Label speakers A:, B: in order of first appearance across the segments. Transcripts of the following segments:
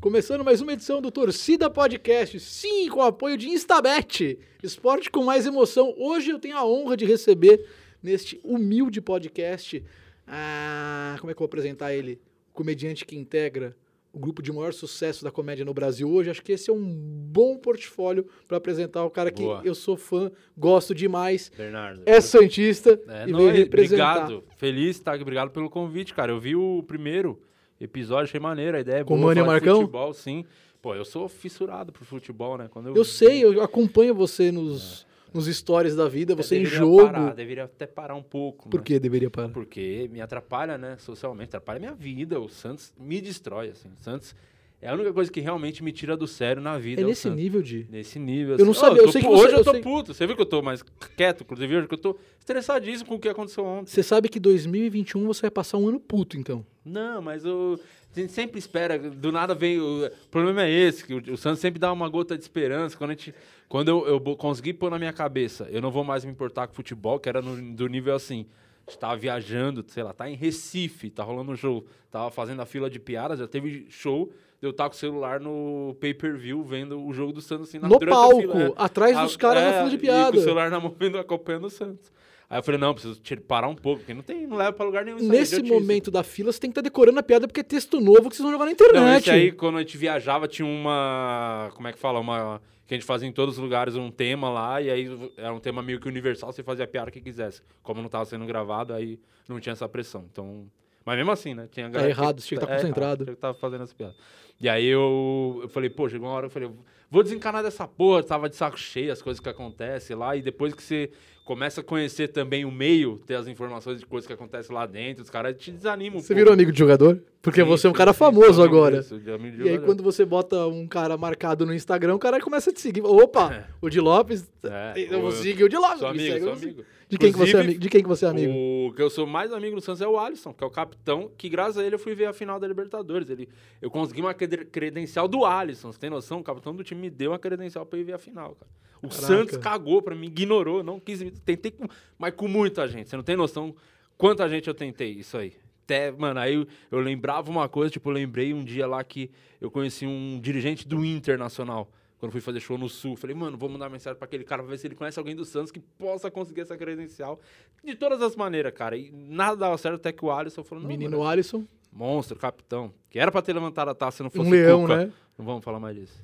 A: Começando mais uma edição do Torcida Podcast, sim, com o apoio de Instabet, esporte com mais emoção. Hoje eu tenho a honra de receber neste humilde podcast, ah, como é que eu vou apresentar ele? O comediante que integra o grupo de maior sucesso da comédia no Brasil hoje. Acho que esse é um bom portfólio para apresentar o cara que
B: Boa.
A: eu sou fã, gosto demais,
B: Bernardo.
A: é santista
B: É,
A: e
B: não,
A: veio
B: é,
A: representar.
B: Obrigado. Feliz, tá? Obrigado pelo convite, cara. Eu vi o primeiro episódio, achei maneiro, a ideia é
A: Com
B: boa.
A: Mano e
B: falar de
A: Marcão?
B: Futebol, sim. Pô, eu sou fissurado pro futebol, né? Quando eu,
A: Eu sei, eu acompanho você nos, nos stories da vida,
B: Até
A: você em
B: É, deveria
A: jogo.
B: Parar, deveria até parar um pouco.
A: Por
B: né?
A: que deveria parar?
B: Porque me atrapalha, né? Socialmente, atrapalha minha vida. O Santos me destrói, assim. O Santos é a única coisa que realmente me tira do sério na vida.
A: É
B: o
A: nesse
B: Santos.
A: nível de.
B: Nesse nível.
A: Eu não
B: assim.
A: sabia,
B: Ô,
A: eu
B: tô
A: sei que
B: pu-
A: você-
B: Hoje
A: eu
B: eu tô
A: sei-
B: puto. Você viu que eu tô mais quieto, inclusive, hoje que eu tô estressadíssimo com o que aconteceu ontem.
A: Você sabe que 2021 você vai passar um ano puto, então.
B: Não, mas o. A gente sempre espera, do nada vem. O, o problema é esse, que o, o Santos sempre dá uma gota de esperança. Quando, a gente, quando eu, eu bo- consegui pôr na minha cabeça, eu não vou mais me importar com futebol, que era no- do nível assim. A gente tava viajando, sei lá, tá em Recife, tá rolando um show. Tava fazendo a fila de piadas, já teve show. Eu tava com o celular no pay-per-view, vendo o jogo do Santos assim, na
A: no
B: durante a
A: palco,
B: fila, é.
A: atrás dos
B: Ah,
A: caras
B: é,
A: na fila de
B: E com o
A: piada.
B: celular na mão, vendo, acompanhando o Santos. Aí eu falei, não, preciso tira- parar um pouco, porque não tem, não leva pra lugar nenhum. isso aí,
A: Nesse
B: idiotice.
A: momento da fila, você tem que estar decorando a piada porque é texto novo que vocês vão jogar na internet.
B: Não, esse aí, quando a gente viajava, tinha uma. Como é que fala? Uma. Que a gente fazia em todos os lugares um tema lá, e aí era um tema meio que universal, você fazia a piada que quisesse. Como não tava sendo gravado, aí não tinha essa pressão. Então. Mas mesmo assim, né? Tinha galera
A: errado, você tinha que tá
B: é errado,
A: concentrado.
B: tinha que tá fazendo essa piada. E aí eu, eu falei, pô, chegou uma hora que eu falei, vou desencanar dessa porra, eu tava de saco cheio, as coisas que acontecem lá, e depois que você começa a conhecer também o meio, ter as informações de coisas que acontecem lá dentro, os caras te desanimam. um
A: Você
B: pouco.
A: virou amigo de jogador? Porque
B: Sim,
A: você é um
B: sim,
A: cara
B: sim,
A: famoso
B: sou amigo
A: agora.
B: desse, de amigo de
A: E aí,
B: jogador.
A: quando você bota um cara marcado no Instagram, o cara começa a te seguir. Opa,
B: É.
A: o de Lopes.
B: É,
A: eu vou
B: eu-
A: seguir o de Lopes.
B: Sou
A: me
B: amigo,
A: segue,
B: sou
A: eu vou
B: amigo.
A: seguir. De quem, que é você é
B: Inclusive,
A: amigo? de quem que você é amigo?
B: O que eu sou mais amigo do Santos é o Alisson, que é o capitão, que graças a ele eu fui ver a final da Libertadores. Ele, eu consegui uma cred- credencial do Alisson, você tem noção? O capitão do time me deu uma credencial pra ir ver a final, cara. O
A: Caraca.
B: Santos cagou pra mim, ignorou, não quis. me- Tentei, com, mas com muita gente, você não tem noção quanta gente eu tentei isso aí. Até, mano, aí eu, eu lembrava uma coisa, tipo, eu lembrei um dia lá que eu conheci um dirigente do Internacional. Quando fui fazer show no Sul, falei, mano, vou mandar mensagem pra aquele cara pra ver se ele conhece alguém do Santos que possa conseguir essa credencial. De todas as maneiras, cara. E nada dava certo até que o Alisson falou, não,
A: Menino
B: mano,
A: Alisson.
B: monstro, capitão. Que era pra ter levantado a taça se não fosse
A: Um
B: o
A: leão,
B: Cuca.
A: né?
B: Não vamos falar mais disso.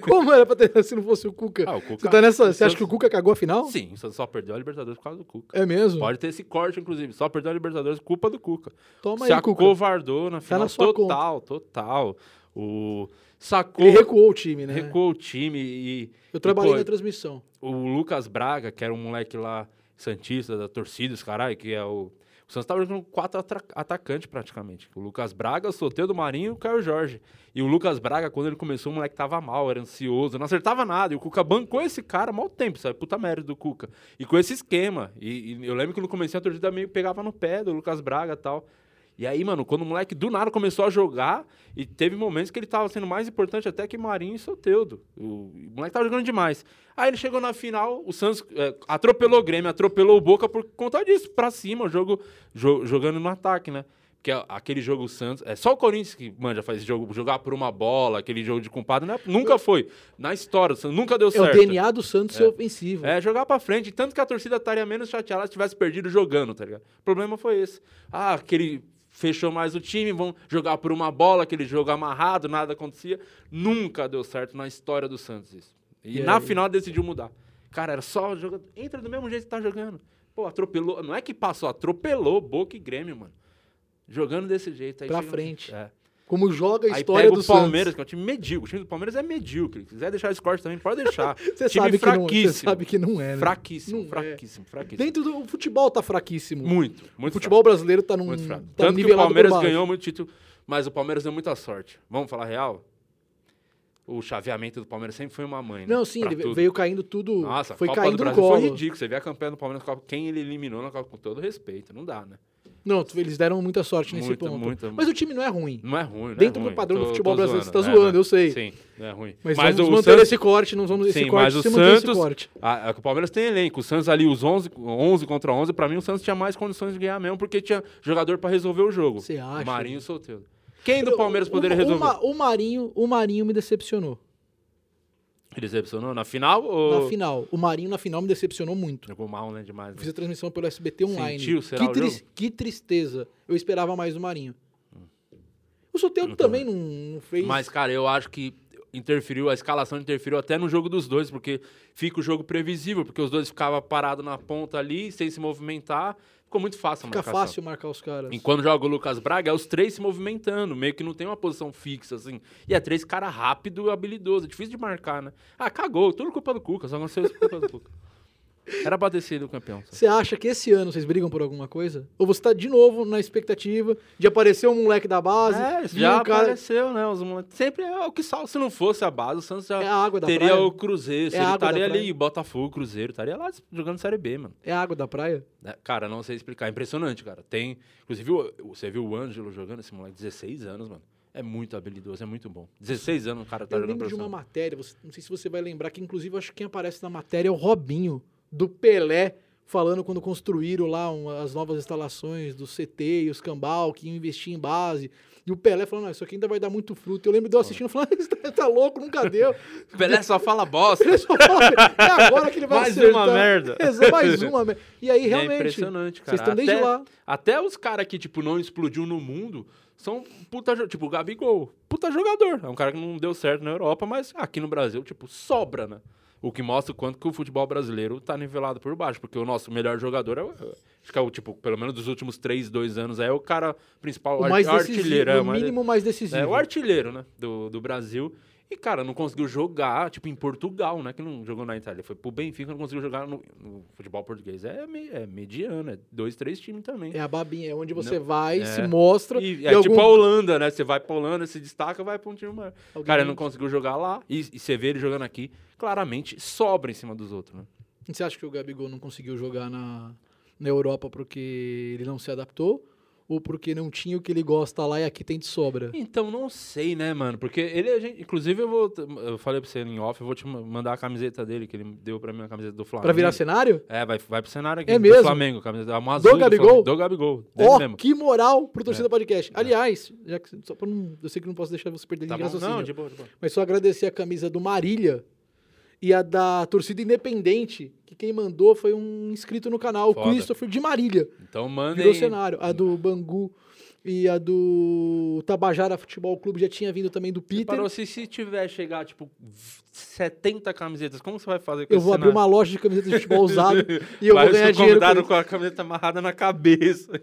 A: Como era pra ter se não fosse o Cuca?
B: Ah, o Cuca-
A: Você tá nessa.
B: o
A: Você acha
B: Santos-
A: que o Cuca cagou a final?
B: Sim, o Santos só perdeu a Libertadores por causa do Cuca.
A: É mesmo?
B: Pode ter esse corte, inclusive. Só perdeu a Libertadores, culpa do Cuca.
A: Toma
B: Se
A: aí, Cuca. Tá
B: acovardou na final
A: na sua
B: total, total. O... Sacou,
A: Ele recuou o time, né?
B: recuou o time e...
A: Eu trabalhei
B: pô,
A: na transmissão.
B: o Lucas Braga, que era um moleque lá, Santista, da torcida, os caralho, que é o. O Santos tava jogando com quatro atra- atacantes praticamente. O Lucas Braga, o Soteldo do Marinho e o Caio Jorge. E o Lucas Braga, quando ele começou, o moleque tava mal, era ansioso, não acertava nada. E o Cuca bancou esse cara há mau tempo, sabe? Puta merda do Cuca. E com esse esquema. E, e eu lembro que no começo a torcida meio pegava no pé do Lucas Braga e tal. E aí, mano, quando o moleque do nada começou a jogar, e teve momentos que ele tava sendo mais importante até que Marinho e Soteudo. O, o moleque tava jogando demais. Aí ele chegou na final, o Santos é, atropelou o Grêmio, atropelou o Boca por conta disso, pra cima, o jogo jo- jogando no ataque, né? Porque a- aquele jogo o Santos. É só o Corinthians que, mano, já faz esse jogo, jogar por uma bola, aquele jogo de compadre, né? nunca foi. Na história, o Santos nunca
A: É
B: deu
A: o
B: certo.
A: DNA do Santos ser ofensivo.
B: É, jogar pra frente. Tanto que a torcida estaria menos chateada se tivesse perdido jogando, tá ligado? O problema foi esse. Ah, aquele fechou mais o time, vão jogar por uma bola, aquele jogo amarrado, nada acontecia. Nunca deu certo na história do Santos isso. E,
A: E
B: na
A: aí?
B: final decidiu mudar. Cara, era só jogar. Entra do mesmo jeito que tá jogando. Pô, atropelou. Não é que passou, atropelou Boca e Grêmio, mano. Jogando desse jeito. Aí
A: Pra
B: no-
A: frente.
B: É.
A: Como joga a
B: Aí
A: história
B: pega
A: do
B: o Palmeiras,
A: Santos.
B: que é um time medíocre. O time do Palmeiras é medíocre. Se quiser deixar esse corte também, pode deixar.
A: Você
B: time
A: sabe, que não,
B: fraquíssimo.
A: você sabe que não é, né?
B: Fraquíssimo,
A: Não é.
B: fraquíssimo, fraquíssimo.
A: Dentro do o futebol tá fraquíssimo.
B: Muito,
A: o
B: muito
A: futebol brasileiro tá num,
B: fraco, muito fraco.
A: tá
B: Tanto que o
A: nivelado por
B: Palmeiras
A: baixo.
B: ganhou muito título, mas o Palmeiras deu muita sorte. Vamos falar real? O chaveamento do Palmeiras sempre foi uma mãe, né?
A: Não, sim,
B: Pra
A: ele
B: tudo.
A: veio caindo tudo.
B: Nossa,
A: foi
B: a Copa
A: caindo no
B: do Brasil
A: colo.
B: foi ridículo. Você vê a campanha do Palmeiras, na Copa, quem ele eliminou na Copa, com todo respeito, não dá, né?
A: Não, tu- eles deram muita sorte nesse
B: Muito,
A: ponto.
B: muito,
A: Mas o time não é ruim.
B: Não é ruim, né?
A: Dentro do padrão do futebol brasileiro, você tá zoando, eu sei.
B: Sim, não é ruim.
A: Mas,
B: mas
A: vamos
B: o
A: manter
B: Santos
A: esse corte, não vamos esse
B: Sim,
A: corte,
B: mas o
A: você mantém esse
B: Santos-
A: corte.
B: A- a- o Palmeiras tem elenco. O Santos ali, os 11, 11 contra 11, pra mim o Santos tinha mais condições de ganhar mesmo, porque tinha jogador pra resolver o jogo.
A: Você acha?
B: Marinho e Soteldo. Quem do Palmeiras poderia
A: O- o-
B: resolver?
A: ma- O, Marinho, o Marinho me decepcionou
B: Ele decepcionou na final ou...
A: na final. O Marinho na final me decepcionou muito.
B: Jogou mal, né? Demais. né?
A: Fiz a transmissão pelo SBT online.
B: Sentiu, será,
A: que,
B: o
A: tris-
B: jogo? Hum.
A: que tristeza. Eu esperava mais do Marinho. O Soteldo
B: Não
A: também não, não fez.
B: Mas, cara, eu acho que interferiu, a escalação interferiu até no jogo dos dois, porque fica o jogo previsível, porque os dois ficavam parados na ponta ali, sem se movimentar. Ficou muito fácil a
A: Fica
B: marcação.
A: fácil né? marcar os caras.
B: E quando joga o Lucas Braga, é os três se movimentando, meio que não tem uma posição fixa, assim. E é três cara rápido e habilidoso, é difícil de marcar, né? Ah, cagou, tudo culpa do Cuca, só aconteceu isso por culpa do Cuca. Era pra ter sido campeão. sabe?
A: Você acha que esse ano vocês brigam por alguma coisa? Ou você tá de novo na expectativa de aparecer um moleque da base?
B: É, isso
A: vir
B: já
A: um cara-
B: apareceu, né? Os moleques. Sempre é o que salva. Se não fosse a base, o Santos já
A: É a água da
B: teria
A: praia?
B: o Cruzeiro. se
A: É a
B: ele
A: água da
B: estaria
A: praia?
B: ali, Botafogo, Cruzeiro, estaria lá jogando Série B, mano.
A: É água da praia?
B: Né? Cara, não sei explicar. É impressionante, cara. Tem. Inclusive, o- você viu o Ângelo jogando esse moleque, 16 anos, mano. É muito habilidoso, é muito bom. 16 anos o cara tá
A: Eu
B: jogando
A: lembro de uma
B: profissional.
A: matéria, você- não sei se você vai lembrar, que inclusive eu acho que quem aparece na matéria é o Robinho, do Pelé, falando quando construíram lá um- as novas instalações do CT e os cambal, que iam investir em base. E o Pelé falando, "Não, isso aqui ainda vai dar muito fruto. Eu lembro de eu assistindo falando, "Ah, você tá, tá louco, nunca deu.
B: Pelé só fala bosta.
A: Ele só fala, é agora que ele vai
B: Mais
A: acertar."
B: uma merda.
A: Exa- mais uma merda. E aí,
B: É
A: realmente,
B: impressionante, cara.
A: vocês estão desde
B: até,
A: lá.
B: até os caras que, tipo, não explodiu no mundo são puta... jo- Tipo, o Gabigol, puta jogador. É um cara que não deu certo na Europa, mas aqui no Brasil, tipo, sobra, né? O que mostra o quanto que o futebol brasileiro tá nivelado por baixo. Porque o nosso melhor jogador é... o- Acho que é o, tipo, pelo menos dos últimos três, dois anos, é o cara principal,
A: o
B: ar-
A: mais decisivo,
B: artilheiro. é,
A: o
B: mas-
A: mínimo mais decisivo.
B: é, o artilheiro, né? Do, do Brasil. E, cara, não conseguiu jogar, tipo, em Portugal, né? Que não jogou na Itália. Foi pro Benfica, não conseguiu jogar no, no futebol português. É, me- é mediano, é dois, três times também.
A: É a babinha, é onde você
B: Não,
A: vai,
B: é.
A: se mostra.
B: E,
A: e
B: é tipo a
A: algum-
B: Holanda, né? Você vai pra Holanda, se destaca, vai pra um time maior.
A: alguém-
B: Cara, ele não conseguiu jogar lá. E, e você vê ele jogando aqui, claramente sobra em cima dos outros, né?
A: Você acha que o Gabigol não conseguiu jogar na, na Europa porque ele não se adaptou? Ou porque não tinha o que ele gosta lá e aqui tem de sobra?
B: Então, não sei, né, mano? Porque ele, a gente- inclusive, eu vou. t- Eu falei pra você em off, eu vou te ma- mandar a camiseta dele, que ele deu pra mim a camiseta do Flamengo.
A: Pra virar cenário?
B: É, vai, vai pro cenário aqui.
A: É
B: do
A: mesmo?
B: Flamengo, camisa uma azul
A: Gabigol?
B: Flamengo, do Gabigol. Dele
A: Ó,
B: é mesmo. É.
A: que moral pro torcida podcast. Aliás, já que, só pra não, eu sei que não posso deixar você perder
B: Tá
A: de
B: bom?
A: raciocínio,
B: Não, de boa, de boa.
A: mas só agradecer a camisa do Marília e a da torcida independente, que quem mandou foi um inscrito no canal, o
B: Foda.
A: Christopher de Marília.
B: Então mandem.
A: Virou cenário. A do Bangu e a do Tabajara Futebol Clube já tinha vindo também do Peter.
B: Parou, se, se tiver chegar, tipo, 70 camisetas, como você vai fazer com
A: Eu
B: esse
A: vou abrir
B: cenário?
A: uma loja de camisetas de futebol usado e eu
B: vai
A: vou ganhar
B: ser
A: dinheiro
B: convidado
A: com
B: com a camiseta amarrada na cabeça.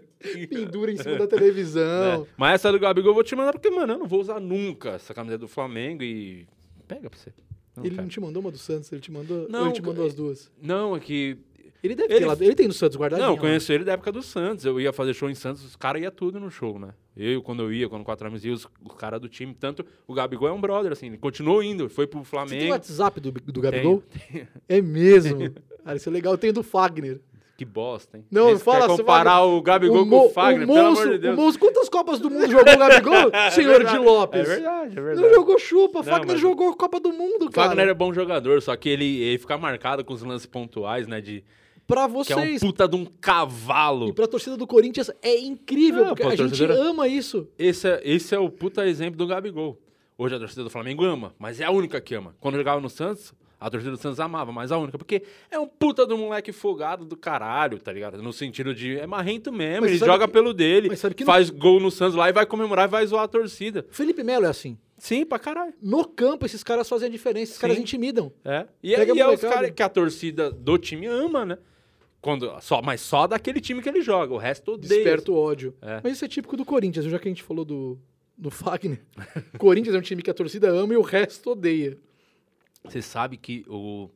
A: pendura em cima da televisão.
B: É. Mas essa do Gabigol eu vou te mandar, porque, mano, eu não vou usar nunca essa camiseta do Flamengo e. Pega pra você. Não,
A: Ele
B: cara.
A: não te mandou uma do Santos, ele te mandou,
B: Não,
A: ou ele te mandou
B: eu-
A: as duas.
B: não, é que
A: Ele deve ter
B: Ele-
A: lá, ele tem no Santos guardadinho. né?
B: Não, eu
A: lá.
B: conheço ele da época do Santos. Eu ia fazer show em Santos, os caras iam tudo no show, né? Eu, quando eu ia, quando quatro amigos ia, os, os caras do time. Tanto o Gabigol é um brother, assim, ele continuou indo, foi pro
A: Você tem o
B: Flamengo.
A: WhatsApp do, do
B: Tenho,
A: Gabigol?
B: tenho.
A: É mesmo. Cara, isso é legal. Eu tenho do Fagner.
B: Que bosta, hein?
A: Não,
B: Aí você
A: fala
B: quer
A: assim,
B: comparar o Gabigol com
A: Mo-
B: o Fagner, pelo
A: Monzo-
B: amor de Deus.
A: O Monzo, quantas Copas do Mundo jogou o Gabigol?
B: É
A: Senhor de
B: verdade,
A: Lopes.
B: É verdade, é verdade.
A: Não jogou chupa,
B: Não,
A: Fagner
B: mas-
A: jogou Copa do Mundo,
B: o
A: cara.
B: Fagner é bom jogador, só que ele, ele fica marcado com os lances pontuais, né? De,
A: Pra
B: que é um
A: vocês.
B: puta de um
A: E
B: cavalo.
A: pra torcida do Corinthians é incrível,
B: Ah,
A: porque
B: pô,
A: a gente
B: torcedora-
A: ama isso.
B: Esse é, esse é o puta exemplo do Gabigol. Hoje a torcida do Flamengo ama, mas é a única que ama. Quando eu jogava no Santos, a torcida do Santos amava, mas a única. Porque é um puta do moleque folgado do caralho, tá ligado? No sentido de é marrento mesmo,
A: Mas
B: ele
A: sabe
B: joga
A: que-
B: pelo dele,
A: mas sabe que não-
B: faz gol no Santos lá e vai comemorar e vai zoar a torcida.
A: Felipe Melo é assim.
B: Sim, pra caralho.
A: No campo, esses caras fazem a diferença, esses
B: Sim.
A: caras intimidam.
B: É. E,
A: Pega
B: aí é os
A: molecada.
B: caras que a torcida do time ama, né? Quando, só, mas só daquele time que ele joga, o resto odeia.
A: Desperta o ódio.
B: É.
A: Mas isso é típico do Corinthians, já que a gente falou do, do Fagner. Corinthians é um time que a torcida ama e o resto odeia.
B: Você sabe que o,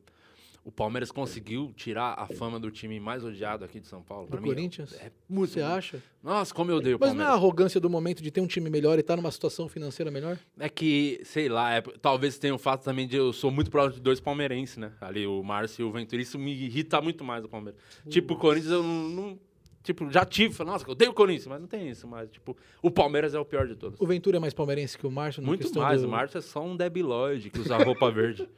B: o Palmeiras conseguiu tirar a fama do time mais odiado aqui de São Paulo? Pra
A: Do
B: mim,
A: Corinthians?
B: É muito.
A: Você acha?
B: Nossa, como eu odeio o
A: Mas não é a
B: Palmeiras.
A: arrogância do momento de ter um time melhor e estar numa situação financeira melhor?
B: É que, sei lá, é- talvez tenha o fato também de eu sou muito próximo de dois palmeirenses, né? Ali, o Márcio e o Ventura. Isso me irrita muito mais o Palmeiras. Tipo, o Corinthians eu não... não- tipo, já tive. falei, Nossa, eu odeio o Corinthians. Mas não tem isso mais. Tipo, o Palmeiras é o pior de todos.
A: O Ventura é mais palmeirense que o Márcio? na
B: Muito
A: questão
B: mais.
A: do-
B: O Márcio é só um debilóide que usa roupa verde.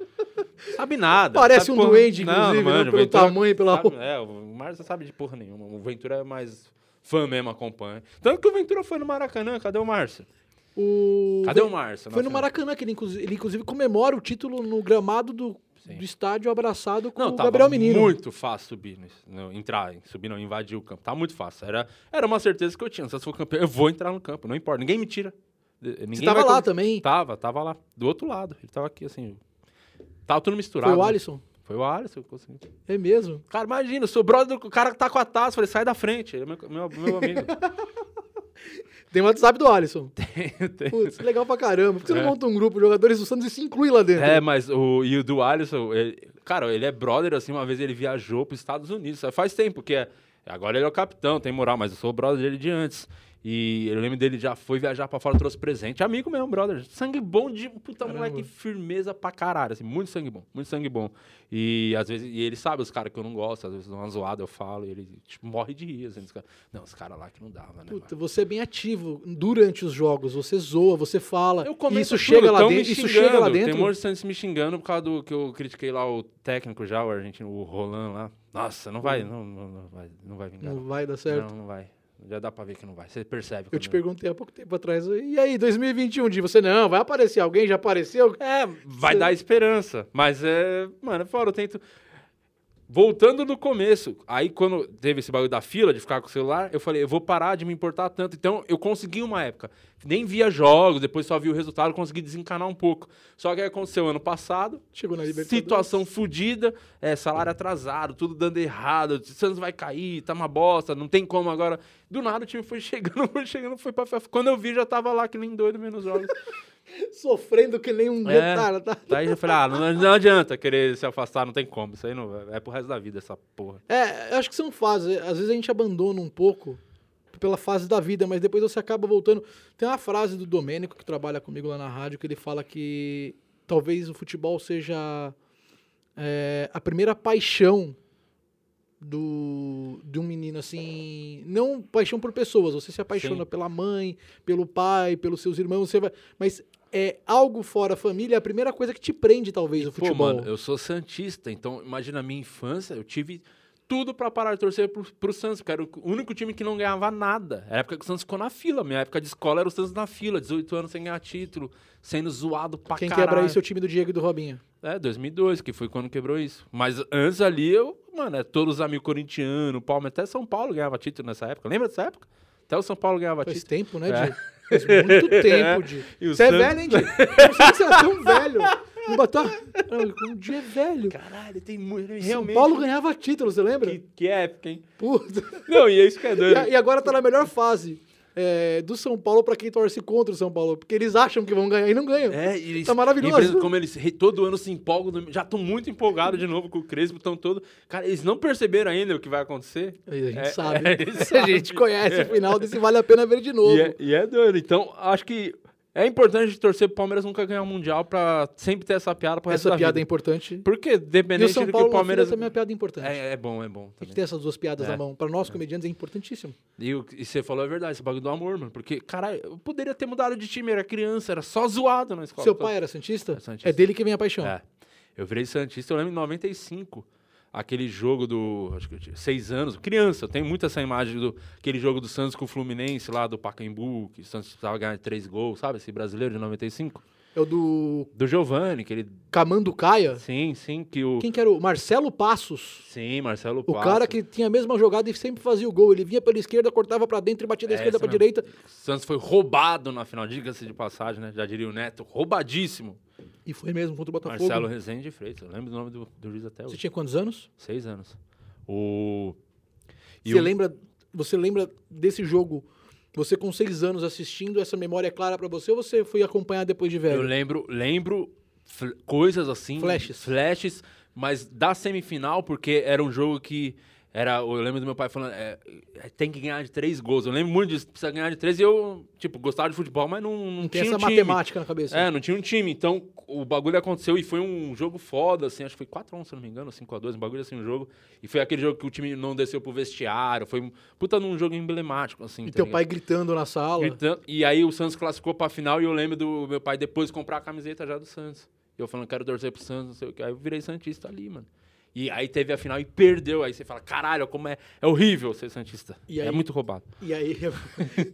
B: Sabe nada.
A: Parece
B: sabe
A: um
B: porra-
A: duende,
B: Não,
A: inclusive,
B: não
A: né,
B: manja, o
A: pelo
B: Ventura-
A: tamanho e pela
B: Sabe, é, o Márcio sabe de porra nenhuma. O Ventura é mais fã mesmo, acompanha. Tanto que o Ventura foi no Maracanã, cadê o Márcio?
A: O...
B: Cadê
A: foi-
B: o Márcio?
A: Foi no
B: Nossa,
A: Maracanã que ele, inclusive, ele, inclusive, comemora o título no gramado do,
B: Sim.
A: do estádio abraçado com
B: Não,
A: o
B: tava
A: Gabriel Menino.
B: muito fácil subir, nesse- não, entrar, subir não, invadir o campo. Tá muito fácil. Era, era uma certeza que eu tinha. Se eu for campeão, eu vou entrar no campo, não importa. Ninguém me tira. Eh, Ninguém
A: Você tava
B: vai
A: lá
B: con-
A: também.
B: Tava, tava lá. Do outro lado. Ele tava aqui, assim. Tava tudo misturado.
A: Foi o Alisson?
B: Foi o Alisson. que conseguiu.
A: É mesmo.
B: Cara, imagina, eu sou brother do o cara que tá com a taça. Eu Falei, sai da frente. Ele é meu, meu, meu amigo.
A: Tem o WhatsApp do Alisson.
B: Tem-
A: Putz, legal pra caramba. Por que você
B: É.
A: não monta um grupo de jogadores do Santos e se inclui lá dentro?
B: É, mas o, e o do Alisson, ele- cara, ele é brother, assim, uma vez ele viajou para os Estados Unidos, sabe? faz tempo que é. Agora ele é o capitão, tem moral, mas eu sou brother dele de antes. E eu lembro dele já foi viajar pra fora, trouxe presente. Amigo mesmo, brother. Sangue bom de um puta
A: Caramba.
B: moleque, firmeza pra caralho. Assim, muito sangue bom, muito sangue bom. E às vezes, e ele sabe os caras que eu não gosto, às vezes dá uma zoada, eu falo, e ele tipo, morre de rir. Assim, os cara- não, os caras lá que não dava, né?
A: Puta, você é bem ativo durante os jogos. Você zoa, você fala.
B: Eu
A: e
B: comento
A: isso
B: tudo,
A: chega lá
B: tão me
A: dentro. Isso
B: xingando,
A: chega lá
B: Tem
A: dentro.
B: um monte de Santos me xingando por causa do que eu critiquei lá o técnico já, o argentino, o Roland lá. Nossa, não vai, não, não, não vai, não vai vingar.
A: Não
B: Não,
A: vai dar certo.
B: não, vai. Já dá pra ver que não vai. Você percebe.
A: Eu te
B: quando-
A: perguntei há pouco tempo atrás. E aí, 2021 de você? Não, vai aparecer alguém? Já apareceu?
B: É, vai
A: Você-
B: dar esperança. Mas é. Mano, fora, eu tento. Voltando no começo, aí quando teve esse bagulho da fila, de ficar com o celular, eu falei, eu vou parar de me importar tanto. Então, eu consegui uma época. Nem via jogos, depois só via o resultado, consegui desencanar um pouco. Só que aí aconteceu ano passado,
A: Chegou na Libertadores.
B: situação fodida, é, salário atrasado, tudo dando errado, o Santos vai cair, tá uma bosta, não tem como agora. Do nada o time foi chegando, foi chegando, foi pra festa. Quando eu vi, já tava lá que nem doido, menos jogos.
A: Sofrendo que nem um
B: É.
A: retardo. tá?
B: Daí eu falei, ah, não, não adianta querer se afastar, não tem como, isso aí não, é pro resto da vida essa porra.
A: É, eu acho que são fases. Às vezes a gente abandona um pouco pela fase da vida, mas depois você acaba voltando. Tem uma frase do Domênico, que trabalha comigo lá na rádio, que ele fala que talvez o futebol seja é, a primeira paixão do, de um menino, assim. Não paixão por pessoas, você se apaixona
B: Sim.
A: pela mãe, pelo pai, pelos seus irmãos, você vai. Mas é algo fora a família é a primeira coisa que te prende, talvez, o
B: Pô,
A: futebol.
B: mano, eu sou santista, então imagina a minha infância, eu tive tudo pra parar de torcer pro, pro Santos, porque era o único time que não ganhava nada. Era a época que o Santos ficou na fila, minha época de escola era o Santos na fila, 18 anos sem ganhar título, sendo zoado pra
A: Quem
B: caralho.
A: quebra isso é o time do Diego e do Robinho.
B: É, 2002, que foi quando quebrou isso. Mas antes ali, eu, mano, é, todos os amigos corintianos, Palmeiras, até São Paulo ganhava título nessa época. Lembra dessa época? Até o São Paulo ganhava
A: Faz
B: título.
A: tempo, né,
B: É.
A: Di? Faz muito tempo, Di.
B: E o
A: Você é
B: Santos-
A: velho, hein, Di? Não sei que você é tão velho. Não bateu... a- Um dia é velho.
B: Caralho, tem muito.
A: São
B: Realmente.
A: Paulo ganhava título, você lembra?
B: que, que época, hein?
A: Puta.
B: Não, e é isso que é
A: E,
B: doido.
A: a- e agora tá na melhor fase é, do São Paulo pra quem torce contra o São Paulo. Porque eles acham que vão ganhar e não ganham.
B: É, e eles,
A: Tá maravilhoso.
B: e eles- como eles re- todo ano se empolgam, no- já estão muito empolgados de novo com o Crespo, estão todo. Cara, eles não perceberam ainda o que vai acontecer.
A: A gente
B: É,
A: sabe.
B: é, eles
A: a gente
B: sabem.
A: conhece o final desse Vale a Pena Ver de novo.
B: É. E é, e é doido. Então, acho que é importante a gente torcer pro Palmeiras nunca ganhar o Mundial pra sempre ter essa piada pro resto
A: Essa
B: da
A: piada é
B: vida.
A: importante.
B: Porque
A: E o
B: dependente
A: São
B: do que
A: Paulo
B: o
A: na Palmeiras...
B: Palmeiras.
A: também é uma piada importante.
B: É, é bom, é bom
A: A gente
B: também.
A: tem essas duas piadas
B: É.
A: na mão. Pra nós, comediantes, é importantíssimo.
B: E, o- e você falou a verdade, esse bagulho do amor, mano. Porque, caralho, eu poderia ter mudado de time, era criança, era só zoado na escola.
A: Seu
B: Então,
A: pai era Santista?
B: É
A: É,
B: santista.
A: dele que vem a paixão.
B: É. Eu virei Santista, eu lembro em 95. Aquele jogo do. Acho que eu tinha seis anos, criança, eu tenho muito essa imagem do. Aquele jogo do Santos com o Fluminense lá do Pacaembu, que o Santos precisava ganhar três gols, sabe? Esse brasileiro de 95.
A: É o do
B: Do Giovanni, que ele.
A: Camanducaia.
B: Sim, sim, que o.
A: Quem que era o Marcelo Passos?
B: Sim, Marcelo
A: O
B: Passo.
A: cara que tinha a mesma jogada e sempre fazia o gol. Ele vinha pela esquerda, cortava pra dentro e batia da
B: É,
A: esquerda
B: essa
A: pra
B: mesmo.
A: direita.
B: O Santos foi roubado na final, diga-se de passagem, né? Já diria o Neto, roubadíssimo.
A: E foi mesmo contra o Botafogo.
B: Marcelo é Rezende Freitas, eu lembro do nome do, do juiz até
A: Você
B: hoje.
A: tinha quantos anos?
B: Seis anos. O. e
A: Você
B: o-
A: lembra, você lembra desse jogo? Você com seis anos assistindo, essa memória é clara pra você ou você foi acompanhar depois de
B: Eu
A: velho?
B: lembro, lembro fl- coisas assim.
A: Flashes.
B: Flashes, mas da semifinal, porque era um jogo que. Era, eu lembro do meu pai falando, é, é, tem que ganhar de três gols. Eu lembro muito disso, precisa ganhar de três. E eu, tipo, gostava de futebol, mas não, não,
A: Não tem
B: tinha
A: essa
B: um time.
A: matemática na cabeça.
B: É, não tinha um time. Então, o bagulho aconteceu e foi um jogo foda, assim. Acho que foi 4x1, se não me engano, 5x2, um bagulho assim, um jogo. E foi aquele jogo que o time não desceu pro vestiário. Foi um puta num jogo emblemático, assim.
A: e
B: tá
A: teu
B: ligado?
A: pai gritando na sala.
B: Gritando. E aí o Santos classificou pra final e eu lembro do meu pai depois comprar a camiseta já do Santos. Eu falando, quero torcer pro Santos, não sei o que. Aí eu virei Santista ali, mano. E aí teve a final e perdeu. Aí você fala, caralho, como é, é horrível ser Santista.
A: E
B: é
A: aí-
B: muito roubado.
A: E aí,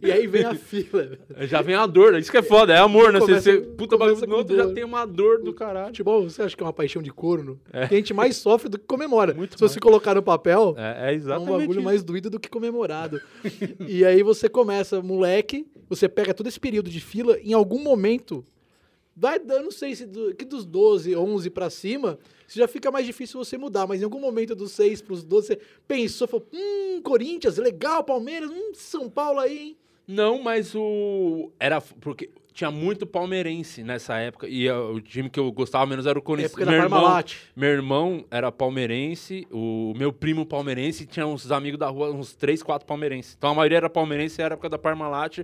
A: e aí vem a fila.
B: Já vem a dor, isso que é foda, é amor, né? Você,
A: Começa-
B: você puta
A: começa
B: bagulho,
A: com
B: no outro
A: dor.
B: já tem uma dor do caralho.
A: Futebol, você acha que é uma paixão de corno? Que a gente mais sofre do que comemora.
B: É. Muito
A: Se você colocar no papel,
B: É, é
A: é um
B: exatamente
A: bagulho
B: isso.
A: mais doído do que comemorado. e aí você começa, moleque, você pega todo esse período de fila, em algum momento, vai, eu não sei se do- que dos 12, 11 pra cima, isso já fica mais difícil você mudar, mas em algum momento dos 6 pros 12, você pensou, falou, hum, Corinthians, legal, Palmeiras, hum, São Paulo aí, hein?
B: Não, mas o. Era. f- Porque tinha muito palmeirense nessa época. E ah, o time que eu gostava menos era o Corinthians.
A: Época da
B: meu, irmão,
A: Parmalat.
B: meu irmão era palmeirense, o meu primo palmeirense, tinha uns amigos da rua, uns três, quatro palmeirenses. Então a maioria era palmeirense, era a época da Parmalat.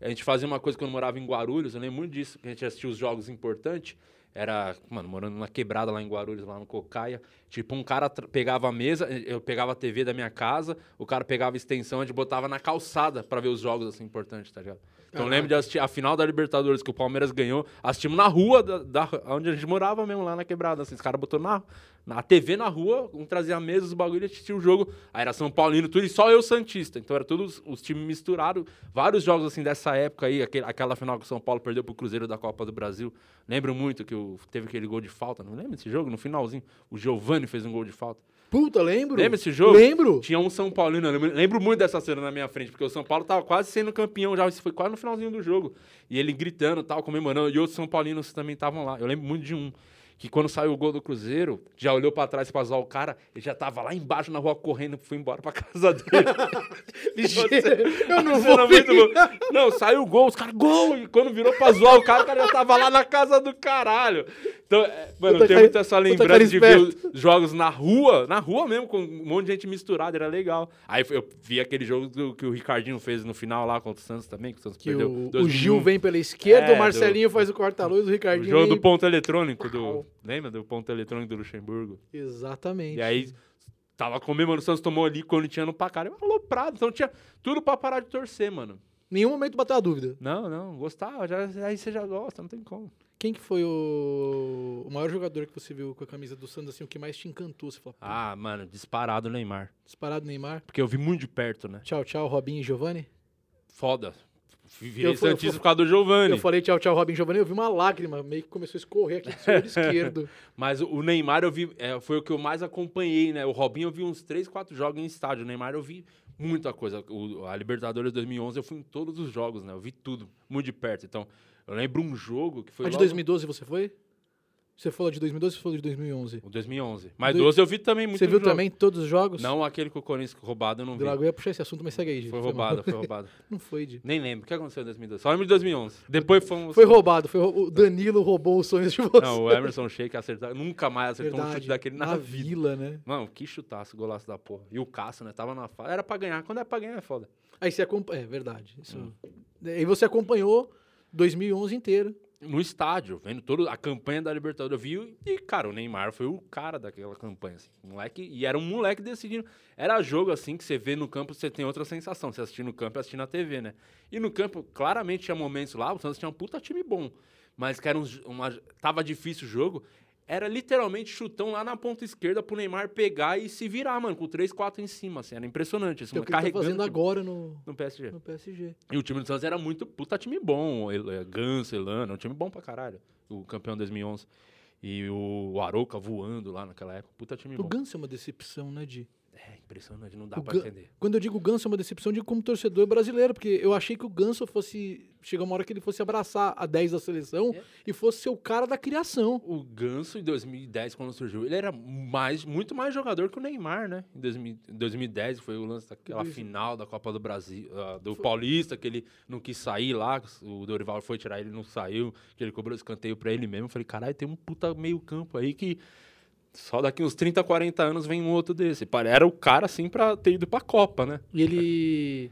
B: A gente fazia uma coisa quando eu morava em Guarulhos, eu lembro muito disso, que a gente assistia os jogos importantes. Era, mano, morando numa quebrada lá em Guarulhos, lá no Cocaia. Tipo, um cara tra- pegava a mesa, eh, eu pegava a TV da minha casa, o cara pegava a extensão, a gente botava na calçada pra ver os jogos, assim, importantes, tá ligado? Então eu lembro de assistir a final da Libertadores que o Palmeiras ganhou, assistimos na rua da, da- onde a gente morava mesmo, lá na quebrada, assim. Os caras botou na, na TV na rua, um trazia a mesa, os bagulho, e assistia o jogo. Aí era São Paulino, tudo, e só eu Santista. Então era todos os times misturados. Vários jogos, assim, dessa época aí, aquele- aquela final que o São Paulo perdeu pro Cruzeiro da Copa do Brasil. Lembro muito que o- teve aquele gol de falta, não lembro desse jogo? No finalzinho, o Giovani fez um gol de falta.
A: Puta, lembro.
B: Lembra esse jogo?
A: Lembro.
B: Tinha um São Paulino, eu lembro, lembro muito dessa cena na minha frente, porque o São Paulo tava quase sendo campeão já, isso foi quase no finalzinho do jogo. E ele gritando, tal, comemorando, e outros São Paulinos também estavam lá. Eu lembro muito de um que quando saiu o gol do Cruzeiro, já olhou pra trás pra zoar o cara, ele já tava lá embaixo na rua correndo, foi embora pra casa dele.
A: Eu não
B: Uma
A: vou
B: cena
A: vir.
B: muito louca. Não, saiu o gol, os caras, gol! E quando virou pra zoar o cara, o cara já tava lá na casa do caralho. Então, é,
A: Puta
B: mano, eu tenho
A: cara-
B: muito essa
A: puta
B: lembrança
A: cara
B: de ver os
A: esperto.
B: jogos na rua, na rua mesmo, com um monte de gente misturada, era legal. Aí eu vi aquele jogo do- que o Ricardinho fez no final lá contra o Santos também, que o Santos
A: Que
B: perdeu.
A: o, o
B: 2001.
A: Gil vem pela esquerda,
B: É,
A: o
B: do-
A: Marcelinho faz o corta-luz, o
B: um. O
A: Ricardinho...
B: jogo
A: vem-
B: do ponto eletrônico do. Lembra do ponto eletrônico do Luxemburgo?
A: Exatamente.
B: E aí tava comemorando, o Santos tomou ali quando tinha no placar. Eu aloprado, então tinha tudo pra parar de torcer, mano.
A: Nenhum momento bateu a dúvida.
B: Não, não, gostava, já, aí você já gosta, não tem como.
A: Quem que foi o, o maior jogador que você viu com a camisa do Santos, assim, o que mais te encantou? Você falou, ah.
B: Ah, mano, disparado o Neymar.
A: disparado Neymar.
B: Porque eu vi muito de perto, né?
A: Tchau, tchau, Robinho e Giovanni.
B: Foda. Virei
A: Eu fui- eu
B: Santista
A: fui-
B: por causa do Giovanni.
A: Eu falei tchau, tchau, Robinho e Giovanni, eu vi uma lágrima meio que começou a escorrer aqui do seu olho esquerdo.
B: Mas o- o Neymar eu vi, é, foi o que eu mais acompanhei, né? O Robinho eu vi uns 3, 4 jogos em estádio. O Neymar eu vi muita coisa. O- a Libertadores 2011 eu fui em todos os jogos, né? Eu vi tudo, muito de perto. Então, eu lembro um jogo que foi
A: A Ah, de
B: logo-
A: 2012 você foi? Você falou de 2012 ou você falou de 2011?
B: O 2011. Mas
A: Dois-
B: 12 eu vi também muito
A: Você viu
B: jogo.
A: também todos os jogos?
B: Não aquele que o Corinthians roubado eu não vi.
A: Droga, eu ia puxar esse assunto, mas segue aí, gente.
B: Foi
A: mal.
B: roubado, foi roubado.
A: Não foi, de.
B: Nem lembro. O que aconteceu em 2012? Só lembro de 2011. Depois fomos...
A: Foi roubado, foi rou- o Danilo roubou os sonhos de você.
B: Não, o Emerson Sheik acertou. Nunca mais acertou um chute daquele na,
A: na
B: vida.
A: vila, né?
B: Mano, que chutaço, golaço da porra. E o Cássio, né? Tava na fase. Era pra ganhar. Quando é pra ganhar, é foda.
A: Aí você acompanha. É verdade. Isso... Aí você acompanhou 2011 inteiro.
B: No estádio, vendo toda a campanha da Libertadores, eu vi. E, cara, o Neymar foi o cara daquela campanha. Assim. Moleque, e era um moleque decidindo. Era jogo assim que você vê no campo, você tem outra sensação. Você assistir no campo e assistir na TV, né? E no campo, claramente tinha momentos lá, o Santos tinha um puta time bom. Mas que era um, uma, tava difícil o jogo. Era literalmente chutão lá na ponta esquerda pro Neymar pegar e se virar, mano, com 3, 4 em cima. Assim, era impressionante. Assim,
A: que é o
B: mano,
A: que ele tá
B: carregando
A: fazendo
B: o time
A: agora no,
B: no PSG.
A: no PSG.
B: E o time do Santos era muito puta time bom. El- eh, Ganso, Elano, um time bom pra caralho. O campeão 2011. E o Arouca voando lá naquela época. Puta time
A: O
B: bom.
A: Ganso é uma decepção, né, Di?
B: É impressionante, não dá
A: O
B: pra
A: Gan-
B: entender.
A: Quando eu digo Ganso é uma decepção, eu digo como torcedor brasileiro, porque eu achei que o Ganso fosse. Chegou uma hora que ele fosse abraçar a 10 da seleção
B: É.
A: e fosse ser o cara da criação.
B: O Ganso, em 2010, quando surgiu, ele era mais, muito mais jogador que o Neymar, né? Em 2000 2010, foi o lance daquela
A: Dois-
B: final da Copa do Brasil, ah, do Paulista, que ele não quis sair lá, que o Dorival foi tirar ele não saiu, que ele cobrou escanteio pra ele mesmo. Eu falei, caralho, tem um puta meio campo aí que só daqui uns 30, 40 anos vem um outro desse. Pare- Era o cara, assim, pra ter ido pra Copa, né?
A: E ele.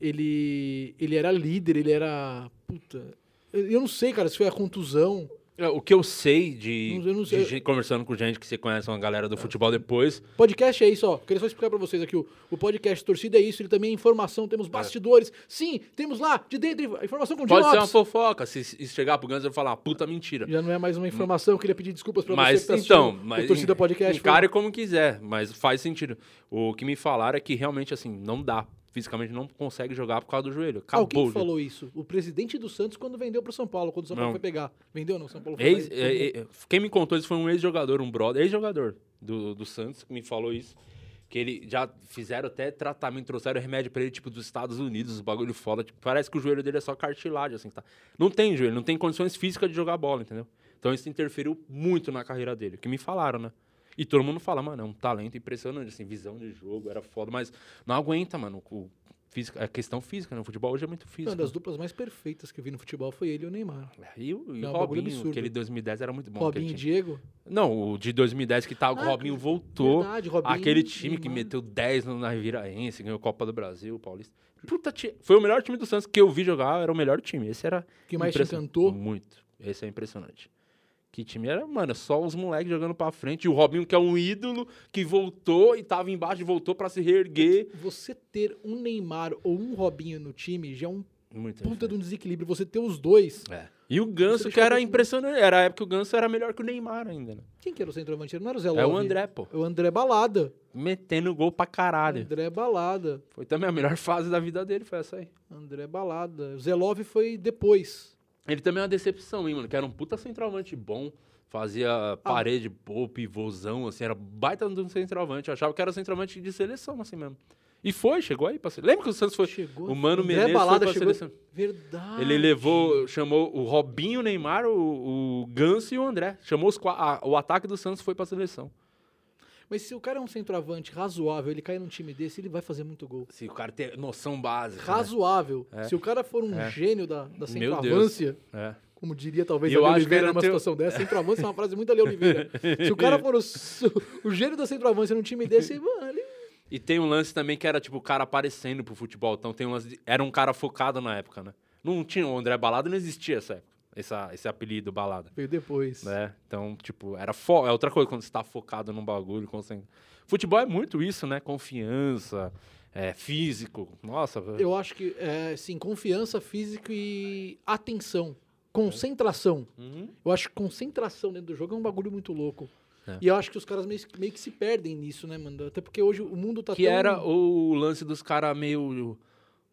A: Ele. Ele era líder, ele era. Puta. Eu eu não sei, cara, se foi a contusão.
B: É, O que eu sei de,
A: Não- eu não
B: de
A: sei. É.
B: gente- conversando com gente que você conhece, uma galera do futebol depois,
A: Podcast é isso, ó. Queria só explicar pra vocês aqui. O, o podcast Torcida é isso, ele também é informação, temos bastidores. Sim, temos lá, de dentro, informação com o Di
B: pode ser uma
A: Lopes.
B: fofoca. Se, se chegar pro Guns, eu falar, puta mentira.
A: Já não é mais uma informação, queria pedir desculpas pra
B: Mas
A: você que tá assistindo
B: então,
A: o
B: mas
A: Torcida
B: en-
A: Podcast. foi-
B: encare como quiser, mas faz sentido. O que me falaram é que realmente assim, não dá. Fisicamente não consegue jogar por causa do joelho. Acabou.
A: Alguém
B: o joelho.
A: falou isso. O presidente do Santos quando vendeu pro São Paulo, quando o São Paulo
B: Não.
A: foi pegar. Vendeu ou não? São Paulo foi
B: Ex-
A: pegar. Então,
B: é- é- quem me contou isso foi um ex-jogador, um brother, ex-jogador do, do Santos, que me falou isso. Que ele já fizeram até tratamento, trouxeram remédio pra ele, tipo, dos Estados Unidos, os bagulho foda. Tipo, parece que o joelho dele é só cartilagem, assim, tá? Não tem joelho, não tem condições físicas de jogar bola, entendeu? Então isso interferiu muito na carreira dele, que me falaram, né? E todo mundo fala, mano, é um talento impressionante, assim, visão de jogo, era foda, mas não aguenta, mano. O, física, a questão física, né? O futebol hoje é muito físico.
A: Uma das duplas mais perfeitas que eu vi no futebol foi ele e o Neymar.
B: E o, e
A: É
B: o
A: um bagulho
B: Robinho,
A: absurdo.
B: aquele 2010 era muito bom. aquele
A: Robinho e
B: time.
A: Diego.
B: Não, o de 2010 que tá, o
A: Ah,
B: Robinho voltou.
A: verdade, Robinho,
B: aquele time que
A: Neymar.
B: meteu 10 no- na Reviraense, ganhou Copa do Brasil, Paulista. Puta, ti- foi o melhor time do Santos que eu vi jogar, era o melhor time. Esse era.
A: Que mais te
B: impression-
A: encantou?
B: Muito. Esse é impressionante. Que time era, mano, só os moleques jogando pra frente. E o Robinho, que é um ídolo, que voltou e tava embaixo e voltou pra se reerguer.
A: Você ter um Neymar ou um Robinho no time já é um
B: Muito
A: puta de um desequilíbrio. Você ter os dois.
B: É. E o
A: Você
B: Ganso, que
A: deixou
B: era
A: pra-
B: impressionante. Era a época que o Ganso era melhor que o Neymar ainda, né?
A: Quem que era o centroavante? Não era o Zé
B: É o
A: Love?
B: André, pô.
A: É o André Balada.
B: Metendo gol pra caralho.
A: André Balada.
B: Foi também a melhor fase da vida dele, foi essa aí.
A: André Balada. O Zelov foi depois.
B: Ele também é uma decepção, hein, mano? Que era um puta centroavante bom. Fazia parede boa, pivôzão, assim. Era baita de um centroavante. Eu achava que era centroavante de seleção, assim mesmo. E foi, chegou aí. Pra... se- Lembra que o Santos foi...
A: Chegou.
B: O Mano
A: André
B: Menezes
A: Balada
B: foi pra
A: chegou.
B: seleção.
A: Verdade.
B: Ele levou, chamou o Robinho, o Neymar, o, o Ganso e o André. Chamou os, qua- a- o ataque do Santos foi pra seleção.
A: Mas se o cara é um centroavante razoável, ele cai num time desse, ele vai fazer muito gol.
B: Se o cara tem noção básica. né?
A: Razoável.
B: É.
A: Se o cara for um
B: É.
A: gênio da, da
B: Deus.
A: centroavância,
B: É.
A: como diria talvez
B: E eu
A: a
B: acho que
A: Oliveira
B: ainda
A: numa
B: tem o-
A: situação dessa, centroavância é uma frase muito ali Oliveira. Se o cara for o, su- o gênio da centroavância num time desse, mano, ele...
B: E tem um lance também que era, tipo, o cara aparecendo pro futebol. Então tem um lance. de- Era um cara focado na época, né? Não tinha o André Balada, não existia essa época. Essa, esse apelido balada.
A: veio depois.
B: Né? Então, tipo, era fo... é outra coisa quando você tá focado num bagulho. quando você- Futebol é muito isso, né? Confiança, é, físico. Nossa, velho.
A: Eu acho que, é, sim, confiança física e atenção. Concentração.
B: Uhum.
A: Eu acho que concentração dentro do jogo é um bagulho muito louco.
B: É.
A: E eu acho que os caras meio, meio que se perdem nisso, né, mano? Até porque hoje o mundo tá
B: Que
A: tão...
B: era o lance dos caras meio.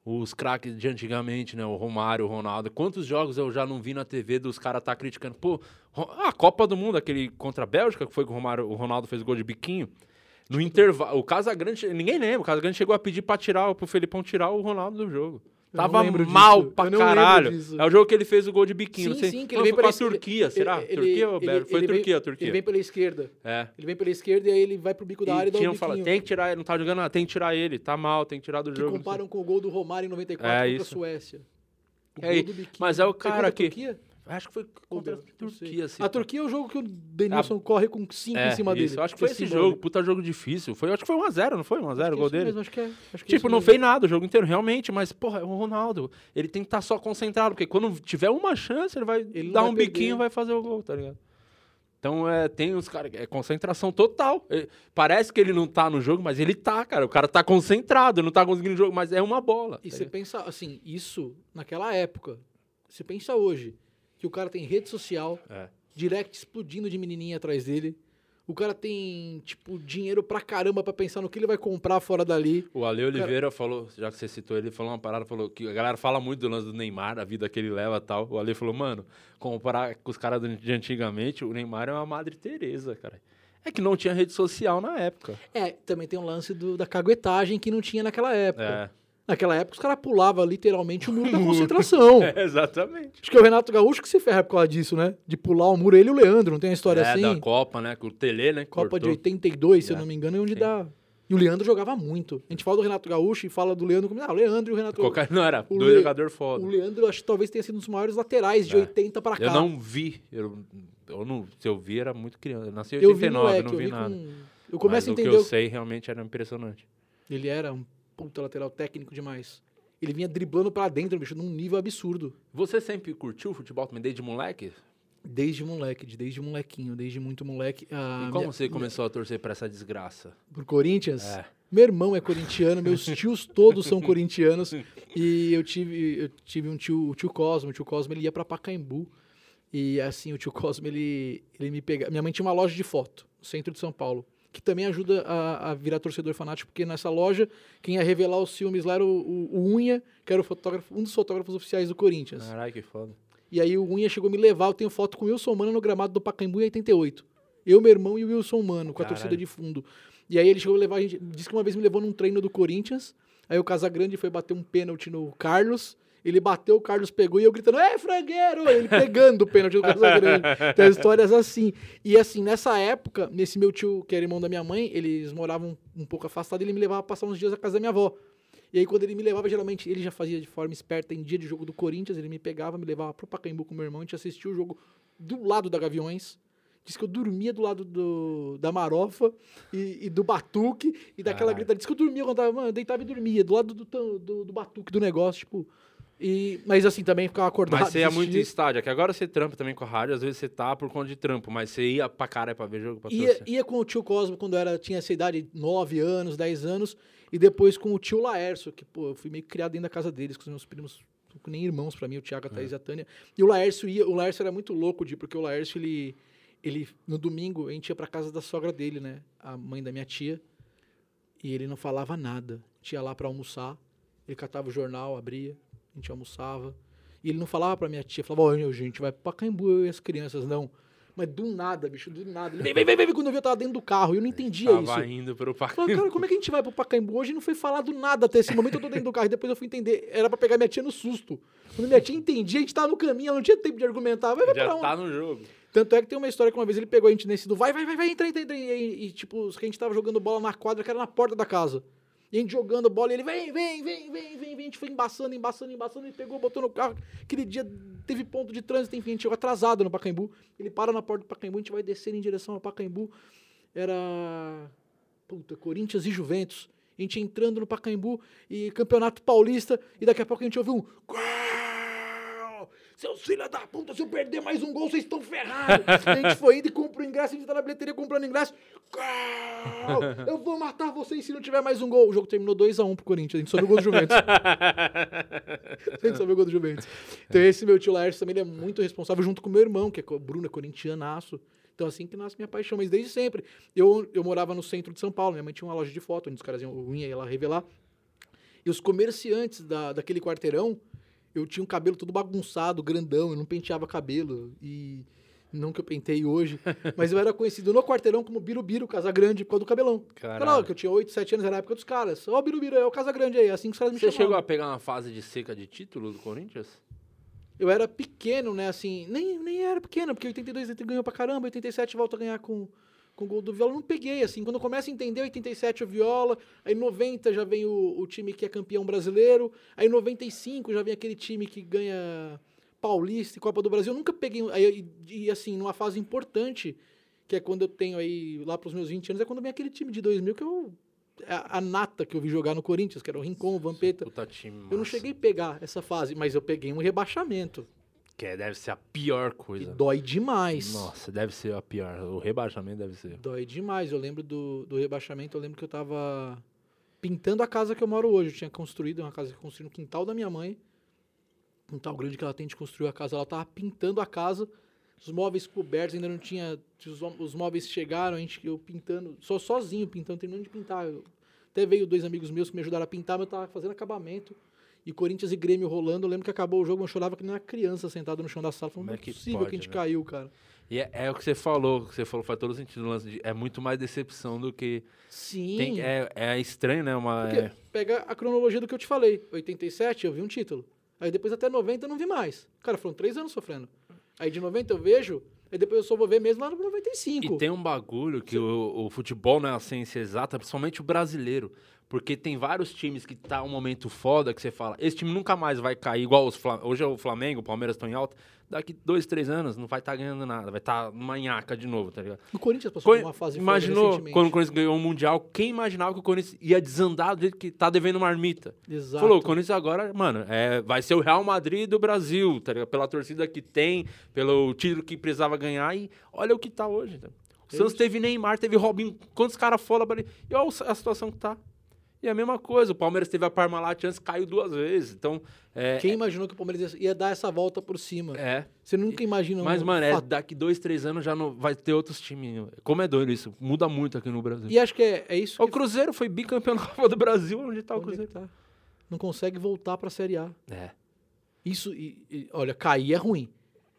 B: Os craques de antigamente, né? O Romário, o Ronaldo. Quantos jogos eu já não vi na TV dos caras tá criticando? Pô, Ro- a Copa do Mundo, aquele contra a Bélgica, que foi que o, Romário, o Ronaldo fez gol de biquinho. No
A: Tipo
B: intervalo. O Casagrande. Ninguém lembra. O Casagrande chegou a pedir pra tirar, pro Felipão tirar o Ronaldo do jogo.
A: Eu não
B: Tava
A: lembro
B: mal
A: disso.
B: pra
A: Eu não lembro
B: caralho.
A: disso.
B: É o jogo que ele fez o gol de biquinho.
A: Sim,
B: não sei.
A: sim, que
B: Não,
A: ele veio
B: foi
A: pela
B: pra Turquia, será? Turquia ou Bélgica? Foi Turquia,
A: vem,
B: Turquia.
A: Ele vem pela esquerda.
B: É.
A: Ele vem pela esquerda e aí ele vai pro bico da área e
B: E
A: dá um
B: tinham
A: biquinho.
B: falado, tem que tirar ele, não tá jogando nada, tem que tirar ele, tá mal, tem que tirar do
A: que
B: jogo. não sei.
A: comparam com o gol do Romário em 94
B: É
A: contra a
B: isso.
A: Suécia. O
B: É
A: gol
B: aí,
A: do biquinho.
B: mas é o
A: Foi
B: cara
A: contra a
B: que-
A: Turquia?
B: Acho que foi
A: Ou
B: contra a
A: Bélgica, não sei.
B: Turquia, assim. É,
A: A Turquia é o jogo que o Denilson corre com 5 em cima dele.
B: isso, Acho que foi esse jogo, puta jogo difícil. Foi, acho que foi 1x0, não foi? 1x0 o gol dele. Tipo, não fez nada o jogo inteiro, realmente, mas, porra, é o Ronaldo, ele tem que estar só concentrado, porque quando tiver uma chance, ele vai
A: Ele não
B: dar
A: vai
B: um
A: perder.
B: biquinho e vai fazer o gol, tá ligado? Então, é, tem os caras, é concentração total. É, parece que ele não tá no jogo, mas ele tá, cara. O cara tá concentrado, não tá conseguindo jogo, mas é uma bola.
A: E
B: tá
A: você
B: ligado?
A: pensa, assim, isso naquela época. Você pensa hoje, que o cara tem rede social,
B: É.
A: direct explodindo de menininha atrás dele. O cara tem, tipo, dinheiro pra caramba pra pensar no que ele vai comprar fora dali.
B: O Ale Oliveira falou, já que você citou ele, falou uma parada, falou que a galera fala muito do lance do Neymar, da vida que ele leva e tal. O Ale falou, mano, comparar com os caras do- de antigamente, o Neymar é uma Madre Teresa, cara. É que não tinha rede social na época.
A: É, também tem um lance do- da caguetagem que não tinha naquela época.
B: É,
A: Naquela época, os caras pulavam literalmente o muro da concentração.
B: É, exatamente.
A: Acho que é o Renato Gaúcho que se ferra por causa disso, né? De pular o muro. Ele e o Leandro, não tem a história
B: é,
A: assim?
B: da Copa, né? Com o Tele, né? que
A: Copa de
B: cortou.
A: 82, se eu
B: É.
A: não me engano, é onde
B: Sim.
A: dá. E o Leandro jogava muito. A gente fala do Renato Gaúcho e fala do Leandro como. Ah, o Leandro e o Renato Gaúcho.
B: Qualquer... Não, era
A: O
B: dois
A: Le-
B: jogadores é foda.
A: O Leandro, acho que talvez tenha sido um dos maiores laterais de
B: É.
A: 80 pra cá.
B: Eu não vi. Eu, eu não, se eu vi, era muito criança. Eu nasci em
A: eu vi
B: 89,
A: moleque,
B: não
A: eu
B: vi,
A: vi
B: nada.
A: com. Eu começo
B: Mas
A: a
B: o que
A: entender.
B: eu
A: o-
B: sei realmente era impressionante.
A: Ele era um puta lateral técnico demais. Ele vinha driblando pra dentro, bicho, num nível absurdo.
B: Você sempre curtiu futebol também desde moleque?
A: Desde moleque, de- desde molequinho, desde muito moleque. A
B: e como
A: Ah, minha-
B: você começou a torcer pra essa desgraça?
A: Pro Corinthians?
B: É.
A: Meu irmão é corintiano, meus tios todos são corintianos. E eu tive, eu tive um tio, o tio Cosmo. O tio Cosmo ele ia pra Pacaembu. E assim, o tio Cosmo, ele, ele me pegava. Minha mãe tinha uma loja de foto, no centro de São Paulo, que também ajuda a, a virar torcedor fanático, porque nessa loja, quem ia revelar os filmes lá era o, o- o Unha, que era o fotógrafo, um dos fotógrafos oficiais do Corinthians.
B: Caralho, que foda.
A: E aí o Unha chegou a me levar, eu tenho foto com o Wilson Mano no gramado do Pacaembu em 88. Eu, meu irmão e o Wilson Mano, com a
B: Caralho.
A: torcida de fundo. E aí ele chegou a levar, a gente, disse que uma vez me levou num treino do Corinthians, aí o Casagrande foi bater um pênalti no Carlos, ele bateu, o Carlos pegou e eu gritando, é frangueiro! Ele pegando o pênalti do Casagrande. Tem histórias assim. E assim, nessa época, nesse meu tio, que era irmão da minha mãe, eles moravam um pouco afastados, ele me levava a passar uns dias na casa da minha avó. E aí, quando ele me levava, geralmente ele já fazia de forma esperta em dia de jogo do Corinthians. Ele me pegava, me levava pro Pacaembu com meu irmão. A gente assistia o jogo do lado da Gaviões. Diz que eu dormia do lado do, da Marofa e, e do Batuque e daquela
B: Caralho.
A: gritaria. Diz que eu dormia quando tava, mano, eu deitava e dormia, do lado do, tan- do, do Batuque do negócio, tipo. E, mas assim, também ficava acordado.
B: Mas você ia
A: assistia.
B: muito em estádio, é que agora você trampa também com a rádio, às vezes você tá por conta de trampo, mas você ia pra caralho pra ver jogo, pra
A: Ia,
B: torcer.
A: ia com o tio Cosmo quando era, tinha essa idade, 9 anos, 10 anos, e depois com o tio Laércio, que, pô, eu fui meio que criado dentro da casa deles, com os meus primos, com nem irmãos pra mim, o Tiago, a Thaís e a Tânia. E o Laércio ia, o Laércio era muito louco de, porque o Laércio, ele, ele, no domingo, a gente ia pra casa da sogra dele, né? A mãe da minha tia. E ele não falava nada. A gente ia lá pra almoçar, ele catava o jornal, abria, a gente almoçava. E ele não falava pra minha tia, falava, olha, gente, vai pra Caimbu eu e as crianças, não. Mas do nada, bicho, do nada. Ele, vem, vem, vem, vem, quando eu vi, eu tava dentro do carro. e Eu não entendia isso.
B: Tava indo pro
A: Eu
B: parque.
A: Falei, cara, como é que a gente vai pro Pacaembu? Hoje não foi falado nada até esse momento, eu tô dentro do carro. E depois eu fui entender. Era pra pegar minha tia no susto. Quando minha tia entendia, a gente tava no caminho, ela não tinha tempo de argumentar. Vai, vai pra um
B: Já
A: onde?
B: tá no jogo.
A: Tanto é que tem uma história que uma vez ele pegou a gente nesse do vai, vai, vai, vai, entra, entra, entra. E, aí, e, tipo, os que a gente tava jogando bola na quadra, que era na porta da casa. E a gente jogando bola, e ele vem, vem, vem, vem, vem, vem. A gente foi embaçando, embaçando, embaçando. Ele pegou, botou no carro. Aquele dia teve ponto de trânsito, enfim, a gente chegou atrasado no Pacaembu. Ele para na porta do Pacaembu, a gente vai descendo em direção ao Pacaembu. Era. Puta, Corinthians e Juventus. A gente entrando no Pacaembu e Campeonato Paulista. E daqui a pouco a gente ouviu um. "Gol! Seus filha da puta, se eu perder mais um gol, vocês estão ferrados. A gente foi indo e compra o ingresso, a gente tá na bilheteria comprando ingresso. Gol! Eu vou matar vocês se não tiver mais um gol. O jogo terminou 2x1 pro Corinthians, a gente só viu o gol do Juventus. A gente só viu o gol do Juventus. Então esse meu tio Laércio também ele é muito responsável, junto com meu irmão, que é co- Bruno, é corintianaço. Então assim que nasce minha paixão, mas desde sempre. Eu, eu morava no centro de São Paulo, minha mãe tinha uma loja de foto, onde os caras iam, eu ia lá revelar. E os comerciantes da, daquele quarteirão, eu tinha um cabelo todo bagunçado, grandão, eu não penteava cabelo. E não que eu pentei hoje, mas eu era conhecido no quarteirão como Birubiru Casagrande por causa do cabelão.
B: Caralho.
A: Claro, que eu tinha 8, 7 anos, era a época dos caras. Ó, Birubiru, é o Casagrande aí, é assim que os caras me
B: Você
A: chamavam.
B: chegou a pegar uma fase de seca de título do Corinthians?
A: Eu era pequeno, né? Assim, nem, nem era pequeno, porque 82 ele ganhou pra caramba, 87 volta a ganhar com, com o gol do Viola. Eu não peguei, assim. Quando eu começo a entender, 87 o Viola, aí 90 já vem o, o time que é campeão brasileiro, aí 95 já vem aquele time que ganha Paulista e Copa do Brasil. Eu nunca peguei. um, Aí, e, e, assim, numa fase importante, que é quando eu tenho aí, lá pros meus 20 anos, é quando vem aquele time de 2000 que eu. é A, a nata que eu vi jogar no Corinthians, que era o Rincon, o Vampeta.
B: Puta time,
A: Então, Eu não
B: massa.
A: cheguei a pegar essa fase, mas eu peguei um rebaixamento.
B: Que é- deve ser a pior
A: E
B: coisa.
A: dói demais.
B: Nossa, deve ser a pior. O rebaixamento deve ser.
A: Dói demais. Eu lembro do, do rebaixamento, eu lembro que eu tava pintando a casa que eu moro hoje. Eu tinha construído uma casa que eu construí no quintal da minha mãe. Quintal grande que ela tem de construir a casa. Ela tava pintando a casa. Os móveis cobertos, ainda não tinha. Os, mo- os móveis chegaram, a gente, eu pintando. Só sozinho pintando, terminando de pintar. Eu- até veio dois amigos meus que me ajudaram a pintar, mas eu tava fazendo acabamento. E Corinthians e Grêmio rolando. Eu lembro que acabou o jogo, eu chorava que nem uma criança sentado no chão da sala. Falando,
B: Como
A: não é
B: é que
A: possível que a
B: pode,
A: gente
B: né?"
A: caiu, cara.
B: E é, é o que você falou, o que você falou faz todo sentido. o lance de- é muito mais decepção do que.
A: Sim.
B: Tem, é, é estranho, né? Uma,
A: Porque pega a cronologia do que eu te falei. 87 eu vi um título. Aí depois até 90 eu não vi mais. Cara, foram três anos sofrendo. Aí de 90 eu vejo, aí depois eu só vou ver mesmo lá no 95.
B: E tem um bagulho que o, o futebol não é a ciência exata, principalmente o brasileiro. Porque tem vários times que tá um momento foda que você fala, esse time nunca mais vai cair igual os Flam Hoje é o Flamengo, o Palmeiras estão em alta. Daqui dois, três anos não vai estar ganhando nada, vai estar tá manhaca de novo, tá ligado?
A: O Corinthians passou
B: Co-
A: por uma fase foda
B: Imaginou
A: recentemente.
B: quando o Corinthians ganhou o Mundial, quem imaginava que o Corinthians ia desandar do jeito que tá devendo uma marmita?
A: Exato.
B: Falou, o Corinthians agora, mano, é, vai ser o Real Madrid do Brasil, tá ligado? Pela torcida que tem, pelo título que precisava ganhar e olha o que tá hoje. Tá? O Santos teve Neymar, teve Robinho, quantos caras foram pra ali? E olha a situação que tá. E a mesma coisa, o Palmeiras teve a Parmalat antes, caiu duas vezes. Então, é.
A: Quem imaginou que o Palmeiras ia- ia dar essa volta por cima?
B: é.
A: Você nunca imagina um
B: Mas, mano, é,
A: fator.
B: daqui dois, três anos já não vai ter outros times. Como é doido isso? Muda muito aqui no Brasil.
A: E acho que é, é isso
B: O
A: que
B: Cruzeiro foi bicampeão da Copa do Brasil. Onde tá o
A: Onde é que
B: Cruzeiro?
A: tá? não consegue voltar pra Série A.
B: É.
A: Isso, e- e, olha, cair é ruim.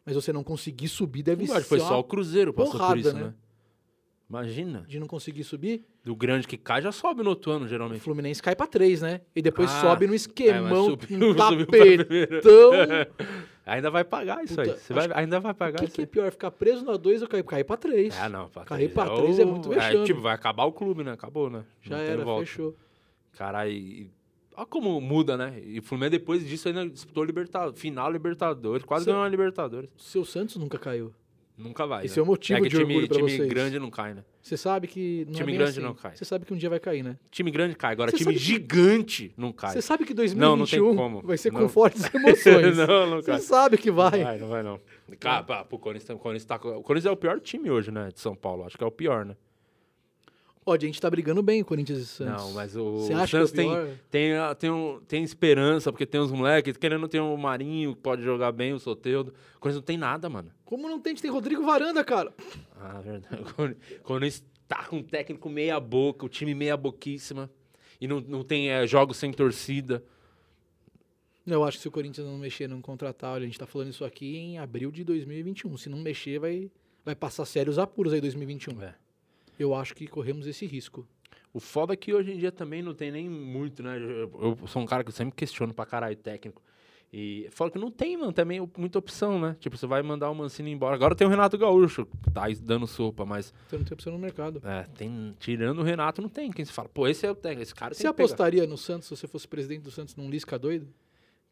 A: Mas você não conseguir subir deve
B: Não,
A: ser
B: acho que foi só o
A: uma
B: Cruzeiro que passou por
A: porrada,
B: isso,
A: né?
B: né? Imagina.
A: de não conseguir subir.
B: Do grande que cai, já sobe no outro ano,
A: O
B: geralmente.
A: Fluminense cai pra três, né? E depois
B: Ah,
A: sobe no
B: É, mas
A: esquemão,
B: subiu-
A: um
B: subiu pra primeira.
A: tapetão.
B: ainda vai pagar isso aí.
A: Então, Puta,
B: Você vai-
A: acho
B: ainda vai
A: O
B: pagar
A: que,
B: isso
A: que é
B: aí.
A: pior, ficar preso na dois ou cair, cair pra três?
B: Ah, não. Pra
A: Cair
B: três
A: pra três é muito vexame.
B: tipo, vai acabar o clube, né? Acabou, né?
A: Já
B: não tem
A: era,
B: volta.
A: fechou.
B: Caralho, e- olha como muda, né? E o Fluminense depois disso ainda disputou Libertadores, final Libertadores, quase
A: Sim.
B: ganhou a Libertadores.
A: Seu Santos nunca caiu.
B: Nunca vai.
A: Esse
B: né?
A: é o motivo
B: que
A: de
B: time,
A: orgulho pra
B: time
A: vocês.
B: grande não cai, né?
A: Você sabe que. Não é
B: Time
A: bem
B: grande
A: assim.
B: não cai.
A: Você sabe que um dia vai cair, né?
B: Time grande cai, agora
A: Você
B: time
A: sabe que-
B: gigante não cai.
A: Você sabe que
B: Não, não tem
A: 2021
B: como.
A: vai ser com
B: Não.
A: fortes emoções.
B: não, não
A: Você
B: cai.
A: sabe que vai.
B: Não vai, não vai, não. Cara, pá, pô, o, Corinthians, tá- o Corinthians tá com- o Corinthians é o pior time hoje, né? De São Paulo. Acho que é o pior, né?
A: Ó, a gente tá brigando bem, Corinthians e Santos.
B: Não, mas o,
A: Você
B: o
A: acha que é o
B: Santos tem,
A: pior?
B: tem, a- tem, um- tem esperança, porque tem uns moleques. Querendo ter o Marinho, pode jogar bem, o Soteudo. O Corinthians não tem nada, mano.
A: Como não tem? A gente tem Rodrigo Varanda, cara.
B: Ah, verdade. O Corinthians- O Corinthians tá com um técnico meia boca, o time meia boquíssima. E não, não tem eh, jogos sem torcida.
A: Eu acho que se o Corinthians não mexer, não contratar, olha, a gente tá falando isso aqui em abril de 2021. Se não mexer, vai, vai passar sérios apuros aí em 2021.
B: É.
A: Eu acho que corremos esse risco.
B: O foda é que hoje em dia também não tem nem muito, né? Eu, eu sou um cara que sempre questiono pra caralho técnico. E fala que não tem, mano, também op- muita opção, né? Tipo, você vai mandar o Mancini embora. Agora tem o Renato Gaúcho, que tá aí dando sopa, mas
A: Você não tem opção no mercado.
B: é, tem, tirando o Renato, não tem. Quem se fala, pô, esse é o técnico, esse cara
A: Você
B: tem que pegar.
A: apostaria no Santos se você fosse presidente do Santos num Lisca doido?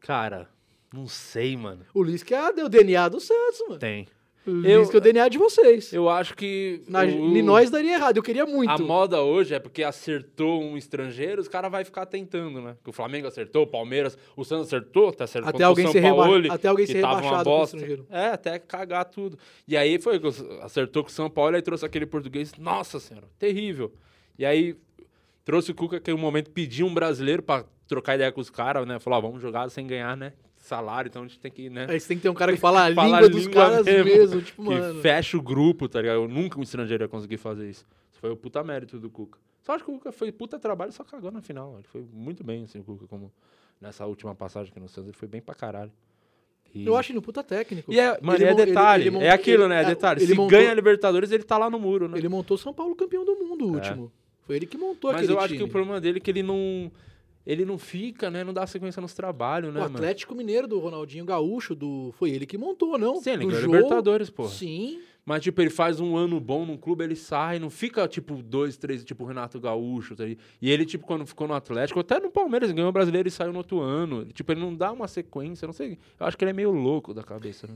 B: Cara, não sei, mano.
A: O Lisca é o DNA do Santos, mano.
B: Tem.
A: O
B: Eu-
A: Lisca é o DNA de vocês.
B: Eu acho que.
A: Na,
B: o-
A: Em nós daria errado. Eu queria muito.
B: A moda hoje é porque acertou um estrangeiro, os caras vai ficar tentando, né? Que o Flamengo acertou, o Palmeiras, o Santos acertou, tá acertando
A: Até alguém
B: o
A: ser
B: São
A: reba-
B: Paulo,
A: até alguém ser
B: tava uma
A: rebaixado com o
B: bosta.
A: estrangeiro.
B: É, até cagar tudo. E aí foi que acertou com o São Paulo e trouxe aquele português, nossa senhora, terrível. E aí trouxe o Cuca que no momento pediu um brasileiro pra trocar ideia com os caras, né? Falou, ó, vamos jogar sem ganhar, né? Salário, então a gente tem que, né?
A: Aí você tem que ter um cara que fala a
B: Fala
A: língua dos
B: língua
A: caras mesmo.
B: mesmo,
A: Tipo,
B: que
A: mano.
B: fecha o grupo, tá ligado? Eu nunca um estrangeiro ia conseguir fazer isso. Isso foi o puta mérito do Cuca. Só acho que o Cuca foi puta trabalho e só cagou na final. Ele foi muito bem, assim, o Cuca, como nessa última passagem aqui no Santos, ele foi bem pra caralho. E-
A: Eu acho ele um puta técnico.
B: E é, mano,
A: Ele
B: é
A: mon- ele-
B: detalhe,
A: ele montou-
B: é aquilo, né? É
A: ele-
B: detalhe.
A: ele
B: Se
A: montou-
B: ganha a Libertadores, ele tá lá no muro, né?
A: Ele montou São Paulo campeão do mundo, o último. Foi ele que montou
B: Mas
A: aquele
B: eu acho
A: time.
B: que o problema dele é que ele não. Ele não fica, né? Não dá sequência nos trabalhos, né,
A: o
B: mano?
A: Atlético Mineiro do Ronaldinho Gaúcho, do... foi ele que montou, não?
B: Sim, ele
A: do
B: ganhou a
A: jogo.
B: Libertadores, porra.
A: Sim.
B: Mas, tipo, ele faz um ano bom num clube, ele sai, não fica, tipo, dois, três, tipo, o Renato Gaúcho, tá ligado? E ele, tipo, quando ficou no Atlético, até no Palmeiras, ele ganhou o brasileiro e saiu no outro ano. Tipo, ele não dá uma sequência, não sei. Eu acho que ele é meio louco da cabeça, né?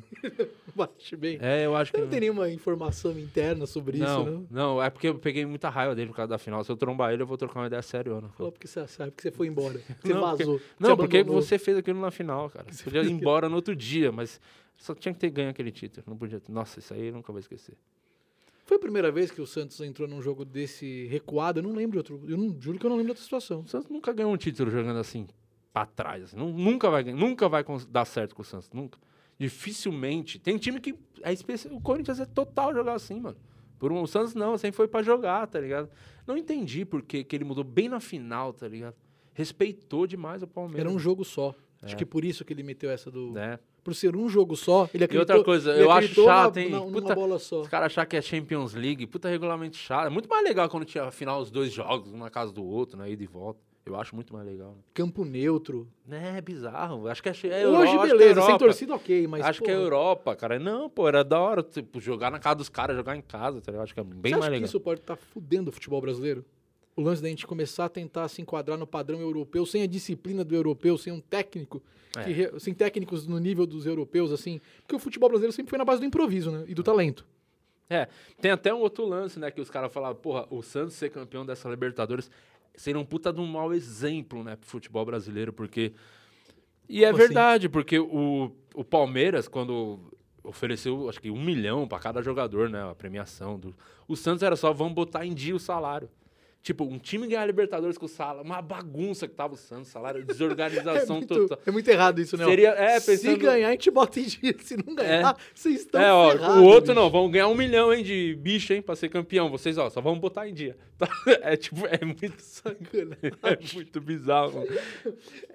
A: Bate bem.
B: É, eu acho que.
A: Você não tem nenhuma informação interna sobre isso,
B: não,
A: não?
B: não, é porque eu peguei muita raiva dele por causa da final. Se eu trombar ele, eu vou trocar uma ideia séria, né?
A: Falou porque você sabe que você foi embora. Você
B: Não, porque-
A: vazou.
B: Não,
A: você
B: porque
A: abandonou.
B: você fez aquilo na final, cara. Você podia ir embora no outro dia, mas só tinha que ter ganho aquele título. Não podia. Nossa, isso aí eu nunca vou esquecer.
A: Foi a primeira vez que o Santos entrou num jogo desse recuado. Eu não lembro de outro. Eu não, juro que eu não lembro de outra situação.
B: O Santos nunca ganhou um título jogando assim pra trás. assim. Nu- Nunca vai ganhar, nunca vai cons- dar certo com o Santos, nunca. Dificilmente. Tem time que é especi... o Corinthians é total jogar assim, mano. Por um, o Santos não, sempre foi pra jogar, tá ligado? Não entendi por que que ele mudou bem na final, tá ligado? Respeitou demais o Palmeiras.
A: Era um jogo só.
B: É.
A: Acho que por isso que ele meteu essa do.
B: né?
A: Por ser um jogo só, ele
B: E
A: acreditou.
B: outra coisa,
A: ele
B: eu acho
A: acreditou
B: chato,
A: na,
B: hein?
A: na- numa
B: Puta,
A: bola só.
B: Os caras achar que é Champions League, puta regulamento chato. É muito mais legal quando tinha afinal os dois jogos, um na casa do outro, né? Ida e volta. Eu acho muito mais legal.
A: Campo neutro.
B: Né, é bizarro. Acho que é, é
A: Hoje,
B: Euro- acho que é
A: beleza, sem
B: Europa.
A: torcida, ok, mas.
B: acho
A: porra,
B: que é Europa, cara. Não, pô, era da hora, tipo, jogar na casa dos caras, jogar em casa, tá ligado? Acho que é bem
A: você
B: mais
A: acha
B: legal.
A: que isso pode estar fudendo o futebol brasileiro? o lance da gente começar a tentar se enquadrar no padrão europeu, sem a disciplina do europeu, sem um técnico, que
B: É.
A: re- sem técnicos no nível dos europeus, assim. Porque o futebol brasileiro sempre foi na base do improviso, né? E do talento.
B: É, tem até um outro lance, né? Que os caras falavam, porra, o Santos ser campeão dessa Libertadores seria um puta de um mau exemplo, né, pro futebol brasileiro, porque. E é
A: Como assim?
B: verdade, porque o, o Palmeiras, quando ofereceu, acho que um milhão pra cada jogador, né? A premiação. Do... O Santos era só, vamos botar em dia o salário. Tipo, um time ganhar a Libertadores com o salário, uma bagunça que tava o Santos, salário,
A: É
B: desorganização
A: muito,
B: total.
A: é muito errado isso, né? ó?
B: Tá, Seria- é,
A: Se
B: pensando-
A: ganhar, a gente bota em dia. Se não ganhar, vocês estão
B: É, ó,
A: ferrados,
B: o
A: bicho.
B: outro não, vão ganhar um milhão, hein, de bicho, hein, pra ser campeão. Vocês, ó, só vão botar em dia. Tá? É tipo, é muito sangue. É muito bizarro. mano.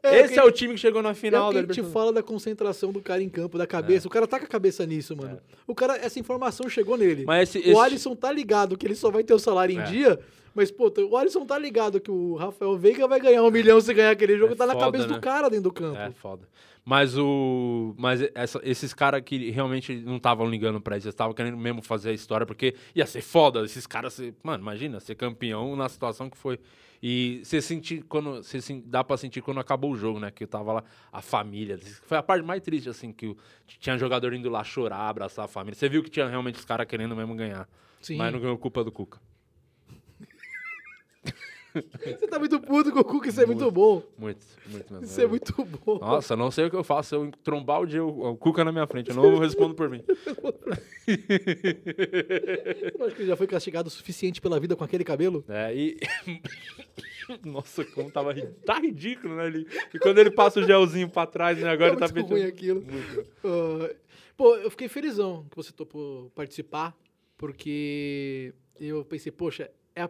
A: É,
B: Esse é o time que chegou na
A: É o
B: final
A: que
B: da
A: a gente
B: Libertadores.
A: fala da concentração do cara em campo, da
B: É.
A: cabeça. O cara tá com a cabeça nisso, mano. O cara, essa informação chegou nele.
B: Mas esse,
A: O
B: esse-
A: Alisson tá ligado que ele só vai ter o salário em
B: É.
A: dia, mas, pô, o Alisson tá ligado que o Rafael Veiga vai ganhar um milhão se ganhar aquele jogo,
B: É
A: tá na
B: foda,
A: cabeça do
B: né?
A: cara dentro do campo.
B: É, foda. Mas o. Mas essa- esses caras que realmente não estavam ligando pra isso, eles estavam querendo mesmo fazer a história, porque ia ser foda. Esses caras. ser- Mano, imagina, ser campeão na situação que foi. E você sentir quando. Você sen- dá pra sentir quando acabou o jogo, né? Que tava lá a família. Foi a parte mais triste, assim, que o- tinha jogador indo lá chorar, abraçar a família. Você viu que tinha realmente os caras querendo mesmo ganhar.
A: Sim.
B: Mas não ganhou culpa do Cuca.
A: Você tá muito puto com o Cuca, isso é muito bom.
B: Muito, muito mesmo.
A: Isso é muito bom.
B: Nossa, não sei o que eu faço. Se eu trombar o Diego, o Cuca na minha frente, eu não respondo por mim.
A: Eu acho que ele já foi castigado o suficiente pela vida com aquele cabelo.
B: É, e. Nossa, como tava. ri- Tá ridículo, né? Ele... E quando ele passa o gelzinho pra trás, né? Agora
A: é
B: ele tá
A: muito ruim
B: mexendo.
A: aquilo.
B: Muito.
A: Ah, pô, eu fiquei felizão que você topou participar, porque eu pensei, poxa, é a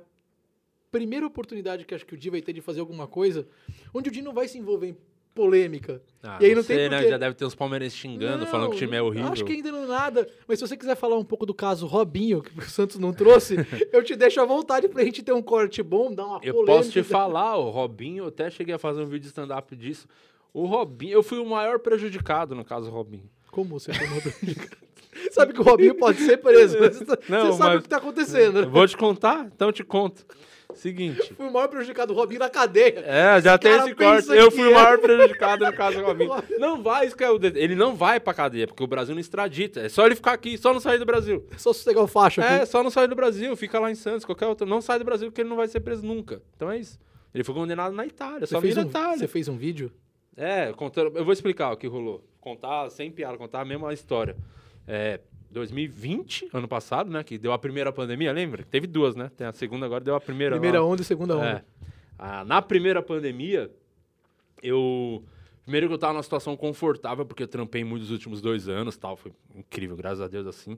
A: primeira oportunidade que acho que o Di vai ter de fazer alguma coisa onde o Di não vai se envolver em polêmica.
B: Ah,
A: E aí não tem
B: sei, né?
A: porquê.
B: Já deve ter uns palmeirenses xingando,
A: Não,
B: falando que o time é horrível.
A: Acho que ainda não nada. Mas se você quiser falar um pouco do caso Robinho, que o Santos não trouxe, eu te deixo à vontade pra gente ter um corte bom, dar uma
B: Eu
A: é polêmica.
B: posso te falar, o Robinho, eu até cheguei a fazer um vídeo de stand-up disso. O Robinho, eu fui o maior prejudicado no caso Robinho.
A: Como você foi no Robinho? sabe que o Robinho pode ser preso, mas você,
B: Não,
A: você sabe
B: mas-
A: o que tá acontecendo,
B: Eu
A: né?
B: vou te contar? Então eu te conto. Seguinte.
A: Fui o maior prejudicado, o Robinho na cadeia.
B: É, já tem
A: cara
B: esse corte.
A: pensa
B: Eu
A: que
B: fui o
A: é.
B: maior prejudicado no caso do Robinho. Não vai, isso que é o dedo. Ele não vai pra cadeia, porque o Brasil não extradita. É só ele ficar aqui, só não sair do Brasil.
A: É Só sossegar o facho aqui.
B: É, só não sair do Brasil, fica lá em Santos, qualquer outro. Não sai do Brasil porque ele não vai ser preso nunca. Então é isso. Ele foi condenado na Itália, só vem
A: fez
B: na
A: um,
B: Itália.
A: você fez um vídeo?
B: É, contando. Eu vou explicar o que rolou. Contar sem piada, contar a mesma história. É, 2020, ano passado, né? Que deu a primeira pandemia, lembra? Teve duas, né? Tem a segunda agora, deu a primeira. lá.
A: Primeira onda e segunda
B: É.
A: onda.
B: Ah, na primeira pandemia, eu. Primeiro que eu tava numa situação confortável, porque eu trampei muito nos últimos dois anos tal. Foi incrível, graças a Deus, assim.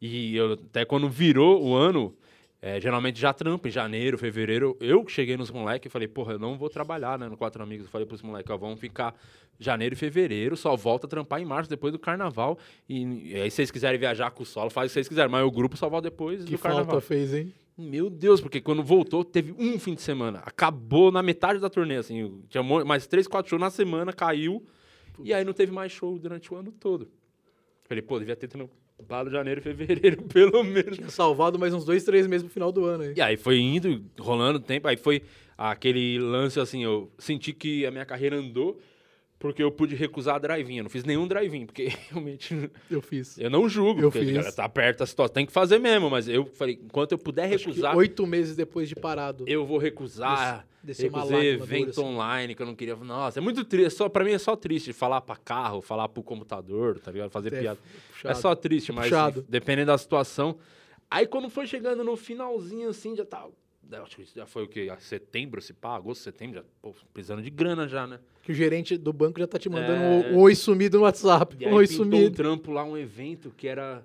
B: E eu, até quando virou o ano, eh, geralmente já trampa em janeiro, fevereiro. Eu que cheguei nos moleques e falei, porra, eu não vou trabalhar, né? No Quatro Amigos. Eu falei pros moleques, ó, vamos ficar janeiro e fevereiro, só volta a trampar em março, depois do carnaval. E, e aí, se vocês quiserem viajar com o solo, faz o que vocês quiserem. Mas o grupo só volta depois
A: Que
B: do
A: falta
B: carnaval.
A: fez, hein?
B: Meu Deus, porque quando voltou, teve um fim de semana. Acabou na metade da turnê, assim. Tinha mo- mais três, quatro shows na semana, caiu. E aí não teve mais show durante o ano todo. Falei, pô, devia ter trampado janeiro, fevereiro, pelo menos.
A: Tinha salvado mais uns dois, três meses pro final do ano aí.
B: E aí foi indo, rolando o tempo. Aí foi aquele lance, assim, eu senti que a minha carreira andou porque eu pude recusar drive-in. Eu não fiz nenhum drive-in, porque realmente...
A: Eu fiz.
B: Eu não julgo,
A: Eu
B: porque
A: fiz.
B: galera, tá perto a situação. Tem que fazer mesmo, mas eu falei, enquanto eu puder
A: Acho que
B: recusar...
A: Oito meses depois de parado.
B: Eu vou recusar.
A: Desceu uma
B: recusei
A: lágrima dura,
B: evento
A: assim.
B: online que eu não queria. Nossa, é muito triste. Só, pra mim é só triste falar pra carro, falar pro computador, tá ligado? Fazer
A: É,
B: piada.
A: puxado.
B: É só triste, mas
A: Puxado.
B: enfim, dependendo da situação. Aí quando foi chegando no finalzinho, assim, já tá. Acho que isso já foi o quê? Ah, Setembro, se pá, agosto, setembro, já, pô, precisando de grana já, né?
A: Que o gerente do banco já tá te mandando
B: É.
A: um, um oi sumido no WhatsApp.
B: E aí
A: um oi
B: pintou um
A: sumido.
B: trampo lá, um evento que era.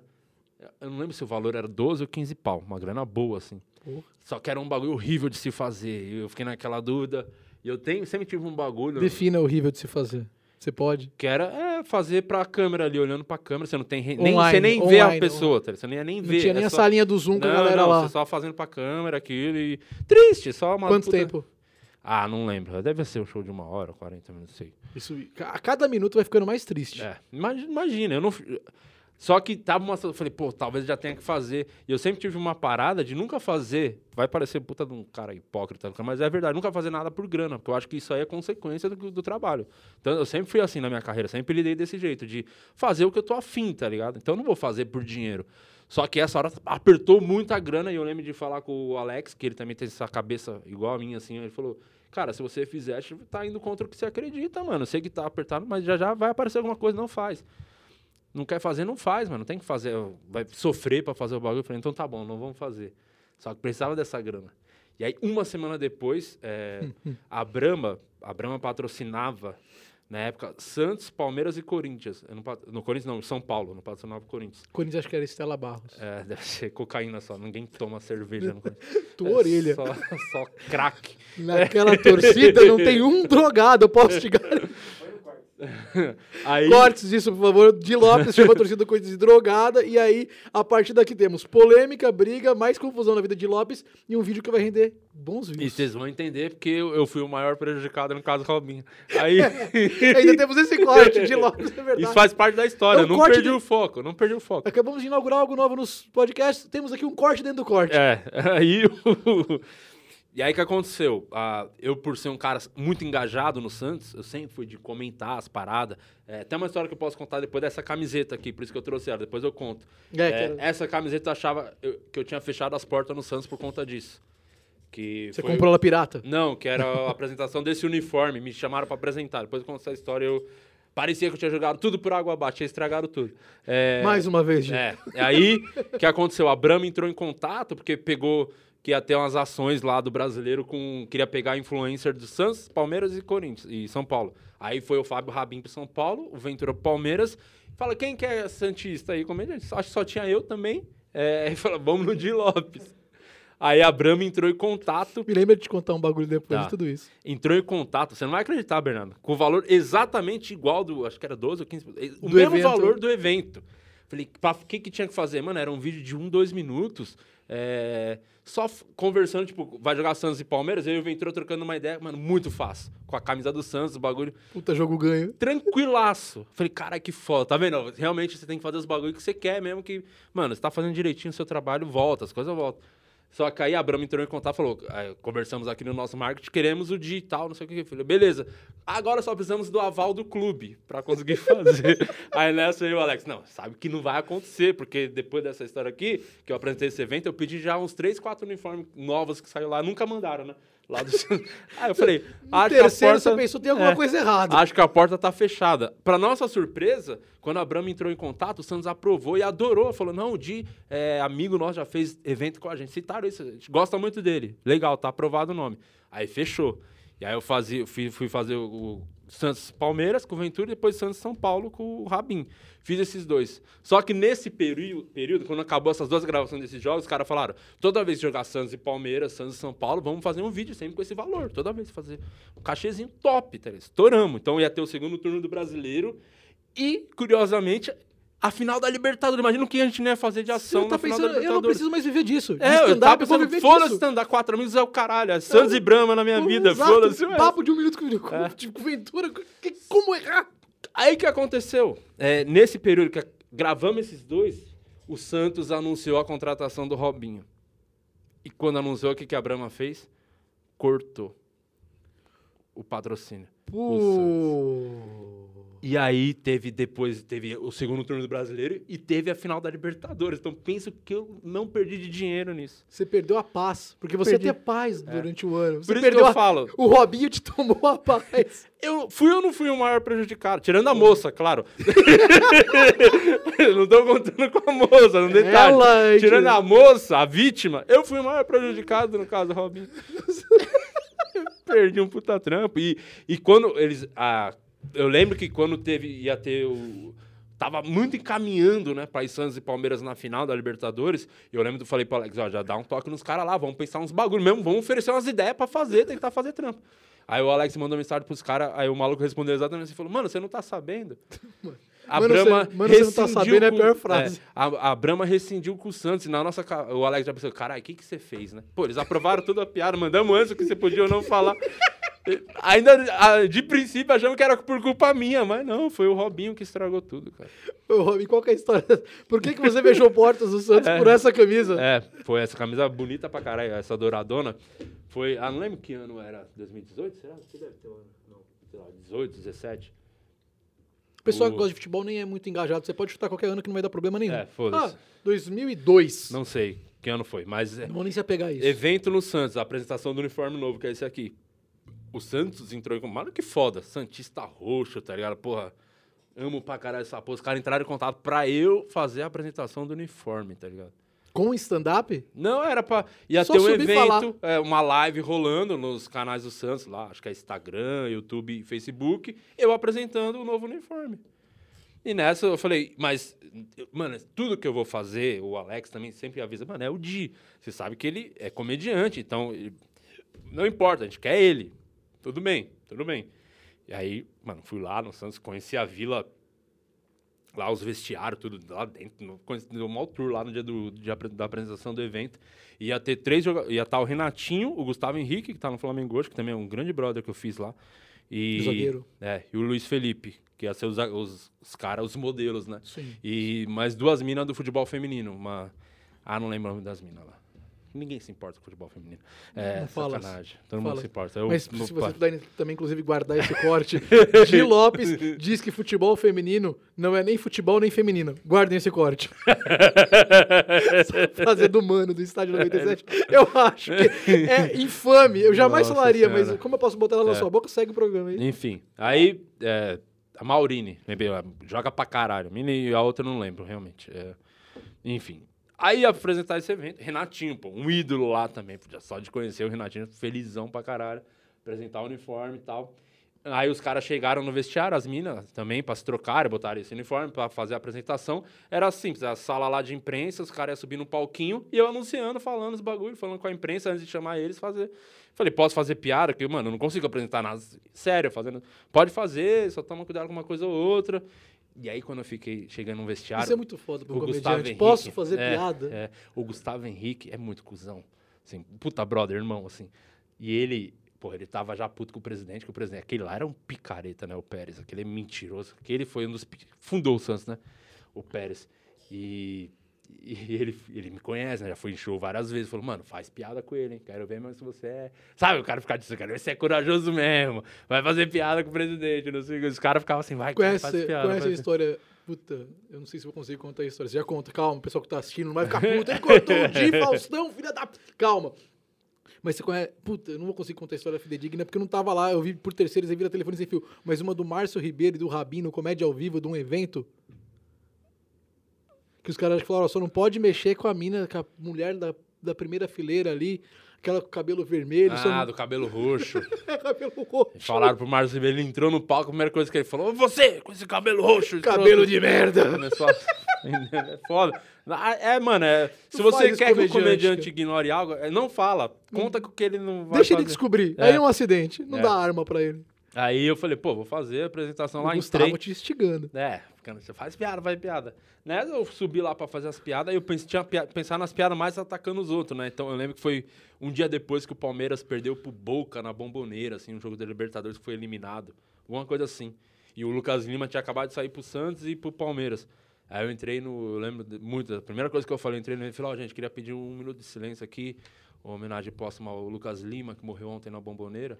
B: Eu não lembro se o valor era 12 ou 15 pau, uma grana boa, assim.
A: Porra.
B: Só que era um bagulho horrível de se fazer. E Eu fiquei naquela dúvida. E eu tenho, sempre tive um bagulho
A: Defina é horrível de se fazer. Você pode?
B: que era é, fazer pra câmera ali, olhando pra câmera. Você não tem. re- Nem,
A: Online,
B: você nem vê a
A: online,
B: pessoa, tá? Você nem ia nem
A: Não
B: ver.
A: tinha
B: é
A: nem a
B: só-
A: salinha do Zoom com a
B: Não,
A: galera
B: não,
A: lá.
B: Você é só fazendo pra câmera aquilo e. Triste, só uma.
A: Quanto
B: puta-
A: tempo?
B: Ah, não lembro. Deve ser um show de uma hora, 40 minutos, não sei.
A: Isso, a cada minuto vai ficando mais triste.
B: É, imagi- imagina, eu não. fi- Só que tava uma. Eu falei, pô, talvez já tenha que fazer. E eu sempre tive uma parada de nunca fazer. Vai parecer puta de um cara hipócrita, mas é verdade, nunca fazer nada por grana, porque eu acho que isso aí é consequência do, do trabalho. Então eu sempre fui assim na minha carreira, sempre lidei desse jeito, de fazer o que eu tô afim, tá ligado? Então eu não vou fazer por dinheiro. Só que essa hora apertou muito a grana e eu lembro de falar com o Alex, que ele também tem essa cabeça igual a minha, assim, ele falou. Cara, se você fizer, tá indo contra o que você acredita, mano. Eu sei que tá apertado, mas já já vai aparecer alguma coisa, não faz não quer fazer, não faz, mano. Tem que fazer, vai sofrer para fazer o bagulho. Eu falei, então tá bom, não vamos fazer. Só que precisava dessa grana. E aí, uma semana depois, é, a Brahma, a Brahma patrocinava, na época, Santos, Palmeiras e Corinthians. Eu não pat- no Corinthians não, São Paulo, não patrocinava o Corinthians.
A: Corinthians acho que era Estela Barros.
B: É, deve ser cocaína só, ninguém toma cerveja no Corinthians.
A: Tua
B: É
A: orelha.
B: Só, É. só crack.
A: Naquela torcida não tem um drogado, eu posso te garantir.
B: Aí,
A: Cortes disso, por favor. De Lopes chama a torcida do Corinthians de drogada. E aí, a partir daqui temos polêmica, briga, mais confusão na vida de Lopes e um vídeo que vai render bons
B: e
A: vídeos.
B: vocês vão entender porque eu, eu fui o maior prejudicado no caso Robinho. Aí.
A: Ainda temos esse corte de Lopes, é verdade.
B: Isso faz parte da história.
A: É um
B: eu não
A: corte
B: perdi
A: de-
B: o foco, não perdi o foco.
A: Acabamos de inaugurar algo novo nos podcasts. Temos aqui um corte dentro do corte.
B: É, aí o... E aí o que aconteceu? Ah, eu, por ser um cara muito engajado no Santos, eu sempre fui de comentar as paradas. É, tem uma história que eu posso contar depois dessa camiseta aqui, por isso que eu trouxe ela, depois eu conto.
A: É,
B: É,
A: que era-
B: Essa camiseta eu achava eu- que eu tinha fechado as portas no Santos por conta disso. Que
A: Você
B: foi-
A: comprou ela pirata.
B: Não, que era a apresentação desse uniforme. Me chamaram pra apresentar. Depois eu conto essa história, eu... Parecia que eu tinha jogado tudo por água abaixo, tinha estragado tudo. É...
A: Mais uma vez, gente.
B: É, é aí que aconteceu. A Brahma entrou em contato porque pegou que ia ter umas ações lá do brasileiro com queria pegar influencer do Santos, Palmeiras e Corinthians e São Paulo. Aí foi o Fábio Rabin pro São Paulo, o Ventura pro Palmeiras. Fala quem que é santista aí, comediante? Acho que só tinha eu também. É, e fala, vamos no Di Lopes. Aí a Brahma entrou em contato
A: Me lembra de te contar um bagulho depois
B: Tá.
A: de tudo isso.
B: entrou em contato, você não vai acreditar, Bernardo, com o valor exatamente igual do, acho que era 12 ou 15, o
A: Do
B: mesmo
A: evento.
B: valor do evento. Falei, pra- o que que tinha que fazer? Mano, era um vídeo de um, dois minutos, é, só f- conversando, tipo, vai jogar Santos e Palmeiras, eu e o Ventura trocando uma ideia, mano, muito fácil, com a camisa do Santos, o bagulho,
A: Puta, jogo ganho.
B: tranquilaço. Falei, cara, que foda, tá vendo? Realmente você tem que fazer os bagulho que você quer mesmo, que, mano, você tá fazendo direitinho o seu trabalho, volta, as coisas voltam. Só que aí a Brahma entrou em contato e falou: "Ah, conversamos aqui no nosso marketing, queremos o digital, não sei o que. Eu falei, beleza, agora só precisamos do aval do clube pra conseguir fazer. aí nessa aí o Alex, não, sabe que não vai acontecer, porque depois dessa história aqui, que eu apresentei esse evento, eu pedi já uns três, quatro uniformes novos que saiu lá, nunca mandaram, né? Lá do. aí eu falei, acho que a
A: Terceiro,
B: porta...
A: você pensou, tem alguma
B: É.
A: coisa errada.
B: Acho que a porta tá fechada. Pra nossa surpresa, quando a Brahma entrou em contato, o Santos aprovou e adorou. Falou: não, o Di, é, amigo nosso, já fez evento com a gente. Citaram isso, a gente gosta muito dele. Legal, tá aprovado o nome. Aí fechou. E aí eu fazia, fui, fui fazer o, o Santos Palmeiras com o Ventura e depois Santos São Paulo com o Rabin. Fiz esses dois. Só que nesse período, período quando acabou essas duas gravações desses jogos, os caras falaram: toda vez que jogar Santos e Palmeiras, Santos e São Paulo, vamos fazer um vídeo sempre com esse valor. Toda vez fazer um cachezinho top, tá ligado? Estouramos. Então ia ter o segundo turno do brasileiro. E, curiosamente, a final da Libertadores. Imagina o que a gente não ia fazer de
A: Você
B: ação
A: tá
B: na
A: pensando,
B: final da
A: eu não
B: Libertadores.
A: preciso mais viver disso. De
B: É, eu
A: stand-up,
B: tava
A: eu vou
B: pensando,
A: viver
B: foda-se
A: disso.
B: stand-up, quatro amigos é o caralho, é Santos e Brahma na minha vida,
A: Exato,
B: foda-se. é.
A: Papo de um minuto com, com, tipo, Ventura. que- como errar?
B: Aí que aconteceu? É, nesse período que a- gravamos esses dois, o Santos anunciou a contratação do Robinho. E quando anunciou, o que, que a Brahma fez? Cortou o patrocínio.
A: Pô.
B: E aí teve depois teve o segundo turno do Brasileiro e teve a final da Libertadores. Então penso que eu não perdi de dinheiro nisso.
A: Você perdeu a paz. Porque você
B: Perdi. É.
A: ia ter paz durante o ano. Você
B: Por isso que
A: perdeu
B: eu
A: a...
B: falo.
A: O Robinho te tomou a paz.
B: Eu fui ou não fui o maior prejudicado? Tirando a moça, claro. não tô contando com a moça, não detalhe.
A: Ela, hein,
B: Tirando
A: tio?
B: a moça, a vítima, eu fui o maior prejudicado no caso do Robin. Perdi um puta trampo. E, e quando eles. ah, eu lembro que quando teve. ia ter o. Tava muito encaminhando, né, pra ir Santos e Palmeiras na final da Libertadores. E eu lembro que eu falei pro Alex, ó, já dá um toque nos caras lá, vamos pensar uns bagulho mesmo, vamos oferecer umas ideias pra fazer, tentar fazer trampo. Aí o Alex mandou mensagem pros caras, aí o maluco respondeu exatamente assim, falou, mano, você não tá sabendo? A
A: Mano,
B: Brahma
A: você- mano, você não tá
B: rescindiu
A: sabendo é a
B: com-
A: pior frase.
B: é, a, a Brahma rescindiu com o Santos e na nossa. ca- O Alex já pensou, caralho, o que, que você fez, né? Pô, eles aprovaram toda a piada, mandamos antes o que você podia ou não falar. Ainda a- de princípio achamos que era por culpa minha, mas não, foi o Robinho que estragou tudo, cara.
A: Ô, Robin, qual que é a história? Por que, que você fechou portas do Santos por essa camisa?
B: É, foi essa camisa bonita pra caralho, essa douradona. Foi, ah, não lembro que ano era, 2018, será? Que deve ter um ano, não, sei lá, 18, 17.
A: O pessoal
B: o-
A: que gosta de futebol nem é muito engajado. Você pode chutar qualquer ano que não vai dar problema nenhum.
B: É, foda-se.
A: Ah, 2002. Não.
B: Não sei que ano foi, mas é,
A: vou nem se apegar a isso.
B: Evento no Santos, a apresentação do uniforme novo, que é esse aqui. O Santos entrou em. Mano, que foda. Santista roxo, tá ligado? Porra, amo pra caralho essa porra. Os caras entraram em contato pra eu fazer a apresentação do uniforme, tá ligado?
A: Com stand-up?
B: Não, era pra. Ia
A: Só
B: ter um
A: subir e falar.
B: evento, é, uma live rolando nos canais do Santos lá, acho que é Instagram, YouTube, Facebook, eu apresentando o novo uniforme. E nessa eu falei, mas, mano, tudo que eu vou fazer, o Alex também sempre avisa, mano, é o Di. Você sabe que ele é comediante, então ele- não importa, a gente quer ele. Tudo bem, tudo bem. E aí, mano, fui lá no Santos, conheci a vila lá os vestiários, tudo lá dentro. No, quando- deu um maior tour lá no dia do, de apre- da apresentação do evento. Ia ter três jogadores. Ia estar o Renatinho, o Gustavo Henrique, que tá no Flamengo hoje, que também é um grande brother que eu fiz lá. E,
A: Zagueiro.
B: É, e o Luiz Felipe, que ia ser os, a- os, os caras, os modelos, né?
A: Sim.
B: E mais duas minas do futebol feminino. Uma... Ah, não lembro o nome das minas lá. Ninguém se importa com futebol feminino. É,
A: Não fala.
B: sacanagem. Todo
A: Fala.
B: mundo se importa. Eu-
A: Mas se
B: meu
A: você
B: pai-
A: puder também, inclusive, guardar esse corte, Gil Lopes diz que futebol feminino não é nem futebol nem feminino. Guardem esse corte. Essa frase do mano do estádio
B: É, né?
A: 97, eu acho que é infame. Eu jamais
B: Nossa
A: falaria, mas
B: Senhora. É.
A: como eu posso botar ela na sua boca, segue o programa aí.
B: Enfim, aí é, a Maurine, lembrei, ela joga pra caralho. A mina e a outra eu não lembro, realmente. É, enfim. Aí ia apresentar esse evento, Renatinho, pô, um ídolo lá também. podia Só de conhecer o Renatinho, felizão pra caralho. Apresentar o uniforme e tal. Aí os caras chegaram no vestiário, as minas também, pra se trocar, botaram esse uniforme pra fazer a apresentação. Era simples, a sala lá de imprensa, os caras iam subir no palquinho e eu anunciando, falando os bagulho, falando com a imprensa antes de chamar eles, fazer. Falei, posso fazer piada? Porque, mano, eu não consigo apresentar nada sério fazendo. Pode fazer, só toma cuidado com uma coisa ou outra. E aí, quando eu fiquei chegando no vestiário.
A: Isso é muito foda pra um
B: O Gustavo
A: comediante.
B: Henrique,
A: Posso fazer
B: é,
A: piada?
B: É, o Gustavo Henrique é muito cuzão. Assim, puta brother, irmão, assim. E ele, porra, ele tava já puto com o presidente, que o presidente, aquele lá era um picareta, né, o Pérez, aquele é mentiroso, aquele foi um dos, pi- fundou o Santos, né, o Pérez. E, e ele, ele me conhece, né, já foi em show várias vezes, falou, mano, faz piada com ele, hein, quero ver mesmo se você é... Sabe, o cara ficar disso, quero ver se você é corajoso mesmo, vai fazer piada com o presidente, não sei o que. Os caras ficavam assim, vai, cara,
A: Conhece,
B: faz piada. é.
A: conhece a
B: faz
A: história. Puta, eu não sei se eu consigo contar a história. Você já conta, calma, o pessoal que tá assistindo não vai ficar puto. Ele contou o Di Faustão, filha da. Calma. Mas você conhece. Puta, eu não vou conseguir contar a história fidedigna porque eu não tava lá. Eu vi por terceiros e vira telefone sem fio. Mas uma do Márcio Ribeiro e do Rabino, comédia ao vivo de um evento. Que os caras falaram, ó, só não pode mexer com a mina, com a mulher da, da primeira fileira ali, aquela com cabelo vermelho, só
B: Ah,
A: não
B: do cabelo roxo.
A: é cabelo roxo.
B: Falaram pro Márcio Ribeiro, ele entrou no palco, a primeira coisa que ele falou, "Ô, você, com esse cabelo roxo.
A: Cabelo
B: escroto."
A: de merda!
B: Começou a... É foda. Ah, É, mano, é... se
A: Não
B: você
A: faz
B: quer que o
A: comediante,
B: comediante ignore algo, é, não fala. Conta com o que ele não vai
A: Hum. Deixa ele
B: fazer.
A: descobrir.
B: É.
A: Aí é um acidente. Não
B: É.
A: dá arma pra ele.
B: Aí eu falei, pô, vou fazer a apresentação lá,
A: o Gustavo
B: entrei.
A: te instigando.
B: É, ficando, você faz piada, faz piada. Né? Eu subi lá pra fazer as piadas, aí eu pensei, tinha pia- pensar nas piadas mais atacando os outros, né? Então eu lembro que foi um dia depois que o Palmeiras perdeu pro Boca na Bomboneira, assim, um jogo da Libertadores que foi eliminado. Alguma coisa assim. E o Lucas Lima tinha acabado de sair pro Santos e pro Palmeiras. Aí eu entrei no. Eu lembro de- muito. A primeira coisa que eu falei, eu entrei no. e falei, ó, gente, queria pedir um minuto de silêncio aqui. Uma homenagem próxima ao Lucas Lima, que morreu ontem na Bomboneira.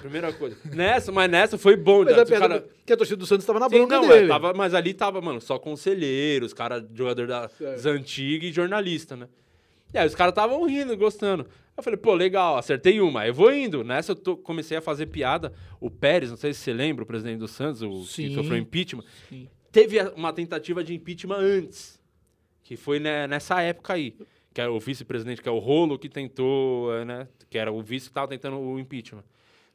B: Primeira coisa. Nessa, mas nessa foi bom.
A: Mas
B: já,
A: a
B: o
A: piada
B: cara-
A: é, que a torcida do Santos tava na
B: Sim,
A: bronca
B: não, é,
A: dele.
B: tava, mas ali tava, mano, só conselheiros, cara, jogador da
A: Certo.
B: antiga e jornalista, né? E aí os caras estavam rindo, gostando. Eu falei, pô, legal, acertei uma. Aí eu vou indo. Nessa eu tô- comecei a fazer piada. O Pérez, não sei se você lembra, o presidente do Santos, o
A: Sim.
B: que sofreu impeachment,
A: Sim.
B: teve a- uma tentativa de impeachment antes. Que foi né, nessa época aí. Que era o vice-presidente, que é o Rolo, que tentou, eh, né? Que era o vice que tava tentando o impeachment.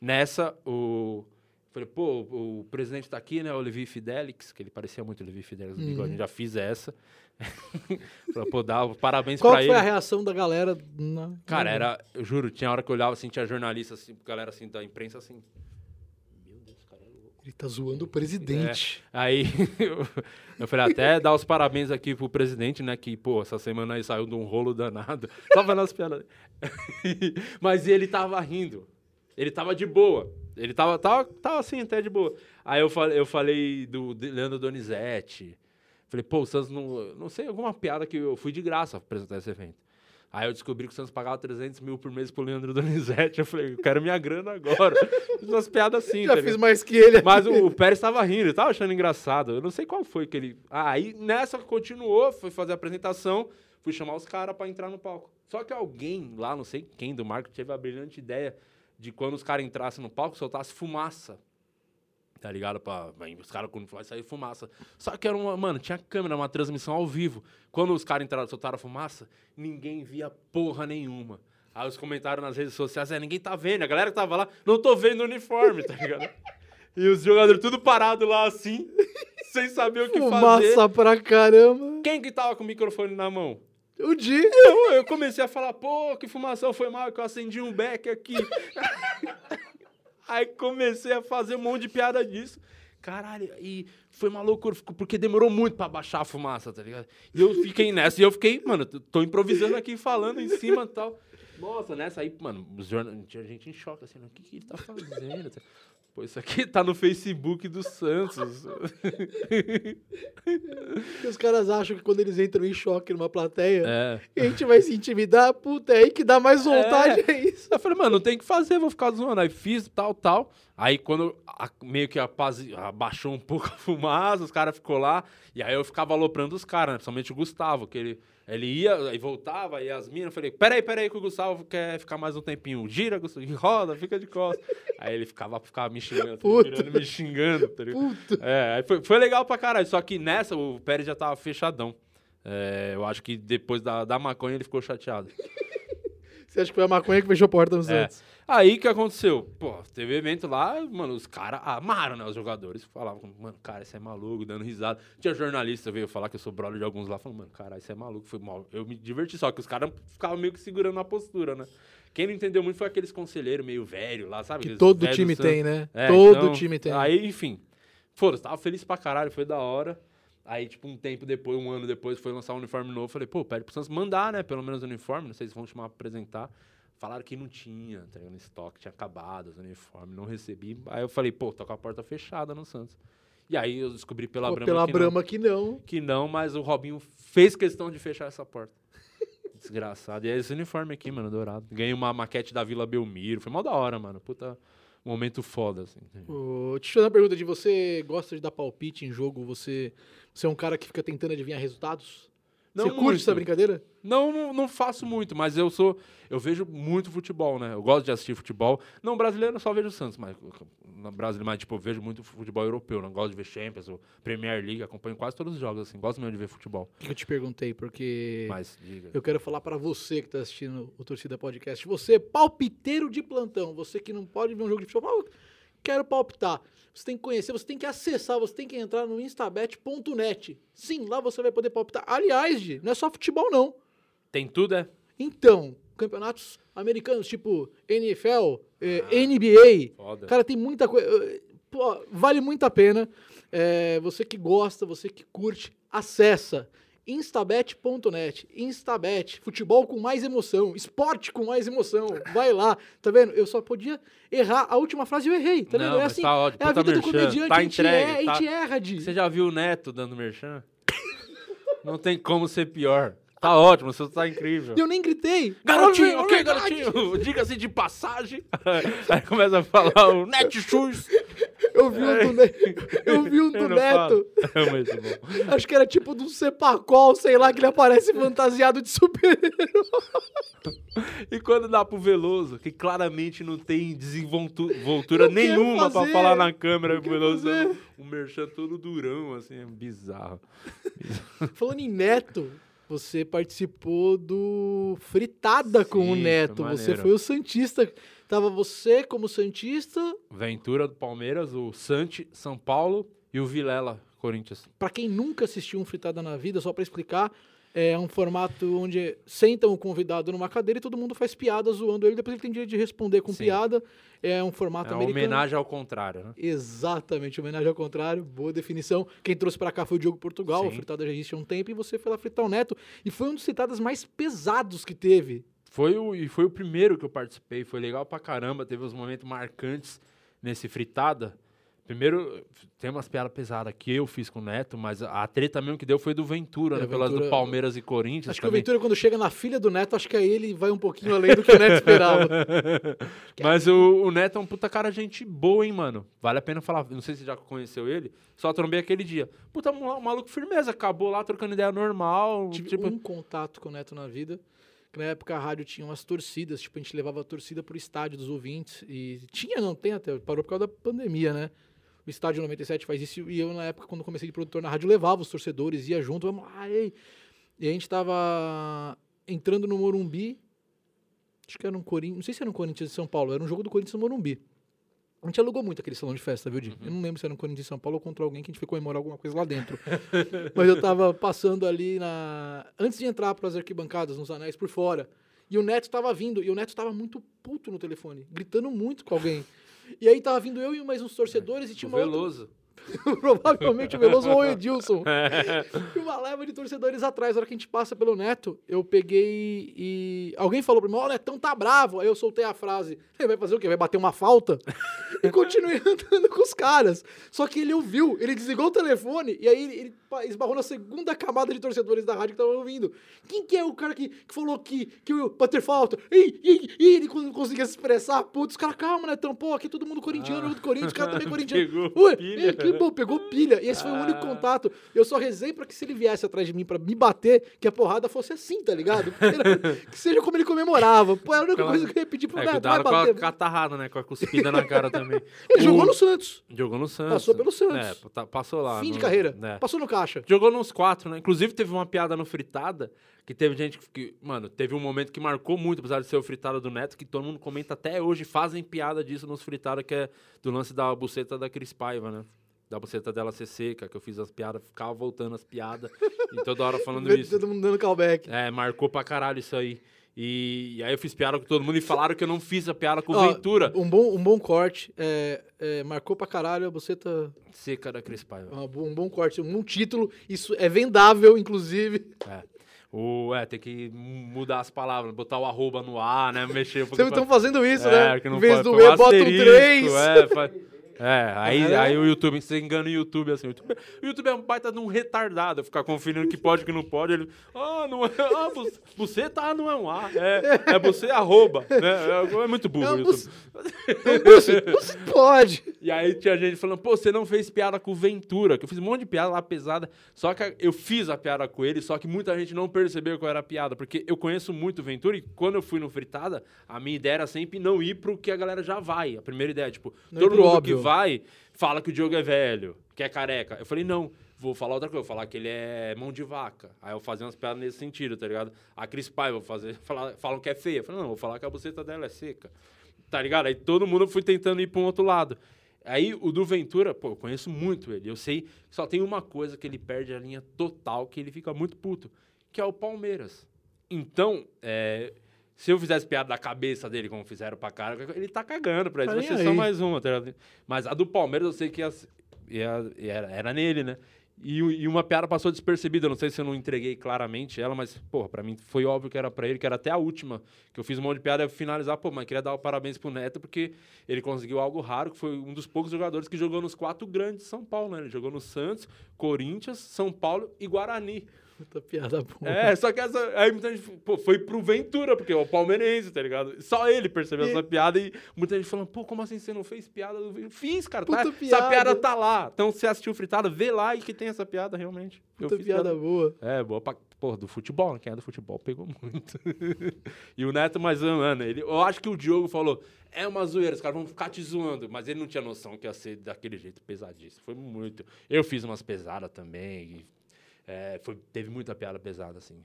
B: Nessa, o. Falei, pô, o, o presidente tá aqui, né? O Levi Fidelix, que ele parecia muito o Levi Fidelix do
A: Uhum.
B: bigodinho, já fiz essa. Falei, pô, dá os parabéns
A: Qual
B: pra
A: foi
B: ele.
A: a Uhum. reação da galera? Na...
B: Cara, era. Eu juro, tinha hora que eu olhava assim, tinha jornalista, assim, galera assim, da imprensa assim.
A: Ele tá zoando o presidente.
B: Aí eu, eu falei, até dar os parabéns aqui pro presidente, né? Que, pô, essa semana aí saiu de um rolo danado. Só falando as piadas. Mas ele tava rindo. Ele tava de boa. Ele tava, tava, tava assim, até de boa. Aí eu falei, eu falei do de- Leandro Donizete. Falei, pô, o Santos não. Não sei, alguma piada que eu fui de graça apresentar esse evento. Aí eu descobri que o Santos pagava 300 mil por mês pro Leandro Donizete. Eu falei, eu quero minha grana agora. Fiz umas piadas assim,
A: Já
B: tá
A: fiz
B: ligado?
A: mais que ele. é
B: Mas o, o Pérez tava rindo, ele tava achando engraçado. Eu não sei qual foi que ele. Ah, aí nessa continuou, foi fazer a apresentação, fui chamar os caras pra entrar no palco. Só que alguém lá, não sei quem do marketing, teve a brilhante ideia de quando os caras entrassem no palco, soltasse fumaça. Tá ligado? Pra, bem, os caras quando falaram, saiu fumaça. Só que era uma. Mano, tinha câmera, uma transmissão ao vivo. Quando os caras entraram soltaram a fumaça, ninguém via porra nenhuma. Aí os comentaram nas redes sociais, é, ninguém tá vendo. A galera que tava lá, não tô vendo o uniforme, tá ligado? E os jogadores tudo parado lá assim, sem saber o que fazer.
A: Fumaça pra caramba.
B: Quem que tava com o microfone na mão?
A: O Di.
B: Então, Eu, eu comecei a falar, pô, que fumação foi mal, que eu acendi um beck aqui. Aí comecei a fazer um monte de piada disso. Caralho, e foi uma loucura, fico- porque demorou muito pra baixar a fumaça, tá ligado? E eu fiquei nessa, e eu fiquei, mano, t- tô improvisando aqui, falando em cima e tal. Nossa, nessa aí, mano, os jorna- tinha gente em choque, assim, o que, que ele tá fazendo? Pô, isso aqui tá no Facebook do Santos.
A: Que os caras acham que quando eles entram em choque numa plateia,
B: É.
A: a gente vai se intimidar. Puta, é aí que dá mais vontade, é, isso.
B: Eu falei, mano, não tem o que fazer, vou ficar zoando. Aí fiz tal, tal. Aí quando a- meio que apazi- abaixou um pouco a fumaça, os caras ficou lá. E aí eu ficava aloprando os caras, né? principalmente o Gustavo, que ele, ele ia e voltava, e as minas, eu falei, peraí, peraí, que o Gustavo quer ficar mais um tempinho. Gira, Gustavo, roda, fica de costas. aí ele ficava, ficava me xingando,
A: Puto.
B: virando, me xingando, tá ligado?
A: Puta.
B: É, aí foi, foi legal pra caralho. Só que nessa, o Pérez já tava fechadão. É, eu acho que depois da, da maconha ele ficou chateado.
A: Você acha que foi a maconha que fechou a porta nos
B: É.
A: Santos?
B: Aí o que aconteceu? Pô, teve evento lá, mano, os caras amaram, né? Os jogadores falavam, mano, cara, isso é maluco, dando risada. Tinha jornalista veio falar que eu sou brother de alguns lá, falando, mano, cara, isso é maluco, foi mal. Eu me diverti, só que os caras ficavam meio que segurando a postura, né? Quem não entendeu muito foi aqueles conselheiros meio velho lá, sabe?
A: Que
B: Aqueles
A: todo
B: velho do
A: time
B: Santos.
A: tem, né?
B: É,
A: todo
B: então,
A: time tem.
B: Aí, enfim. Foram, tava feliz pra caralho, foi da hora. Aí, tipo, um tempo depois, um ano depois, foi lançar um uniforme novo. Falei, pô, pede pro Santos mandar, né? Pelo menos o uniforme, não sei se vão chamar pra apresentar. Falaram que não tinha, tá ligado? No estoque, tinha acabado os uniformes, não recebi. Aí eu falei, pô, tá com a porta fechada no Santos. E aí eu descobri pela
A: Pô,
B: Brama
A: pela
B: que,
A: Brahma que não.
B: Não, que não, mas o Robinho fez questão de fechar essa porta. Desgraçado. E é esse uniforme aqui, mano, dourado. Ganhei uma maquete da Vila Belmiro. Foi mal da hora, mano. Puta, momento foda, assim.
A: Ô, deixa eu fazer uma pergunta de você. Gosta de dar palpite em jogo? Você, você é um cara que fica tentando adivinhar resultados?
B: Não
A: você curte
B: muito.
A: essa brincadeira?
B: Não, não, não faço muito, mas eu sou. Eu vejo muito futebol, né? Eu gosto de assistir futebol. Não, brasileiro eu só vejo o Santos, mas. no Brasileiro, mas, tipo, eu vejo muito futebol europeu. Não gosto de ver Champions, ou Premier League, acompanho quase todos os jogos, assim. Gosto mesmo de ver futebol.
A: O que eu te perguntei? Porque
B: Mas, diga.
A: eu quero falar pra você que tá assistindo o Torcida Podcast. Você, palpiteiro de plantão, você que não pode ver um jogo de futebol, "Ah, quero palpitar. Você tem que conhecer, você tem que acessar, você tem que entrar no instabet.net. Sim, lá você vai poder palpitar. Aliás, Gi, não é só futebol, não.
B: Tem tudo, é?
A: Então, campeonatos americanos, tipo NFL, eh,
B: Ah.
A: NBA,
B: Foda.
A: Cara, tem muita coisa. Pô, vale muito a pena. É, você que gosta, você que curte, acessa instabet.net, instabet, futebol com mais emoção, esporte com mais emoção. Vai lá, tá vendo? Eu só podia errar a última frase e eu errei, tá vendo?
B: não,
A: é
B: mas
A: assim,
B: tá ótimo.
A: é a
B: puta
A: vida do
B: merchan,
A: comediante,
B: Tá
A: a gente
B: entregue.
A: é, a
B: tá-
A: gente erra de.
B: Você já viu o Neto dando merchan? não tem como ser pior. Tá ótimo, o Santos tá incrível.
A: E eu nem gritei.
B: Garotinho,
A: Olha,
B: ok,
A: olha,
B: garotinho? Diga-se de passagem. Aí começa a falar o Netshoes.
A: Eu vi o do, Ne- eu vi o do
B: É. Eu não
A: Neto.
B: falo. Eu amo esse bom.
A: Acho que era tipo do Cepacol, sei lá, que ele aparece fantasiado de super-herói.
B: E quando dá pro Veloso, que claramente não tem desenvoltura
A: Não quer
B: nenhuma pra
A: fazer.
B: falar na câmera, o
A: quer
B: Veloso
A: fazer.
B: dando um merchan todo durão, assim, é bizarro.
A: Falando em Neto, você participou do Fritada com o
B: Sim,
A: Neto.
B: foi
A: Você
B: maneiro.
A: foi o Santista. Tava você como Santista.
B: Ventura do Palmeiras, o Santi, São Paulo e o Vilela, Corinthians.
A: Pra quem nunca assistiu um Fritada na vida, só pra explicar, é um formato onde sentam o convidado numa cadeira e todo mundo faz piada zoando ele. Depois ele tem direito de responder com
B: Sim.
A: piada. É um formato
B: É uma
A: americano.
B: homenagem ao contrário, né?
A: Exatamente, homenagem ao contrário, boa definição. Quem trouxe pra cá foi o Diogo Portugal, a
B: Sim.
A: fritada já existe há um tempo, e você foi lá fritar o Neto. E foi um dos fritadas mais pesados que teve.
B: Foi o, e foi o primeiro que eu participei, foi legal pra caramba, teve uns momentos marcantes nesse fritada. Primeiro, tem umas piadas pesadas que eu fiz com o Neto, mas a treta mesmo que deu foi do Ventura,
A: É,
B: né? Pelas do
A: Ventura-
B: Palmeiras e Corinthians.
A: Acho que o
B: também.
A: Ventura, quando chega na filha do Neto, acho que aí ele vai um pouquinho além do que o Neto esperava.
B: Um, Mas
A: assim.
B: o, o Neto é um puta cara gente boa, hein, mano. Vale a pena falar. Não sei se você já conheceu ele. Só trombei aquele dia. Puta, mala- maluco firmeza. Acabou lá trocando ideia normal.
A: tive
B: tipo,
A: um contato com o Neto na vida. que Na época a rádio tinha umas torcidas, tipo, a gente levava a torcida pro estádio dos ouvintes. E tinha, não tem até, parou por causa da pandemia, né? O estádio 97 faz isso. E eu, na época, quando comecei de produtor na rádio, levava os torcedores, ia junto, vamos lá, ei. E a gente tava entrando no Morumbi. Acho que era um Corinthians, não sei se era um Corinthians de São Paulo, era um jogo do Corinthians no Morumbi. A gente alugou muito aquele salão de festa, viu, Di? Eu não lembro se era um Corinthians de São Paulo ou contra alguém que a gente foi comemorar alguma coisa lá dentro. Mas eu tava passando ali na. Antes de entrar pras arquibancadas, nos anéis por fora. E o Neto tava vindo. E o Neto tava muito puto no telefone, gritando muito com alguém. E aí tava vindo eu e mais uns torcedores e tinha
B: É, o
A: uma outra-
B: Veloso.
A: provavelmente o Veloso ou o Edilson. E uma leva de torcedores atrás. Na hora que a gente passa pelo Neto, eu peguei e. Alguém falou pra mim: Ó, o Netão tá bravo. Aí eu soltei a frase: Ele vai fazer o quê? Vai bater uma falta? e continuei andando com os caras. Só que ele ouviu, ele desligou o telefone e aí ele, ele pa- esbarrou na segunda camada de torcedores da rádio que estavam ouvindo. Quem que é o cara que, que falou que, que eu- pra ter falta? Ei, ei, ei, ele não conseguia se expressar. Putz, os caras, calma, Netão. Pô, aqui é todo mundo corintiano, eu do Corinthians, os caras também corintiano.
B: Pegou
A: Ué,
B: pilha.
A: ei, que bom, pegou pilha. E esse foi o único
B: Ah.
A: contato. Eu só rezei pra que se ele viesse atrás de mim pra me bater, que a porrada fosse assim, tá ligado? Porque era- que seja como ele comemorava. Pô, era a única
B: Aquela-
A: coisa que eu ia pedir pro
B: É,
A: Neto, vai
B: cuidado com a
A: bater.
B: catarrada, né? Com a cuspida na cara também.
A: Ele
B: O-
A: jogou no Santos.
B: Jogou no Santos.
A: Passou pelo Santos.
B: É, tá- passou lá.
A: fim de
B: no-
A: carreira.
B: É.
A: Passou no caixa.
B: Jogou nos quatro, né? Inclusive teve uma piada no Fritada, que teve gente que- que, mano, teve um momento que marcou muito, apesar de ser o Fritada do Neto, que todo mundo comenta até hoje, fazem piada disso nos Fritada, que é do lance da buceta da Cris Paiva, né? Da buceta dela ser seca, que eu fiz as piadas, ficava voltando as piadas, e toda hora falando isso.
A: Todo mundo dando callback.
B: É, marcou pra caralho isso aí. E, e aí eu fiz piada com todo mundo e falaram que eu não fiz a piada com o
A: Ó,
B: Ventura.
A: Um bom, um bom corte. é, é, marcou pra caralho a buceta.
B: Seca da Cris Paiva.
A: uma bo- Um bom corte, um bom título. Isso é vendável, inclusive.
B: É. O, é, tem que mudar as palavras, botar o arroba no ar, né? Mexer um
A: Vocês
B: pouquinho pra-
A: estão fazendo isso,
B: É,
A: né?
B: que
A: em
B: não
A: vez
B: pode-
A: do
B: põe
A: E, bota um
B: asterisco,
A: 3.
B: É, fa- é, aí,
A: É.
B: aí o YouTube, você engana o YouTube, assim. O YouTube, o YouTube é um baita de um retardado, ficar conferindo o que pode e o que não pode. Ele, ah, não é, ah, você, você tá, não é um A, é, é você arroba, né? É, é muito burro
A: Não,
B: o YouTube.
A: você- Não se- não se pode.
B: E aí tinha gente falando, pô, você não fez piada com o Ventura, que eu fiz um monte de piada lá pesada, só que eu fiz a piada com ele, só que muita gente não percebeu qual era a piada, porque eu conheço muito o Ventura e quando eu fui no Fritada, a minha ideia era sempre não ir pro que a galera já vai. A primeira ideia, tipo,
A: Não ir
B: todo
A: pro
B: mundo
A: óbvio.
B: que vai fala que o Diogo é velho, que é careca. Eu falei, não, vou falar outra coisa, vou falar que ele é mão de vaca. Aí eu fazia umas piadas nesse sentido, tá ligado? A Cris Pai, vou fazer, falar, falam que é feia. Eu falei, não, vou falar que a buceta dela é seca. Tá ligado? Aí todo mundo foi tentando ir para um outro lado. Aí o do Ventura, pô, eu conheço muito ele. Eu sei que só tem uma coisa que ele perde a linha total, que ele fica muito puto, que é o Palmeiras. Então, é, se eu fizesse piada da cabeça dele, como fizeram pra cara, ele tá cagando pra isso.
A: Tá
B: Vai
A: nem
B: ser só
A: aí.
B: mais uma, tá ligado? Mas a do Palmeiras eu sei que ia- ia- era, era nele, né? E, o- e uma piada passou despercebida. eu Não sei se eu não entreguei claramente ela, mas, porra, pra mim foi óbvio que era pra ele, que era até a última. Que eu fiz um monte de piada e finalizar, pô, mas queria dar o parabéns pro Neto, porque ele conseguiu algo raro, que foi um dos poucos jogadores que jogou nos quatro grandes de São Paulo, né? Ele jogou no Santos, Corinthians, São Paulo e Guarani.
A: Puta piada boa.
B: É, só que essa. Aí muita gente. Pô, foi pro Ventura, porque é o palmeirense, tá ligado? Só ele percebeu
A: E-
B: essa piada e muita gente falando, pô, como assim você não fez piada? do Ventura?" Eu fiz, cara. Tá,
A: Puta
B: Essa
A: piada.
B: piada tá lá. Então, se você assistiu fritada, vê lá e que tem essa piada realmente. Eu
A: Puta
B: fiz
A: piada boa.
B: É, boa pra. Pô, do futebol, né? Quem é do futebol pegou muito. e o Neto, mas, mano, ele, eu acho que o Diogo falou. É uma zoeira, os caras vão ficar te zoando. Mas ele não tinha noção que ia ser daquele jeito pesadíssimo. Foi muito. Eu fiz umas pesadas também. e é, foi, teve muita piada pesada, assim.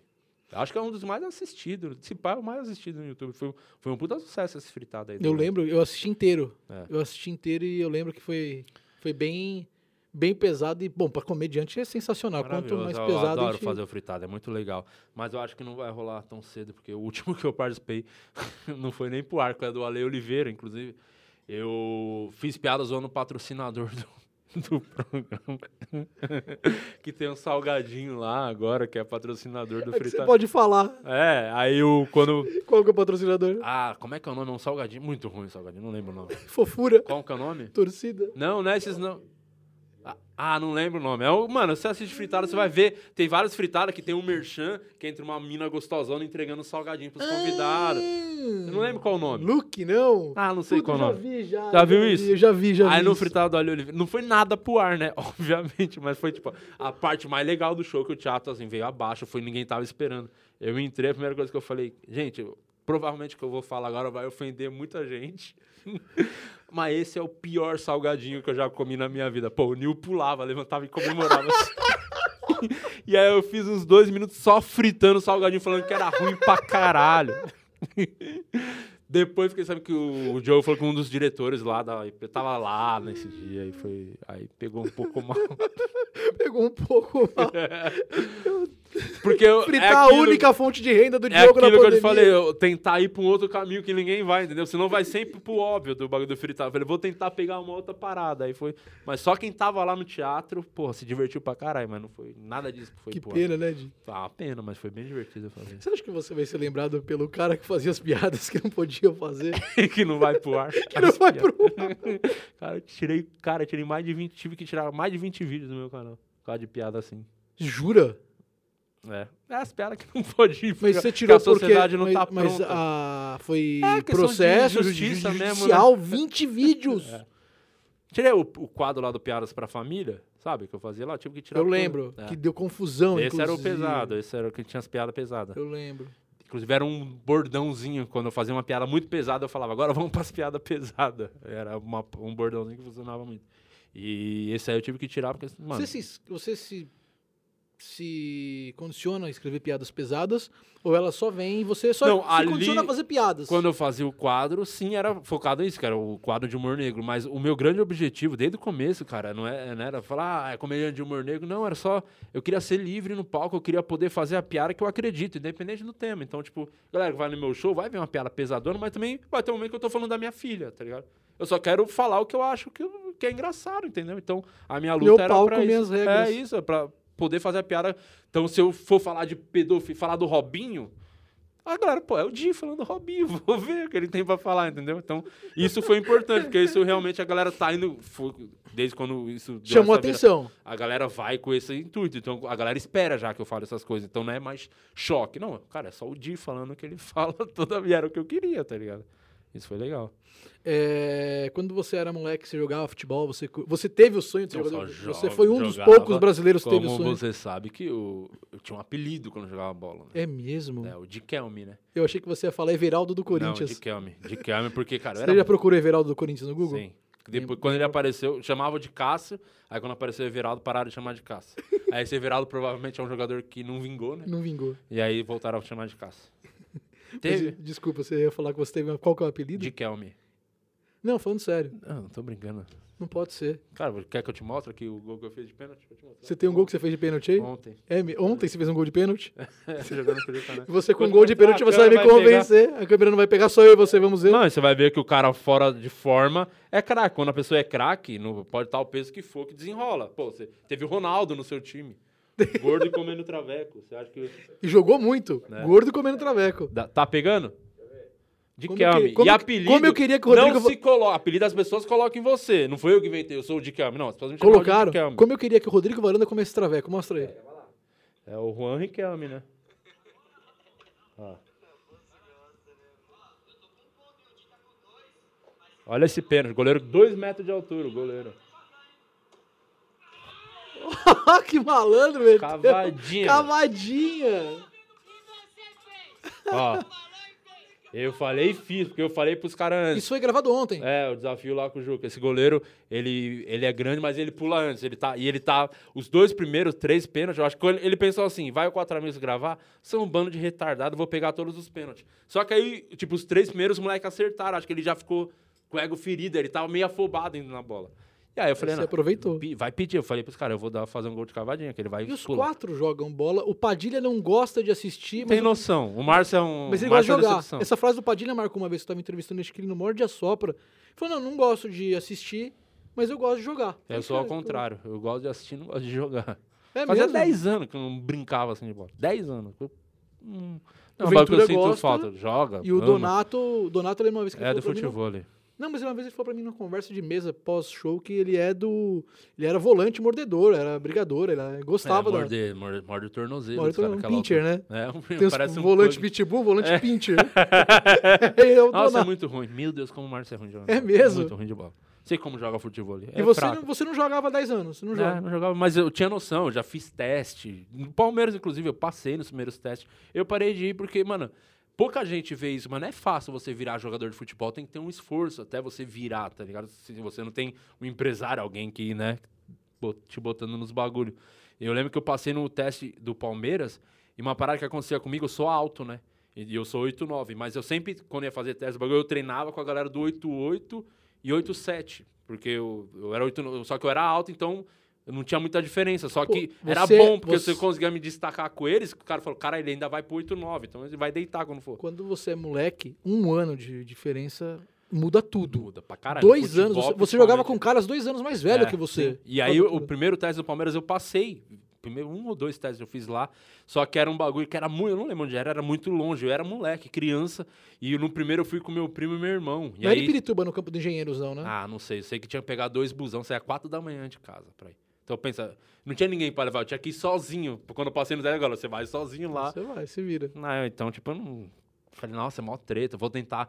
B: Eu acho que é um dos mais assistidos. Se pá, é o mais assistido no YouTube. Foi, foi um puta sucesso esse fritado aí.
A: Eu
B: também.
A: lembro, eu assisti inteiro.
B: É.
A: Eu assisti inteiro e eu lembro que foi, foi bem, bem pesado. E, bom, pra comediante é sensacional. Quanto
B: Maravilhoso,
A: mais
B: eu
A: pesado
B: adoro
A: a gente...
B: fazer o fritado, é muito legal. Mas eu acho que não vai rolar tão cedo, porque o último que eu participei não foi nem pro arco, é do Ale Oliveira, inclusive. Eu fiz piada zoando o patrocinador do, do programa. que tem um salgadinho lá agora, que é patrocinador do
A: É que você
B: Frita.
A: pode falar
B: É, aí o quando.
A: qual que é o patrocinador.
B: Ah, como é que é o nome? É um salgadinho. Muito ruim o salgadinho, não lembro o nome.
A: Fofura,
B: Qual que é o nome?
A: torcida.
B: Não, não é esses não. Ah, Ah, não lembro o nome. É o, mano, você assiste fritada, você vai ver. Tem várias fritadas que tem um merchan, que entra uma mina gostosona entregando salgadinho pros convidados. Eu não lembro qual o nome.
A: Ah. Luke, não?
B: Ah, não sei
A: Puta,
B: qual o
A: eu
B: nome.
A: Já vi, já.
B: Já
A: eu
B: viu
A: vi,
B: isso?
A: Eu já vi, já vi.
B: Aí no
A: isso.
B: fritado do alho e oliva. Não foi nada pro ar, né? Obviamente, mas foi tipo a parte mais legal do show que o teatro assim veio abaixo, foi ninguém tava esperando. Eu entrei, a primeira coisa que eu falei, gente, eu- provavelmente o que eu vou falar agora vai ofender muita gente. mas esse é o pior salgadinho que eu já comi na minha vida. Pô, o Nil pulava, levantava e comemorava. assim. e aí eu fiz uns dois minutos só fritando o salgadinho, falando que era ruim pra caralho. Depois fiquei sabendo que o, o Joe falou com um dos diretores lá da. Eu tava lá nesse dia e foi. Aí pegou um pouco mal.
A: Pegou um pouco mal.
B: Porque eu,
A: Fritar
B: é
A: a
B: aquilo-
A: única fonte de renda do
B: É
A: Diogo na
B: aquilo que
A: pandemia.
B: eu te falei, eu tentar ir pra um outro caminho que ninguém vai, entendeu? Senão vai sempre pro óbvio do bagulho do fritar. Eu falei, vou tentar pegar uma outra parada. Aí foi. Mas só quem tava lá no teatro, porra, se divertiu pra caralho, mas não foi nada disso que foi
A: Que
B: pro óbvio.
A: pena, né, Di?
B: Foi uma pena, mas foi bem divertido fazer.
A: Você acha que você vai ser lembrado pelo cara que fazia as piadas que não podia fazer?
B: que não vai pro ar.
A: Que não vai pro
B: Cara, eu tirei, cara, eu tirei mais de 20. Tive que tirar mais de 20 vídeos do meu canal. Por causa de piada assim.
A: Jura?
B: É. É as piadas que não pode ir.
A: Mas
B: porque
A: você tirou
B: a
A: porque...
B: sociedade não
A: mas,
B: tá
A: mas,
B: pronta.
A: ah, foi
B: É, questão de
A: processo ju-
B: justiça mesmo, né? É,
A: judicial, 20 vídeos.
B: Tirei o, o quadro lá do Piadas pra Família, sabe? Que eu fazia lá, tive que tirar.
A: Eu
B: tudo.
A: lembro,
B: É.
A: que deu confusão,
B: Esse era o
A: inclusive.
B: pesado, esse era o que tinha as piadas pesadas.
A: Eu lembro.
B: Inclusive era um bordãozinho, quando eu fazia uma piada muito pesada, eu falava, agora vamos pras piadas pesadas. Era uma- um bordãozinho que funcionava muito. E esse aí eu tive que tirar, porque, mano,
A: Você, se, você se, se condiciona a escrever piadas pesadas ou ela só vem e você só
B: Não,
A: se
B: ali-
A: condiciona a fazer piadas?
B: Quando eu fazia o quadro, sim, era focado nisso, cara, o quadro de humor negro. Mas o meu grande objetivo, desde o começo, cara, não, é, não era falar, ah, é comediante de humor negro. Não, era só. Eu queria ser livre no palco, eu queria poder fazer a piada que eu acredito, independente do tema. Então, tipo, galera que vai no meu show, vai ver uma piada pesadona, mas também vai ter um momento que eu tô falando da minha filha, tá ligado? Eu só quero falar o que eu acho que, eu- que é engraçado, entendeu? Então, a minha luta
A: Meu
B: era
A: palco,
B: pra isso.
A: minhas regras.
B: É isso, é pra poder fazer a piada. Então, se eu for falar de pedofilia, falar do Robinho, ah, galera, pô, é o Di falando Robinho, vou ver o que ele tem pra falar, entendeu? Então, isso foi importante, porque isso realmente a galera tá indo. foi- desde quando isso. deu
A: Chamou
B: essa vira-
A: atenção.
B: a galera vai com esse intuito. Então a galera espera já que eu falo essas coisas. Então não é mais choque. Não, cara, é só o Di falando o que ele fala toda vez. Era o que eu queria, tá ligado? Isso foi legal.
A: É, quando você era moleque, você jogava futebol, você, cu- você teve o sonho de ser
B: Eu só
A: jogador.
B: jo-
A: Você foi um dos
B: jogava
A: poucos brasileiros que teve o
B: Como
A: sonho.
B: você sabe que eu, eu tinha um apelido quando eu jogava bola, né?
A: É mesmo?
B: É, o Dikelme, né?
A: Eu achei que você ia falar Everaldo do
B: Não,
A: Corinthians.
B: Dikelme. Dikelme, porque, cara, eu
A: Você
B: era
A: já procurou Everaldo do Corinthians no Google?
B: Sim. Depois, quando ele apareceu, chamavam de Cássio. Aí quando apareceu o Everaldo, pararam de chamar de Cássio. aí esse Everaldo provavelmente é um jogador que não vingou, né?
A: Não vingou.
B: E aí voltaram a chamar de Cássio.
A: Mas,
B: Teve?
A: desculpa, você ia falar que você teve. uma- Qual que é o apelido?
B: De Kelme.
A: Não, falando sério.
B: Não, não tô brincando.
A: Não pode ser.
B: Cara, quer que eu te mostre aqui o gol que eu fiz de pênalti? Vou te mostrar.
A: Você tem um gol que você fez de pênalti aí?
B: Ontem.
A: É, me- ontem você fez um gol de pênalti?
B: Jogando com o Juca, né?
A: E Você com um
B: Vou
A: gol de
B: te mostrar,
A: pênalti,
B: Ah, a
A: você vai
B: câmera
A: me convencer. A câmera não vai pegar, só eu e você, vamos ver.
B: Não, e você vai ver que o cara fora de forma é craque. Quando a pessoa é craque, não pode estar o peso que for que desenrola. Pô, você teve o Ronaldo no seu time. Gordo e comendo traveco. Você acha que.
A: E jogou muito.
B: É.
A: Gordo comendo traveco.
B: Da- tá pegando? De
A: Como
B: Kelme.
A: que- como
B: e
A: que-
B: apelido.
A: como eu queria que o Rodrigo
B: Não
A: vo-
B: se coloca. Apelido as pessoas colocam em você. Não foi eu que inventei, eu sou o de Kelme. Não, as pessoas me chamavam
A: Colocaram.
B: de Kelme.
A: Como eu queria que o Rodrigo Varanda comesse traveco. Mostra aí.
B: É o Juan Riquelme, né? Ó. Olha esse pênalti. Goleiro 2 metros de altura, o goleiro.
A: que malandro, velho.
B: Cavadinha.
A: Cavadinha.
B: Ó. Eu falei e fiz, porque eu falei pros caras antes.
A: Isso foi gravado ontem.
B: É, o desafio lá com o Juca. Esse goleiro, ele, ele é grande, mas ele pula antes. Ele tá, e ele tá. Os dois primeiros, três pênaltis, eu acho que ele, ele pensou assim: vai o quatro amigos gravar, são um bando de retardado, vou pegar todos os pênaltis. Só que aí, tipo, os três primeiros, os moleques acertaram. Acho que ele já ficou com o ego ferido, ele tava meio afobado indo na bola. E aí eu falei,
A: Você
B: não,
A: aproveitou.
B: pi- Vai pedir. Eu falei pros caras, eu vou dar, fazer um gol de cavadinha, que ele vai.
A: E os
B: pular.
A: quatro jogam bola. O Padilha não gosta de assistir, mas,
B: Tem noção. O Márcio é um.
A: mas ele gosta
B: Márcio é uma
A: de jogar.
B: decepção.
A: Essa frase do Padilha marcou uma vez que eu tava entrevistando, acho que ele no Morde e Assopra. Ele falou, não, não gosto de assistir, mas eu gosto de jogar.
B: Eu sou É ao contrário. Eu gosto de assistir, não gosto de jogar.
A: É
B: Fazia
A: mesmo?
B: 10 anos que eu não brincava assim de bola. 10 anos. Eu, hum, não,
A: O
B: mas o que eu
A: Ventura
B: sinto
A: gosta,
B: falta. Joga.
A: E o
B: ama.
A: Donato, o Donato, ele uma vez que ele
B: É do
A: falou pra mim,
B: futebol. ali.
A: Não, mas uma vez ele falou pra mim numa conversa de mesa pós-show que ele é do. Ele era volante mordedor, era brigador, ele era- gostava
B: é,
A: da.
B: morde, morde, morde o tornozelo.
A: Morde o
B: esse cara,
A: tornozelo, um
B: aquela
A: pincher,
B: altura. É, um,
A: Tem os
B: parece um
A: volante
B: pug. É.
A: pitbull, volante pincher. Ele é o
B: Nossa, é
A: Donato.
B: muito ruim. Meu Deus, como o Márcio é ruim de jogar.
A: É mesmo?
B: Muito ruim de bola. Sei como joga futebol. ali. É
A: e você
B: fraco.
A: não, você não jogava há 10 anos, você não
B: É,
A: joga.
B: não jogava, mas eu tinha noção, eu já fiz teste. No Palmeiras, inclusive, eu passei nos primeiros testes. Eu parei de ir porque, mano, pouca gente vê isso, mas não é fácil você virar jogador de futebol, tem que ter um esforço até você virar, tá ligado? Se você não tem um empresário, alguém que, né, bot- te botando nos bagulho. Eu lembro que eu passei no teste do Palmeiras e uma parada que acontecia comigo, eu sou alto, né? E e eu sou 8'9", mas eu sempre, quando ia fazer teste, do bagulho, eu treinava com a galera do 8'8", e 8,7. Porque eu, eu era 8, só que eu era alto, então eu não tinha muita diferença. Só
A: Pô,
B: que era
A: você-
B: bom, porque
A: você-
B: se eu conseguia me destacar com eles, o cara falou, cara, ele ainda vai pro 8,9, então ele vai deitar quando for.
A: Quando você é moleque, um ano de diferença muda tudo.
B: Muda pra caralho.
A: dois
B: Futebol,
A: anos, você, você
B: principalmente.
A: jogava com caras dois anos mais velho
B: É,
A: que você.
B: sim. E aí, o, o primeiro teste do Palmeiras eu passei. Primeiro, um ou dois testes eu fiz lá. Só que era um bagulho que era muito. Eu não lembro onde era, era muito longe. Eu era moleque, criança. E no primeiro eu fui com meu primo e meu irmão. E
A: Não era
B: aí,
A: em Pirituba, no campo do Engenheiros, não, né?
B: Ah, não sei. Eu sei que tinha que pegar dois busão, saia quatro da manhã de casa pra ir. Então pensa, não tinha ninguém pra levar, eu tinha que ir sozinho. Quando eu passei no Zé, agora você vai sozinho lá.
A: Você vai, se vira.
B: Ah, eu, então, tipo, eu não. Falei, nossa, é mó treta, eu vou tentar.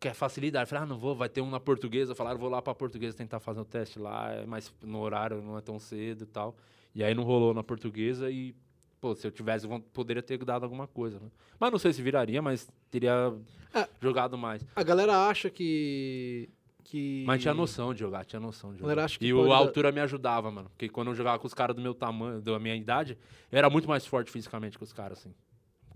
B: Quer facilidade? Falei, ah, não vou, vai ter um na portuguesa. Falaram, vou lá pra portuguesa tentar fazer o teste lá, é mas no horário não é tão cedo e tal. E aí não rolou na portuguesa e, pô, se eu tivesse, von- poderia ter dado alguma coisa, né? Mas não sei se viraria, mas teria
A: Ah.
B: jogado mais.
A: A galera acha que. que...
B: Mas tinha noção de jogar, tinha noção de
A: Galera,
B: jogar.
A: acho que
B: E
A: pode
B: o,
A: dar-
B: a altura me ajudava, mano. Porque quando eu jogava com os caras do meu tamanho, da minha idade, eu era muito mais forte fisicamente que os caras, assim.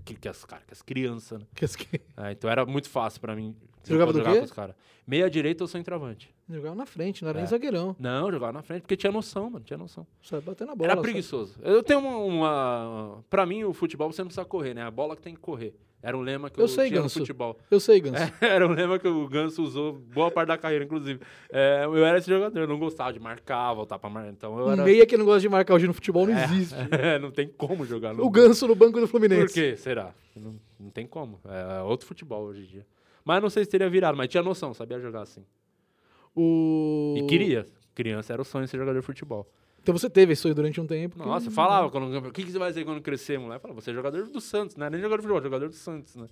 B: Que, que as, cara, que as crianças, né?
A: Que as que-
B: É, então era muito fácil pra mim.
A: Você jogava do
B: jogar
A: quê?
B: com os caras. Meia direita ou centroavante.
A: Jogava na frente, não era nem
B: É.
A: zagueirão.
B: Não, eu jogava na frente, porque tinha noção, mano. Tinha noção.
A: Só bater na bola.
B: era preguiçoso. Eu tenho uma, uma. Pra mim, o futebol você não precisa correr, né? A bola que tem que correr. Era um lema que eu,
A: Eu sei,
B: tinha
A: Ganso.
B: no futebol.
A: só. Eu sei, Gans.
B: Era um lema que o Ganso usou boa parte da carreira, inclusive. É, eu era esse jogador, eu não gostava de marcar, voltar pra marcar. Então eu
A: Um
B: era.
A: meia que não gosta de marcar hoje no futebol não existe.
B: É, não tem como jogar no.
A: O Ganso é no banco do
B: Por
A: Fluminense.
B: quê? Será? Não, não tem como. É outro futebol hoje em dia. Mas não sei se teria virado, mas tinha noção, sabia jogar assim.
A: O...
B: E queria. Criança era o sonho de ser jogador de futebol.
A: Então você teve isso aí durante um tempo. porque-
B: Nossa, eu falava quando. O que, que você vai ser quando crescer, moleque? Eu Falava, você é jogador do Santos, não é nem jogador de futebol, é jogador do Santos, né?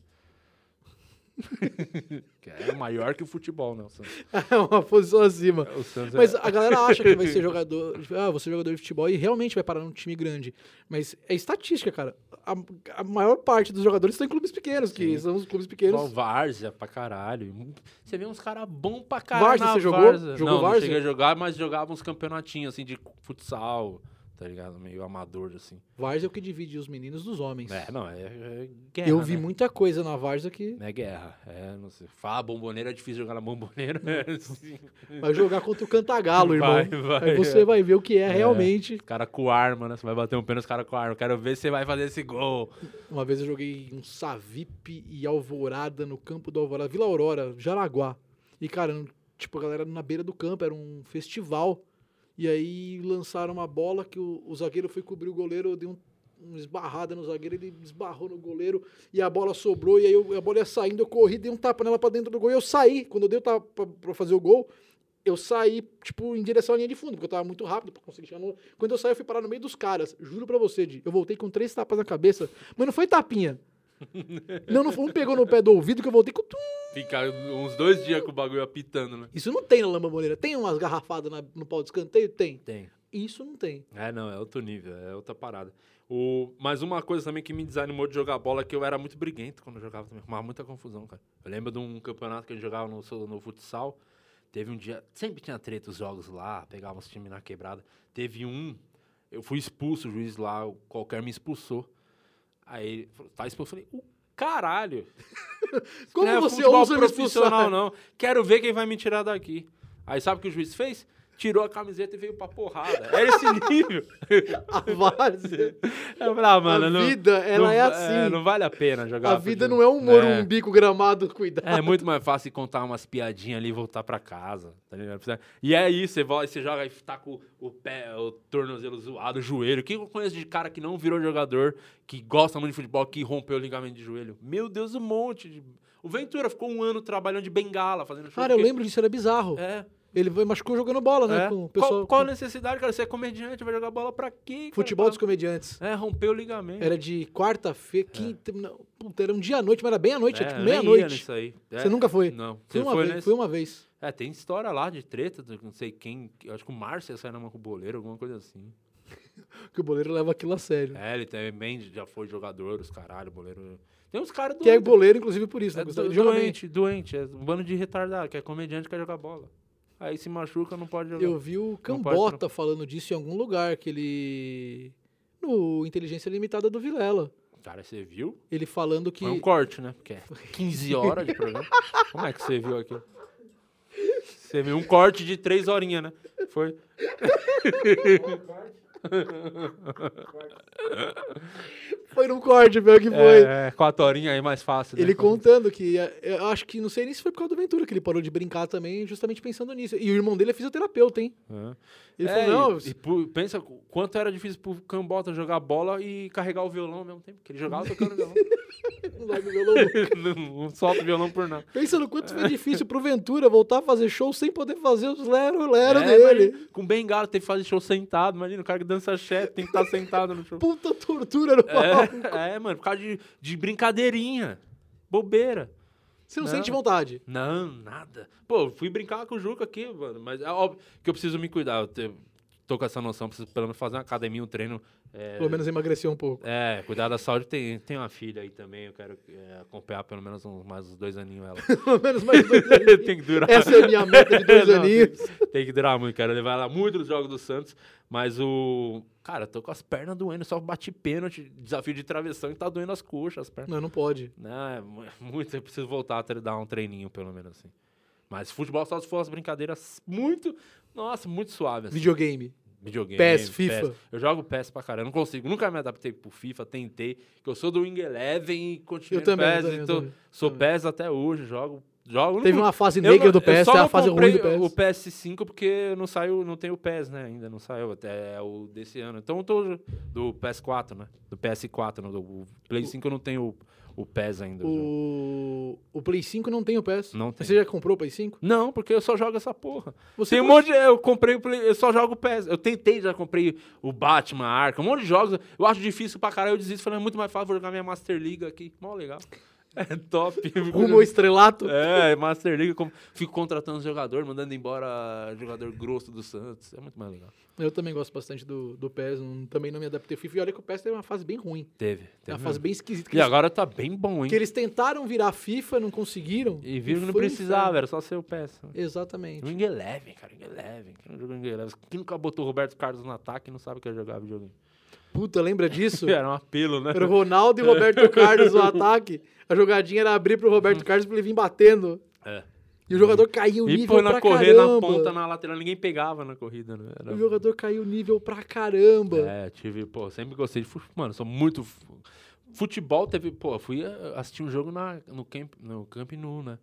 B: que é maior que o futebol, né? O Santos.
A: É uma posição acima.
B: O Santos
A: Mas
B: é...
A: a galera acha que vai ser jogador. Ah, você jogador de futebol e realmente vai parar num time grande. Mas é estatística, cara. A, a maior parte dos jogadores estão em clubes pequenos, que
B: Sim.
A: são os clubes
B: Só
A: pequenos.
B: Várzea pra caralho. Você vê uns caras bom pra caralho.
A: Várzea,
B: na
A: você jogou?
B: Várzea.
A: Jogou
B: não,
A: Várzea?
B: não cheguei a jogar, mas jogava uns campeonatinhos assim de futsal, tá ligado? Meio amador assim.
A: Várzea é o que divide os meninos dos homens.
B: É, não, é, é guerra.
A: Eu vi
B: né?
A: muita coisa na Várzea que
B: Não é guerra. É, não sei. Fala, bomboneira é difícil jogar na bomboneira. assim. Sim.
A: vai jogar contra o Cantagalo, irmão.
B: É. Vai, vai,
A: Aí você
B: é.
A: vai ver o que é, realmente.
B: Os caras com arma, né? Você vai bater um pênalti, os caras com arma. Quero ver se você vai fazer esse gol.
A: Uma vez eu joguei um Savip e Alvorada no campo do Alvorada, Vila Aurora, Jaraguá. E, cara, não- tipo, a galera na beira do campo, era um festival. E aí lançaram uma bola que o, o zagueiro foi cobrir o goleiro, eu dei um, uma esbarrada no zagueiro, ele esbarrou no goleiro e a bola sobrou. E aí eu- a bola ia saindo, eu corri, dei um tapa nela pra dentro do gol e eu saí. Quando eu dei o tapa pra, pra fazer o gol, eu saí, tipo, em direção à linha de fundo, porque eu tava muito rápido pra conseguir chegar no. Quando eu saí, eu fui parar no meio dos caras. Juro pra você, Di. Eu voltei com três tapas na cabeça, mas não foi tapinha. não, não foi. Um pegou no pé do ouvido que eu voltei com. Tum.
B: Fica uns dois dias com o bagulho apitando, né?
A: Isso não tem na Lamba Moreira. Tem umas garrafadas na- no pau de escanteio? Tem.
B: Tem.
A: Isso não tem.
B: É, não, é outro nível, é outra parada. O... Mas uma coisa também que me desanimou de jogar bola é que eu era muito briguento quando eu jogava também. Arrumava muita confusão, cara. Eu lembro de um campeonato que a gente jogava no, so- no futsal. Teve um dia. Sempre tinha treta os jogos lá, pegava os times na quebrada. Teve um. Eu fui expulso, o juiz lá, o qualquer me expulsou. Aí ele falou, tá expulso. Eu falei, o caralho!
A: Como
B: não é
A: você
B: futebol
A: ousa me
B: profissional,
A: expulsar?
B: não. Quero ver quem vai me tirar daqui. Aí sabe o que o juiz fez? tirou a camiseta e veio pra porrada. Era esse nível.
A: A várzea.
B: Eu falei, ah, né? mano,
A: a
B: não,
A: vida, ela
B: não-
A: é assim.
B: não vale a pena jogar.
A: a vida
B: futebol.
A: não é um morumbi com gramado cuidado.
B: É muito mais fácil contar umas piadinhas ali e voltar pra casa, tá ligado? E aí você volta, você joga e tá com o pé, o tornozelo zoado, o joelho. Quem eu conheço de cara que não virou jogador, que gosta muito de futebol, que rompeu o ligamento de joelho? Meu Deus, um monte de... O Ventura ficou um ano trabalhando de bengala, fazendo show.
A: Cara, eu
B: porque-
A: lembro disso, era bizarro.
B: É,
A: Ele foi- machucou jogando bola, tipo, né?
B: é.
A: Com o
B: qual,
A: pessoal.
B: qual a
A: com
B: necessidade, cara? Você é comediante, vai jogar bola pra quê? cara?
A: Futebol dos comediantes.
B: É, rompeu o ligamento.
A: Era de quarta-feira, quinta. não, puta, era um dia à noite, mas era bem à noite,
B: É,
A: era
B: eu
A: tipo
B: nem ia
A: meia-noite.
B: nisso aí. É,
A: Você nunca foi? um-
B: Não.
A: Fui
B: Você
A: uma,
B: foi
A: vez,
B: nesse?
A: fui uma vez.
B: É, tem história lá de treta, do- não sei quem. eu Acho que o Márcio ia sair na mão com o boleiro, alguma coisa assim.
A: Que o boleiro leva aquilo a sério.
B: É, ele também já foi jogador, os caralho, boleiro. Tem uns caras
A: Que é
B: doentes.
A: boleiro, inclusive, por isso, né?
B: É,
A: Gustavo?
B: do,
A: Ele joga bem.
B: doente, doente. É um bando de retardado, que é comediante que quer jogar bola. Aí se machuca, né? não pode jogar.
A: Eu vi o
B: pode
A: Cambota falando disso em algum lugar, que ele. No Inteligência Limitada do Vilela.
B: Cara, você viu?
A: Ele falando que.
B: Foi um corte, né? Porque é 15 horas de programa. Como é que você viu aquilo? Você viu um corte de 3 horinhas, né? Foi.
A: Foi num corte, meu que foi.
B: É, 4 horinhas aí mais fácil. né?
A: Ele
B: Foi-
A: contando que. eh, Eu acho que não sei nem se foi por causa do Ventura que ele parou de brincar também, justamente pensando nisso. E o irmão dele é fisioterapeuta, hein?
B: É.
A: Ele
B: É,
A: falou, não.
B: e- e pu- pensa o quanto era difícil pro Cambota jogar bola e carregar o violão ao mesmo tempo. Que ele jogava tocando violão.
A: não larga o violão."
B: não, não solta o violão por nada.
A: Pensa no quanto foi difícil pro Ventura voltar a fazer show sem poder fazer os lero-lero
B: É,
A: dele.
B: imagina, com bengala, teve que fazer show sentado. Imagina, o cara que dança axé tem que estar sentado no show.
A: Puta tortura no palco.
B: É, é, mano, por causa de, de brincadeirinha. Bobeira.
A: Você não,
B: Não.
A: sente vontade.
B: Não, nada. Pô, eu fui brincar com o Juca aqui, mano. Mas é óbvio que eu preciso me cuidar. Eu te- tô com essa noção, preciso pelo menos fazer uma academia, um treino. é,
A: Pelo menos emagreceu um pouco.
B: É, cuidar da saúde. Tem, tem uma filha aí também, eu quero é, acompanhar pelo menos uns, mais uns dois aninhos ela.
A: Pelo menos mais dois aninhos.
B: tem que durar.
A: Essa é a minha meta de dois
B: Não,
A: aninhos.
B: Tem, tem que durar muito, quero levar ela muito nos Jogos do Santos. Mas o. Cara, eu tô com as pernas doendo, só bati pênalti, desafio de travessão e tá doendo as coxas, as pernas.
A: Não, não pode.
B: Não, é mu- muito, eu preciso voltar a tre- dar um treininho, pelo menos assim. Mas futebol só se for umas brincadeiras muito. Nossa, muito suaves. assim.
A: Videogame.
B: Videogame.
A: PES, FIFA.
B: Eu jogo PES pra caramba. Eu não consigo. Nunca me adaptei pro FIFA, tentei. Que eu sou do Wing Eleven e continuo
A: Eu
B: no
A: também, eu
B: PES.
A: também, eu
B: então,
A: também,
B: sou PES até hoje. Jogo. jogo
A: Teve
B: não,
A: uma fase
B: eu
A: negra
B: não-
A: do
B: eu
A: PS,
B: só
A: é a
B: não
A: fase ruim
B: comprei
A: do PS.
B: O PS5 porque não saiu, não tem o PES, né? Ainda não saiu. Até é o desse ano. Então eu tô do PS4, né? Do PS4. No, do Play 5 eu não tenho o, o PES ainda. eu jogo.
A: O... o Play 5 não tem o PS.
B: Não tem.
A: Você já comprou o Play 5?
B: Não, porque eu só jogo essa porra.
A: Você
B: Tem um
A: pode-
B: monte de, Eu comprei o Play- Eu só jogo o PES. Eu tentei, já comprei o Batman, Arca, um monte de jogos. Eu acho difícil pra caralho, eu desisto. Falei, é muito mais fácil, vou jogar minha Master League aqui. Mó legal. É top.
A: Rumo ao estrelato?
B: É, Master League. eu com- Fico contratando jogador, mandando embora jogador grosso do Santos. É muito mais legal.
A: Eu também gosto bastante do, do PES, não- também não me adaptei ao FIFA. E olha que o PES teve uma fase bem ruim.
B: Teve.
A: É
B: teve
A: uma fase
B: mesmo.
A: bem esquisita. Que
B: E
A: eles,
B: agora tá bem bom, hein?
A: que eles tentaram virar FIFA, não conseguiram.
B: E viram que não
A: foi um
B: precisava, era só ser o PES.
A: inferno. Exatamente.
B: Wing Eleven, cara, Wing Eleven. Quem não jogou Wing Eleven? Quem nunca botou o Roberto Carlos no ataque não sabe o que é jogar videogame.
A: Puta, lembra disso?
B: Era um apelo, né?
A: Era o Ronaldo e o Roberto Carlos no ataque. A jogadinha era abrir pro Roberto Carlos pra ele vir batendo.
B: É.
A: E o jogador caiu o nível
B: E foi na
A: pra
B: corrida, na
A: caramba.
B: ponta, na lateral, ninguém pegava na corrida, né? Era-
A: O jogador caiu o nível pra caramba.
B: É, tive, pô, sempre gostei de futebol. Mano, sou muito. fu- Futebol teve, pô, fui eh, assistir um jogo na, no, camp, no Camp Nou, né?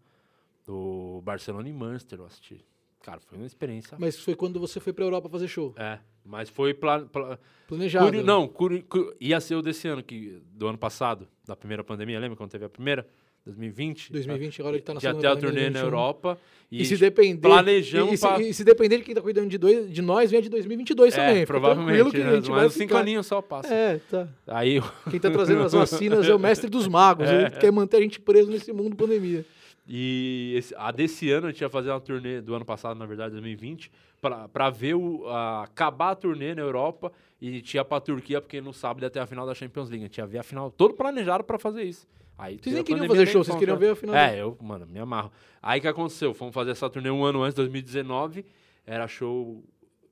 B: Do Barcelona e Manchester, eu assisti. Cara, foi uma experiência.
A: Mas foi quando você foi pra Europa fazer show.
B: É, mas foi. Pla, pla-
A: Planejado.
B: Curi- não, curi- cu- ia ser o desse ano, que, do ano passado, da primeira pandemia, lembra quando teve a primeira? 2020?
A: 2020, agora que tá na
B: Já
A: segunda
B: É, até a
A: pandemia,
B: turnê na
A: 2021.
B: Europa.
A: E,
B: E,
A: se depender.
B: planejamos
A: e, se-
B: pra-
A: e se depender de quem tá cuidando de, dois, de nós, vem a de 2022 também.
B: É,
A: Fica
B: provavelmente.
A: Tranquilo que a
B: né?
A: gente vai
B: mas uns cinco
A: ficar.
B: aninhos só passa.
A: É, tá.
B: Aí eu-
A: Quem tá trazendo as vacinas é o mestre dos magos. Ele quer manter a gente preso nesse mundo pandemia.
B: E esse- a desse ano a gente ia fazer uma turnê do ano passado, na verdade, 2020, pra, pra ver o, a- acabar a turnê na Europa e a gente ia pra Turquia, porque no sábado ia ter a final da Champions League. A gente ia ver a final, todo planejado pra fazer isso. Aí,
A: Vocês
B: teve
A: nem
B: a
A: queriam
B: pandemia,
A: fazer
B: nem
A: show, vocês
B: fomos
A: queriam
B: fazer.
A: ver a final.
B: É, eu, mano, me amarro. Aí o que aconteceu? Fomos fazer essa turnê um ano antes, 2019, era show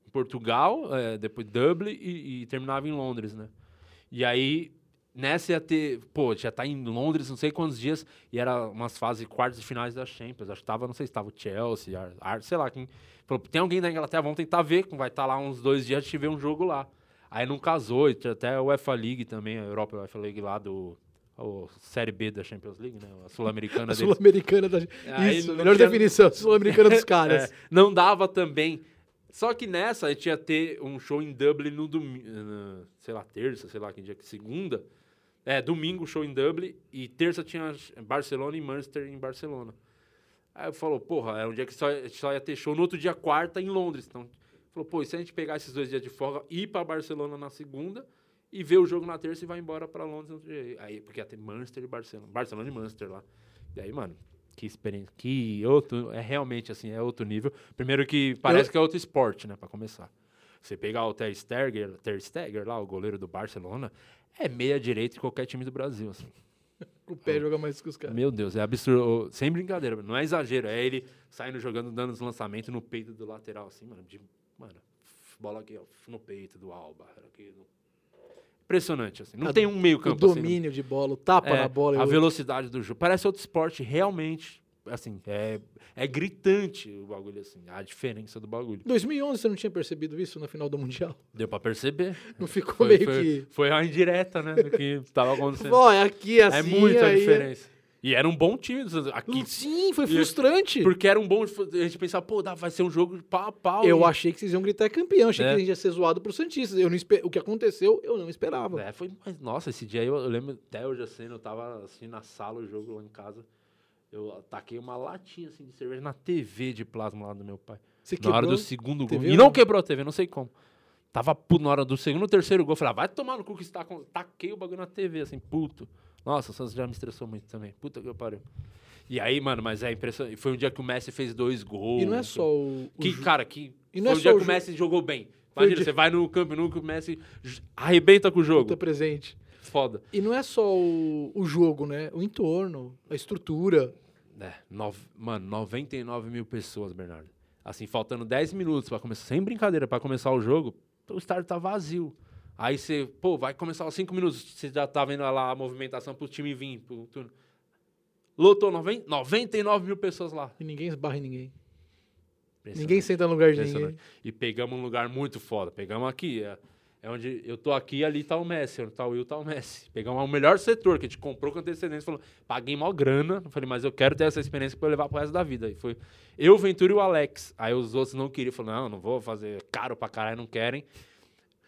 B: é, em Portugal, eh, depois Dublin e, e terminava em Londres, né? E aí Nessa ia ter. Pô, já tá em Londres não sei quantos dias. E era umas fases quartas e finais da Champions. Acho que tava, não sei se tava o Chelsea, Ar, Ar- sei lá. Quem, falou, tem alguém da Inglaterra, vamos tentar ver. Vai estar lá uns dois dias, a gente vê um jogo lá. Aí não casou, e tinha até a UEFA League também, a Europa UEFA League lá do. a Série B da Champions League, né? A Sul-Americana
A: A
B: deles.
A: Sul-Americana da.
B: Aí
A: Isso,
B: Ah, não
A: melhor
B: tinha-
A: definição. Sul-Americana dos caras.
B: É, não dava também. Só que nessa, a gente ia ter um show em Dublin no domingo. Sei lá, terça, sei lá, que dia que segunda. É, domingo show em Dublin. E terça tinha Barcelona e Manchester em Barcelona. Aí eu falou, porra, era um dia que só, só ia ter show no outro dia, quarta, em Londres. Então, falou, pô, e se a gente pegar esses dois dias de folga, ir pra Barcelona na segunda e ver o jogo na terça e vai embora pra Londres no outro dia. Aí, porque ia ter Manchester e Barcelona. Barcelona e Manchester lá. E aí, mano, que experiência. Que outro. É realmente assim, é outro nível. Primeiro que parece que é outro esporte, né? Pra começar. Você pegar o Ter Stegen, Ter Stegen lá, o goleiro do Barcelona, é meia direita em qualquer time do Brasil, assim.
A: O pé joga mais que os caras.
B: Meu Deus, é absurdo. Sem brincadeira, não é exagero. É ele saindo jogando, dando os lançamentos no peito do lateral, assim, mano. De, mano, bola aqui, ó, no peito do Alba. aqui no- Impressionante, assim. Não
A: Ah,
B: tem um meio
A: O
B: campo assim. não-
A: domínio de bola, o tapa
B: é,
A: na bola. e
B: a
A: o-
B: velocidade do jogo. Parece outro esporte, realmente. Assim, é, é gritante o bagulho, assim. A diferença do bagulho.
A: 2011 você não tinha percebido isso na final do Mundial?
B: Deu pra perceber.
A: Não ficou
B: É. Foi,
A: meio
B: foi,
A: que.
B: foi a indireta, né? Do que tava acontecendo.
A: Ó, é aqui assim.
B: é muita
A: aí é-
B: diferença. E era um bom time. do Santos. Aqui,
A: Sim, foi
B: E-
A: frustrante.
B: Porque era um bom. A gente pensava, pô, dá, vai ser um jogo de pau a pau.
A: Eu
B: E-
A: achei que vocês iam gritar campeão, achei
B: É.
A: que a gente ia ser zoado pro Santistas. Eu não espe- O que aconteceu, eu não esperava.
B: É, foi, mas, nossa, esse dia eu, eu lembro até hoje assim, eu tava assim na sala, o jogo lá em casa. Eu taquei uma latinha assim de cerveja na TV de plasma lá do meu pai.
A: Você
B: Na hora
A: quebrou?
B: do segundo gol.
A: TV
B: E
A: ou
B: não
A: não?
B: quebrou a TV, não sei como. Tava puto na hora do segundo ou terceiro gol. eu Falei, ah, vai tomar no cu que está com. Taquei o bagulho na TV, assim, puto. Nossa, o Santos já me estressou muito também. Puta que eu pariu. E aí, mano, mas é impressionante. Foi um dia que o Messi fez dois gols.
A: E não é só o. o
B: Que,
A: ju-
B: cara, que.
A: E não é
B: foi
A: só
B: um dia
A: o
B: que o
A: ju-
B: Messi jogou bem.
A: Foi o
B: Imagina,
A: dia-
B: você vai no Camp Nou que o Messi j- arrebenta com o jogo.
A: Tá presente.
B: Foda.
A: E não é só o, o jogo, né? O entorno, a estrutura.
B: É, nove- mano, 99 mil pessoas, Bernardo. Assim, faltando 10 minutos para começar, sem brincadeira, para começar o jogo, o estádio tá vazio. Aí você, pô, vai começar aos 5 minutos, você já tá vendo lá a movimentação pro time vir, pro turno. Lotou 90 99 mil pessoas lá.
A: E ninguém esbarra em ninguém.
B: Impressionante.
A: Ninguém senta no lugar de ninguém.
B: Impressionante. E pegamos um lugar muito foda. Pegamos aqui. É, é onde eu tô aqui ali tá o Messi. Onde tá o Will, tá o Messi. Pegamos o melhor setor que a gente comprou com antecedência. Falou, paguei mó grana. Falei, mas eu quero ter essa experiência pra eu levar pro resto da vida. E foi eu, o Ventura e o Alex. Aí os outros não queriam. Falaram, não, não vou fazer é caro pra caralho, não querem.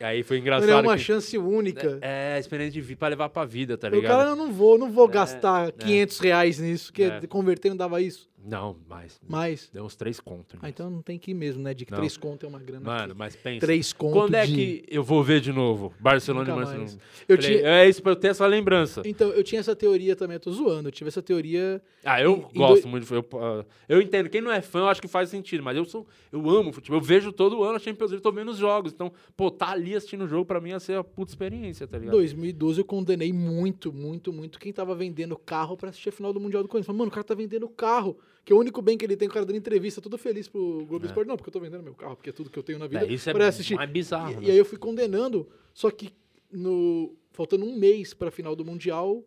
B: E aí foi
A: Não
B: engraçado.
A: é uma
B: que-
A: chance única.
B: é, experiência de vida pra levar pra vida, tá
A: o
B: ligado?
A: cara, eu não vou, não vou gastar 500 reais nisso, que
B: É.
A: converter não dava isso.
B: Não, mas.
A: Mas.
B: Deu uns três contos.
A: Ah, então não tem que ir mesmo, né? De que
B: Não.
A: três conto é uma grana.
B: Mano,
A: aqui.
B: mas pensa.
A: três conto.
B: Quando é
A: de-
B: que eu vou ver de novo? Barcelona
A: Nunca
B: e Manchester.
A: mais.
B: Eu
A: Eu tinha,
B: É isso pra eu ter essa lembrança.
A: Então, eu tinha essa teoria também, eu tô zoando. Eu tive essa teoria.
B: Ah, eu
A: em- em
B: gosto muito. de- Eu, ah, eu entendo. Quem não é fã, eu acho que faz sentido. Mas eu sou, eu amo futebol. Eu vejo todo ano a Champions League, tô vendo os jogos. Então, pô, tá ali assistindo o jogo, pra mim ia ser a puta experiência, tá
A: Em
B: ligado?
A: 2012, eu condenei muito, muito, muito quem tava vendendo carro pra assistir a final do Mundial do Corinthians. Falei, mano, o cara tá vendendo carro, que é o único bem que ele tem. O cara dando entrevista, todo feliz pro Globo Esporte. Não, porque eu tô vendendo meu carro, porque é tudo que eu tenho na vida.
B: É, isso é
A: pra assistir.
B: mais bizarro.
A: E,
B: né?
A: e aí eu fui condenando, só que no faltando um mês pra final do Mundial,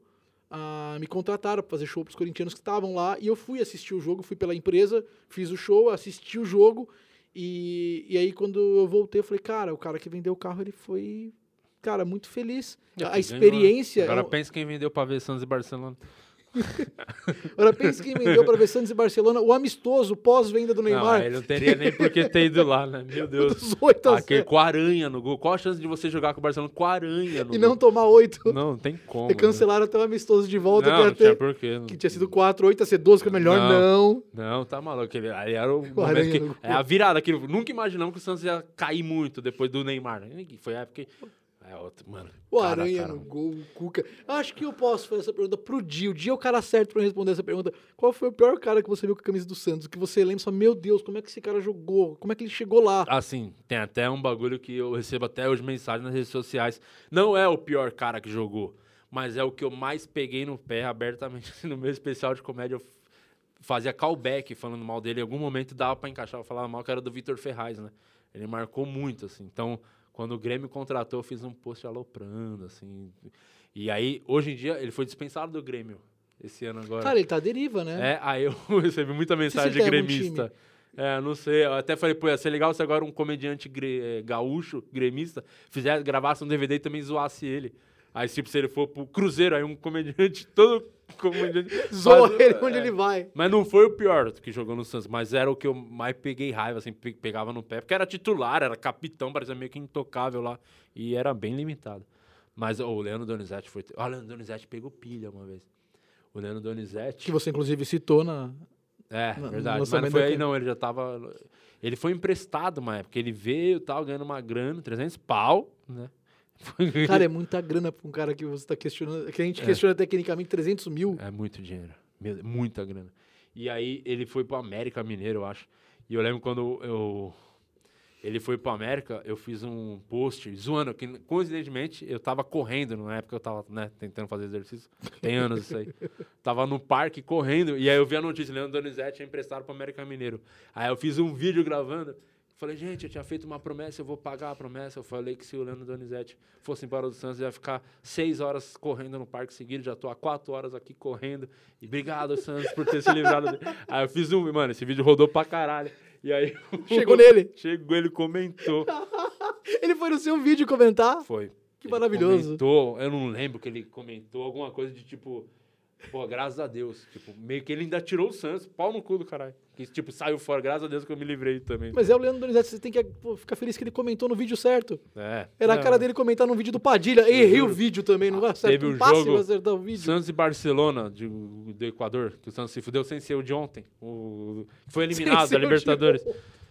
A: ah, me contrataram pra fazer show pros corintianos que estavam lá, e eu fui assistir o jogo, fui pela empresa, fiz o show, assisti o jogo, e, e aí quando eu voltei, eu falei, cara, o cara que vendeu o carro, ele foi, cara, muito feliz.
B: Ganhou,
A: A
B: né?
A: experiência...
B: Agora
A: é um-
B: pensa quem vendeu pra ver Santos e Barcelona.
A: Agora pensa quem vendeu pra ver Santos e Barcelona, o amistoso pós-venda do
B: Não,
A: Neymar,
B: aí não teria nem por que ter ido lá, né? Meu Deus.
A: dos 8 a
B: Aquele
A: 0,
B: com aranha no gol. Qual a chance de você jogar com o Barcelona com aranha no
A: e
B: gol?
A: não tomar 8.
B: Não, não tem como.
A: e
B: né?
A: cancelaram até o amistoso de volta,
B: Não,
A: que
B: não
A: ia ter...
B: tinha né? porquê. não-
A: Que tinha sido 4, 8 a ser 12, que é melhor, não.
B: Não, tá maluco. Ele, aí era o, momento
A: aranha
B: que-
A: no cu.
B: é a virada que nunca imaginamos que o Santos ia cair muito depois do Neymar. né? E Foi a época que. É outro, mano.
A: O
B: cara,
A: Aranha
B: cara,
A: no gol, o Cuca. Acho que eu posso fazer essa pergunta pro Dia. O Dia é o cara certo pra eu responder essa pergunta. Qual foi o pior cara que você viu com a camisa do Santos? Que você lembra só, meu Deus, como é que esse cara jogou? Como é que ele chegou lá?
B: Assim, tem até um bagulho que eu recebo até hoje mensagem nas redes sociais. Não é o pior cara que jogou, mas é o que eu mais peguei no pé abertamente no meu especial de comédia. Eu f- fazia callback falando mal dele. Em algum momento dava pra encaixar, eu falava mal que era do Vitor Ferraz, né? Ele marcou muito, assim. Então, Quando o Grêmio contratou, eu fiz um post aloprando, assim. E aí, hoje em dia, ele foi dispensado do Grêmio esse ano agora.
A: Cara, ele tá à deriva, né?
B: É, aí eu recebi muita mensagem
A: ele
B: de
A: tá em algum
B: gremista. É, não sei. Eu até falei, pô, ia ser legal se agora um comediante gre- eh, gaúcho, gremista, fizesse, gravasse um DVD e também zoasse ele. Aí, tipo, se ele for pro Cruzeiro, aí um comediante, todo comediante.
A: Zoa
B: faz-
A: ele onde
B: é.
A: ele vai.
B: Mas não foi o pior que jogou no Santos, mas era o que eu mais peguei raiva, assim, pe- pegava no pé. Porque era titular, era capitão, parecia meio que intocável lá. E era bem limitado. Mas ô, o Leandro Donizete foi. Ah, o Leandro Donizete pegou pilha uma vez. O Leandro Donizete.
A: Que você, inclusive, citou na.
B: É,
A: No- no
B: verdade. Mas não
A: lançamento
B: foi aí,
A: daquele.
B: não. Ele já tava. Ele foi emprestado uma época. Ele veio e tal, ganhando uma grana, 300 pau, né?
A: Cara, é muita grana pra um cara que você tá questionando. Que a gente questiona tecnicamente 300 mil.
B: É muito dinheiro. Meu Deus, Muita grana. E aí ele foi pro América Mineiro, eu acho. E eu lembro quando eu. Ele foi pro América, eu fiz um post zoando, que coincidentemente eu tava correndo, na época eu tava né, tentando fazer exercício, tem anos isso aí. Tava no parque correndo, e aí eu vi a notícia, Leandro Donizete é emprestado pro América Mineiro. Aí eu fiz um vídeo gravando, falei, gente, eu tinha feito uma promessa, eu vou pagar a promessa. Eu falei que se o Leandro Donizete fosse embora do Santos, eu ia ficar seis horas correndo no parque seguido, já tô há quatro horas aqui correndo. E obrigado, Santos, por ter se livrado dele. Aí eu fiz um, mano, esse vídeo rodou pra caralho. E aí...
A: Chegou nele.
B: Chegou, ele comentou.
A: Ele foi no seu vídeo comentar.
B: Foi.
A: Que
B: Ele
A: maravilhoso.
B: Comentou, eu não lembro que ele comentou alguma coisa de tipo, pô, graças a Deus. Tipo, meio que ele ainda tirou o Santos, pau no cu do caralho. Que tipo, saiu fora, graças a Deus que eu me livrei também.
A: Mas é o Leandro Donizete, você tem que pô, ficar feliz que ele comentou no vídeo certo.
B: É.
A: Era
B: Não,
A: a cara dele comentar no vídeo do Padilha. Errei o
B: juro.
A: vídeo também, não acerta
B: teve
A: um
B: um
A: passe
B: jogo-
A: pra acertar o vídeo.
B: Santos e Barcelona de- do Equador, que o Santos se fudeu sem ser o de ontem. O, que foi eliminado
A: ser
B: da
A: o de
B: Libertadores.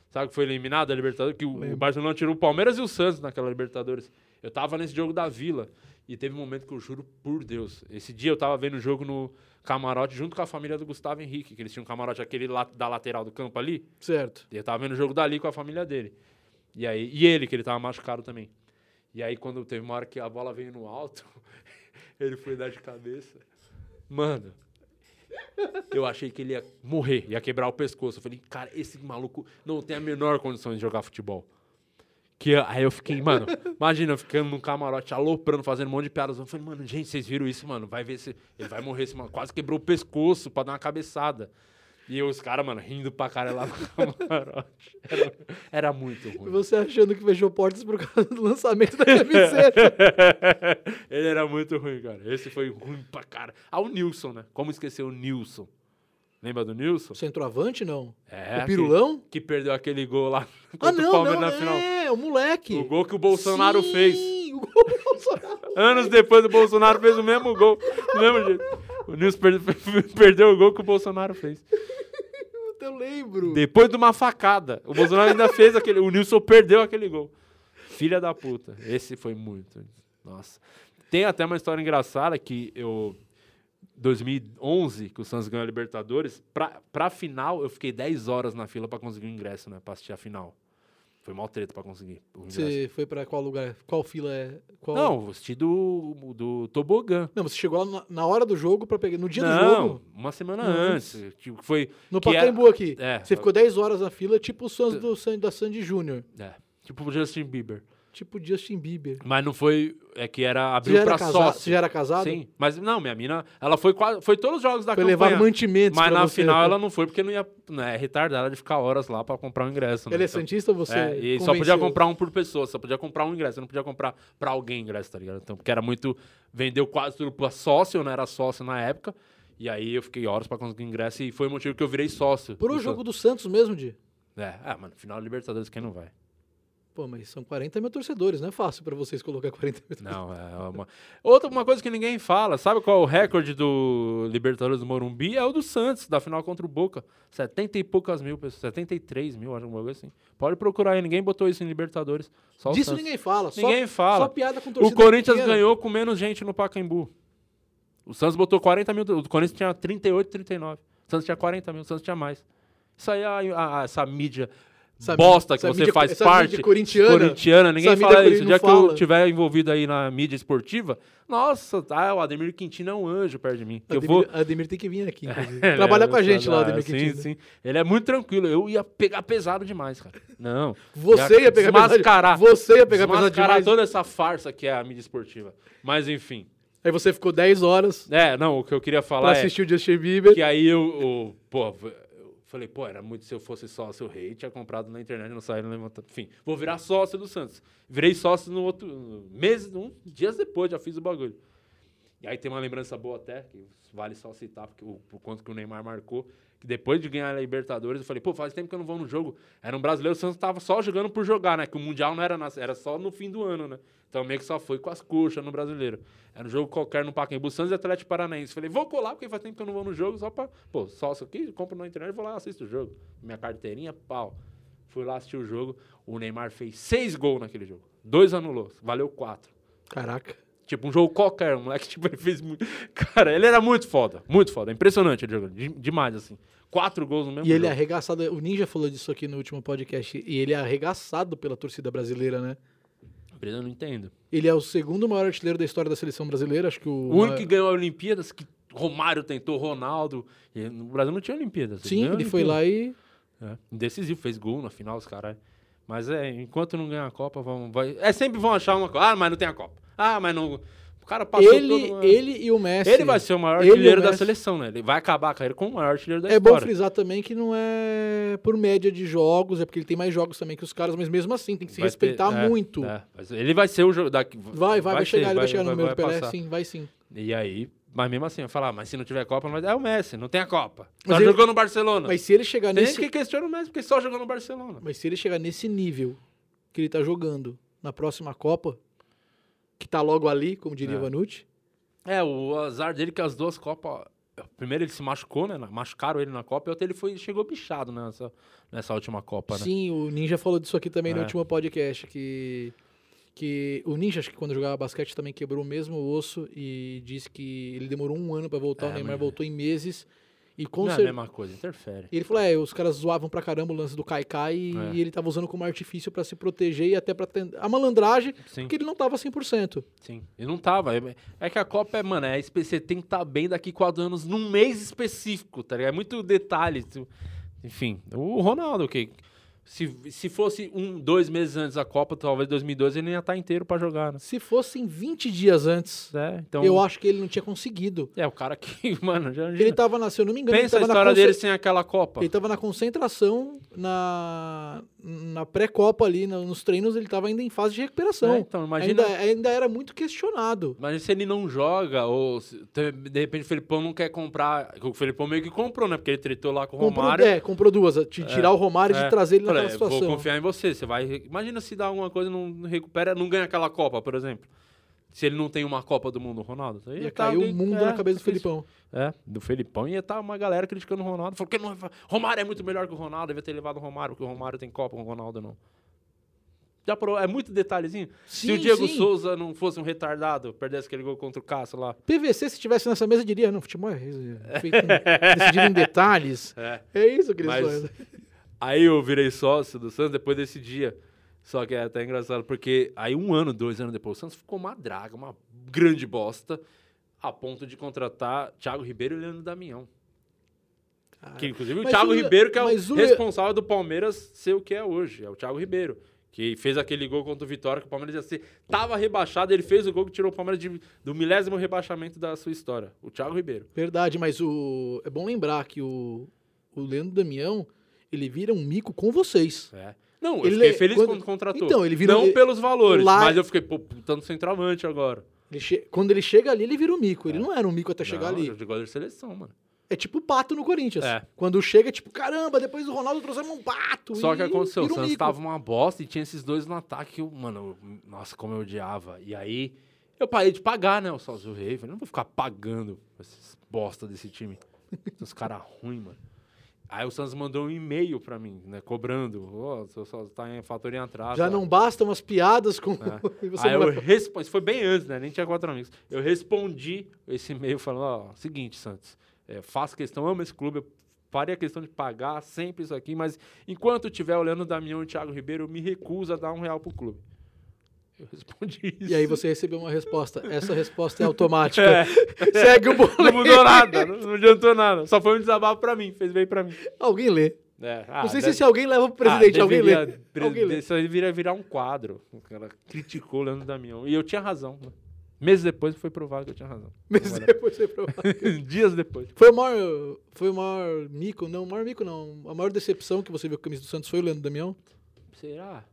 B: Sabe que foi eliminado da Libertadores? Que o, o Barcelona tirou o Palmeiras e o Santos naquela Libertadores. Eu tava nesse jogo da Vila e teve um momento que eu juro por Deus. Esse dia eu tava vendo o jogo no camarote junto com a família do Gustavo Henrique, que eles tinham um camarote aquele lá, da lateral do campo ali.
A: Certo.
B: Eu tava vendo o jogo dali com a família dele. E aí, e ele, que ele tava machucado também. E aí, quando teve uma hora que a bola veio no alto, ele foi dar de cabeça. Mano, eu achei que ele ia morrer, ia quebrar o pescoço. Eu falei, cara, esse maluco não tem a menor condição de jogar futebol. Que eu- aí eu fiquei, mano, imagina, eu ficando num camarote, aloprando, fazendo um monte de piadas. Eu falei, mano, gente, vocês viram isso, mano? Vai ver se. Ele vai morrer, esse mano. Quase quebrou o pescoço pra dar uma cabeçada. E eu, os caras, mano, rindo pra caralho lá no camarote. Era, era muito
A: E
B: ruim.
A: você achando que fechou portas por causa do lançamento da camiseta.
B: Ele era muito ruim, cara. Esse foi ruim pra cara. Ah, o Nilson, né? Como esquecer o Nilson? Lembra do Nilson?
A: Centroavante, não?
B: É.
A: o
B: aquele
A: Pirulão?
B: Que, perdeu aquele gol lá contra
A: Ah, não,
B: o Palmeiras
A: não,
B: na final.
A: é, o moleque.
B: O gol que o Bolsonaro
A: Sim,
B: fez.
A: o gol do Bolsonaro.
B: Anos depois, o Bolsonaro fez o mesmo gol. Do mesmo jeito. O Nilson perde- perdeu o gol que o Bolsonaro fez.
A: Eu lembro.
B: Depois de uma facada. O Bolsonaro ainda fez aquele. O Nilson perdeu aquele gol. Filha da puta. Esse foi muito. Nossa. Tem até uma história engraçada que eu. 2011, que o Santos ganhou a Libertadores, pra, pra final eu fiquei 10 horas na fila pra conseguir o ingresso, né? Pra assistir a final. Foi mal treta pra conseguir o ingresso.
A: Você foi pra qual lugar? Qual fila é? Qual-
B: um Não, vou assistir do, do Tobogã.
A: Não, você chegou lá na, na hora do jogo para pegar. No dia do
B: Não,
A: jogo?
B: uma semana
A: Não,
B: antes. Tipo, foi.
A: No
B: que era-
A: Pacaembu aqui.
B: É.
A: Você ficou 10 horas na fila, tipo os fãs do, San- da Sandy Júnior.
B: É, tipo o Justin Bieber.
A: Tipo Justin Bieber.
B: Mas não foi. É que
A: Você
B: era.
A: já,
B: Abriu
A: era
B: pra
A: casa-
B: sócio.
A: você já era casado?
B: Sim, mas não, minha mina, ela foi quase, foi todos os jogos da
A: Foi
B: campanha.
A: levar mantimentos
B: mas
A: pra
B: na
A: você.
B: final ela não foi porque não ia, né, é retardada de ficar horas lá pra comprar um ingresso. né?
A: Ele é
B: Então,
A: santista ou você
B: é, e só
A: convenceu?
B: podia comprar um por pessoa, só podia comprar um ingresso, não podia comprar pra alguém ingresso, tá ligado? Então, porque era muito vendeu quase tudo pra sócio, eu não era sócio na época. E aí eu fiquei horas pra conseguir ingresso e foi o motivo que eu virei sócio.
A: Por
B: do
A: o jogo do Santos mesmo, Di?
B: Santos. É, ah, mano, final da Libertadores quem não vai?
A: Pô, mas são 40 mil torcedores, não é fácil pra vocês colocar 40 mil torcedores.
B: Não, é uma... Outra uma coisa que ninguém fala, sabe qual é o recorde do Libertadores do Morumbi? É o do Santos, da final contra o Boca. 70 e poucas mil pessoas, 73 mil, acho que coisa assim. Pode procurar aí, ninguém botou isso em Libertadores. Só o
A: Disso
B: Santos.
A: ninguém fala. só-
B: Ninguém fala.
A: Só piada com torcida
B: O Corinthians
A: pequena.
B: ganhou com menos gente no Pacaembu. O Santos botou 40 mil, o Corinthians tinha 38, 39. O Santos tinha 40 mil, o Santos tinha mais. Isso aí, é a- a- a- essa mídia
A: Essa
B: bosta que
A: essa
B: você
A: mídia-
B: faz
A: essa
B: parte,
A: mídia corintiana.
B: corintiana, ninguém
A: Essa mídia
B: fala
A: corintiana
B: isso. O dia que
A: não
B: eu
A: fala.
B: estiver envolvido aí na mídia esportiva, nossa, tá, o Ademir Quintino é um anjo perto de mim. que eu
A: Ademir,
B: vou...
A: Ademir tem que vir aqui, inclusive.
B: Ele
A: Trabalha
B: é
A: com a gente lá,
B: ah,
A: Ademir né?
B: Sim,
A: Quintino.
B: sim. Ele é muito tranquilo. Eu ia pegar pesado demais, cara. Não.
A: Você ia pegar pesado-
B: desmascarar.
A: você ia pegar pesado
B: Desmascarar
A: demais.
B: toda essa farsa que é a mídia esportiva. Mas enfim.
A: Aí você ficou 10 horas
B: É, não, o que eu queria
A: pra
B: falar é
A: assistir o Justin Bieber.
B: que aí eu, eu- pô, eu falei, pô, era muito se eu fosse sócio rei, tinha comprado na internet, não saía, não levantando. Enfim, vou virar sócio do Santos. Virei sócio no outro mês, um, dias depois, já fiz o bagulho. E aí tem uma lembrança boa até, que vale só citar, porque o, por quanto que o Neymar marcou, que depois de ganhar a Libertadores, eu falei, pô, faz tempo que eu não vou no jogo. Era um brasileiro, o Santos tava só jogando por jogar, né? Que o Mundial não era, na, era só no fim do ano, né? Então meio que só foi com as coxas no brasileiro. Era um jogo qualquer no Pacaembu, Santos e Atlético Paranaense. Falei, vou colar, porque faz tempo que eu não vou no jogo, só pra, pô, só isso aqui, compro na internet, vou lá, assisto o jogo. Minha carteirinha, pau. Fui lá assistir o jogo, o Neymar fez seis gols naquele jogo. Dois anulou, valeu quatro.
A: Caraca.
B: Tipo, um jogo qualquer, um moleque, tipo, ele fez muito... Cara, ele era muito foda, muito foda. Impressionante ele jogando, de- demais, assim. Quatro gols no mesmo
A: E ele é
B: jogo.
A: arregaçado. O Ninja falou disso aqui no último podcast. E ele é arregaçado pela torcida brasileira, né?
B: Eu não entendo.
A: Ele é o segundo maior artilheiro da história da seleção brasileira. Acho que o.
B: O único que ganhou a Olimpíadas, que Romário tentou, Ronaldo... e no Brasil não tinha Olimpíadas. assim,
A: Sim,
B: ganhou a
A: ele foi
B: Olimpíada.
A: lá e.
B: É, Decisivo, fez gol na final, os caralho. Mas é, enquanto não ganhar a Copa, vão, vai... é sempre vão achar uma coisa. Ah, mas não tem a Copa. Ah, mas não. O cara passou
A: Ele,
B: todo-
A: ele e o Messi.
B: Ele vai ser o maior
A: Ele e o
B: artilheiro da
A: Messi.
B: seleção, né? Ele vai acabar a carreira como o maior artilheiro da
A: É bom
B: história.
A: frisar também que não é por média de jogos, é porque ele tem mais jogos também que os caras, mas mesmo assim tem que se
B: Vai ter-
A: respeitar
B: é,
A: muito.
B: é. Mas ele vai ser o jogo daqui.
A: Vai, vai, vai,
B: ser,
A: chegar, ele vai chegar no número do Pelé,
B: passar.
A: sim, vai sim.
B: E aí, mas mesmo assim, vai falar, mas se não tiver Copa, não vai... é o Messi, não tem a Copa.
A: Mas
B: Só
A: ele-
B: jogou no Barcelona.
A: Mas se ele chegar
B: tem
A: nesse,
B: que questiona o Messi, porque só jogou no Barcelona.
A: mas se ele chegar nesse nível que ele tá jogando na próxima Copa, que tá logo ali, como diria
B: É.
A: Vanucci,
B: É, o azar dele que as duas Copas. Primeiro ele se machucou, né? Machucaram ele na Copa e outro ele foi, chegou bichado nessa, nessa última Copa, né?
A: sim, o Ninja falou disso aqui também no
B: É.
A: último podcast que que o Ninja acho que quando jogava basquete também quebrou o mesmo osso e disse que ele demorou um ano pra voltar,
B: É,
A: o Neymar
B: mas-
A: voltou em meses e com
B: Não é a
A: cer-
B: mesma coisa, interfere.
A: E ele falou, é, os caras zoavam pra caramba o lance do Kaikai e,
B: É.
A: e ele tava usando como artifício pra se proteger e até pra ten- a malandragem,
B: Sim,
A: porque ele não tava 100%.
B: sim. E não tava. É, é que a Copa é, mano, é espe- você tem que estar bem daqui quatro anos num mês específico, tá ligado? É muito detalhe. tu- Enfim, o Ronaldo, que se, se fosse um, dois meses antes da Copa, talvez 2012, ele ia estar inteiro pra jogar, né?
A: Se fossem 20 dias antes,
B: É, então.
A: eu acho que ele não tinha conseguido.
B: É, o cara que, mano, já.
A: Ele tava na, se eu não me engano,
B: Pensa a
A: ele, tava
B: história
A: na conce-
B: dele sem aquela Copa.
A: ele tava na concentração, na, na pré-copa ali, na- nos treinos, ele tava ainda em fase de recuperação.
B: É, então, imagina,
A: ainda, ainda era muito questionado.
B: imagina se ele não joga, ou se- te- de repente o Felipão não quer comprar. O Felipão meio que comprou, né? Porque ele tretou lá com o
A: Comprou,
B: Romário.
A: é, comprou duas, de tirar o Romário e
B: É.
A: de trazer ele
B: Falei,
A: naquela situação.
B: Vou confiar em você. Você vai. Imagina se dá alguma coisa e não não recupera, não ganha aquela Copa, por exemplo. Se ele não tem uma Copa do Mundo, Ronaldo. Aí
A: Ia
B: tá
A: cair o
B: alguém-
A: mundo
B: é,
A: na cabeça do
B: difícil.
A: Felipão.
B: É, do Felipão ia estar uma galera criticando o Ronaldo. Falou que ele não vai- Romário é muito melhor que o Ronaldo, devia ter levado o Romário, porque o Romário tem Copa, o Ronaldo não. Já parou, é muito detalhezinho. Se o
A: Sim,
B: Diego
A: sim.
B: Souza não fosse um retardado, perdesse aquele gol contra o Cássio lá.
A: PVC, se estivesse nessa mesa, diria, não, futebol é feito em- decidido em detalhes.
B: É.
A: É isso, Cris
B: Mas-
A: Soares.
B: Aí eu virei sócio do Santos depois desse dia. Só que é até engraçado, porque aí um ano, dois anos depois, o Santos ficou uma draga, uma grande bosta, a ponto de contratar Thiago Ribeiro e Leandro Damião. Que, inclusive, o
A: Mas
B: Thiago
A: o Le-
B: Ribeiro, que é o
A: mas um- o Le-
B: responsável do Palmeiras ser o que é hoje. É o Thiago Ribeiro. Que fez aquele gol contra o Vitória, que o Palmeiras ia ser. Tava rebaixado, ele fez o gol que tirou o Palmeiras de- do milésimo rebaixamento da sua história. O Thiago Ribeiro.
A: Verdade, mas o... é bom lembrar que o, o Leandro Damião, ele vira um mico com vocês.
B: É. Não, eu
A: Ele
B: fiquei
A: é-
B: feliz
A: quando-
B: quando, contratou.
A: Então, ele virou-
B: Não
A: ele-
B: pelos valores,
A: lá-
B: mas eu fiquei, pô, putando centroavante agora.
A: Ele che- Quando ele chega ali, ele vira um mico. Ele não era um mico até chegar
B: É. Não,
A: ali.
B: Eu gosto de seleção, mano.
A: É tipo o pato no Corinthians.
B: É.
A: Quando chega, é tipo, caramba, depois do Ronaldo trouxemos um pato.
B: Só
A: e
B: que aconteceu, o
A: vira um
B: Santos
A: mico.
B: tava uma bosta e tinha esses dois no ataque que eu, mano, eu- nossa, como eu odiava. E aí, eu parei de pagar, né, o Sócio Rei. Falei, não vou ficar pagando esses bosta desse time. Os caras ruins, mano. Aí o Santos mandou um e-mail pra mim, né, cobrando. Ó, seu sócio tá em fator em atraso.
A: Já não bastam as piadas com...
B: É.
A: e você
B: Aí
A: não
B: eu
A: vai-
B: respondi, foi bem antes, né? Nem tinha quatro amigos. Eu respondi esse e-mail falando, ó, seguinte, Santos, é, faço questão, amo esse clube, eu faria questão de pagar sempre isso aqui, mas enquanto tiver olhando o Damião e o Thiago Ribeiro, eu me recuso a dar um real pro clube. Eu respondi isso.
A: E aí você recebeu uma resposta. Essa resposta é automática.
B: tipo,
A: Segue o boleto.
B: Não mudou nada, não, não adiantou nada. Só foi um desabafo pra mim, fez bem pra mim.
A: Alguém lê.
B: É, ah,
A: não sei
B: deve-
A: se se alguém leva pro presidente,
B: Ah,
A: alguém
B: deveria-
A: lê.
B: pre-
A: Alguém lê.
B: Isso aí viria virar um quadro. O cara criticou o Leandro Damião. E eu tinha razão. né? Meses depois foi provado que eu tinha razão.
A: Mas
B: Agora-
A: depois você prova.
B: Dias depois.
A: Foi o maior. Foi o maior mico, não, o maior mico não. A maior decepção que você viu com a camisa do Santos foi o Leandro Damião?
B: Será?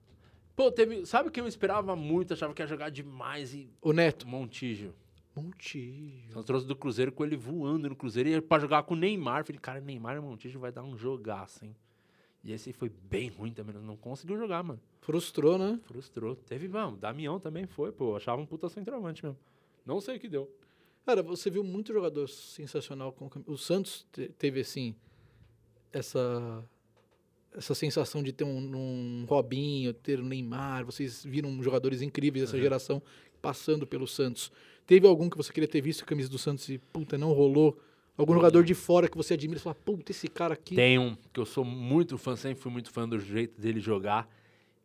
B: Pô, teve. Sabe o que eu esperava muito? Achava que ia jogar demais e.
A: O Neto.
B: Montijo.
A: Montinho.
B: Então trouxe do Cruzeiro com ele voando no Cruzeiro e pra jogar com o Neymar. Falei, cara, Neymar e Montijo vai dar um jogaço, hein? E esse foi bem ruim também. Não conseguiu jogar, mano.
A: Frustrou, né?
B: Frustrou. Teve, mano. Damião também foi, pô. Achava um puta centroavante mesmo. Não sei o que deu.
A: Cara, você viu muito jogador sensacional com a cam- O Santos te- teve, assim, essa, essa sensação de ter um, um Robinho, ter um Neymar. Vocês viram jogadores incríveis dessa geração passando pelo Santos. Teve algum que você queria ter visto a camisa do Santos e, puta, não rolou? Algum jogador de fora que você admira e fala, puta, esse cara aqui.
B: Tem um que eu sou muito fã, sempre fui muito fã do jeito dele jogar.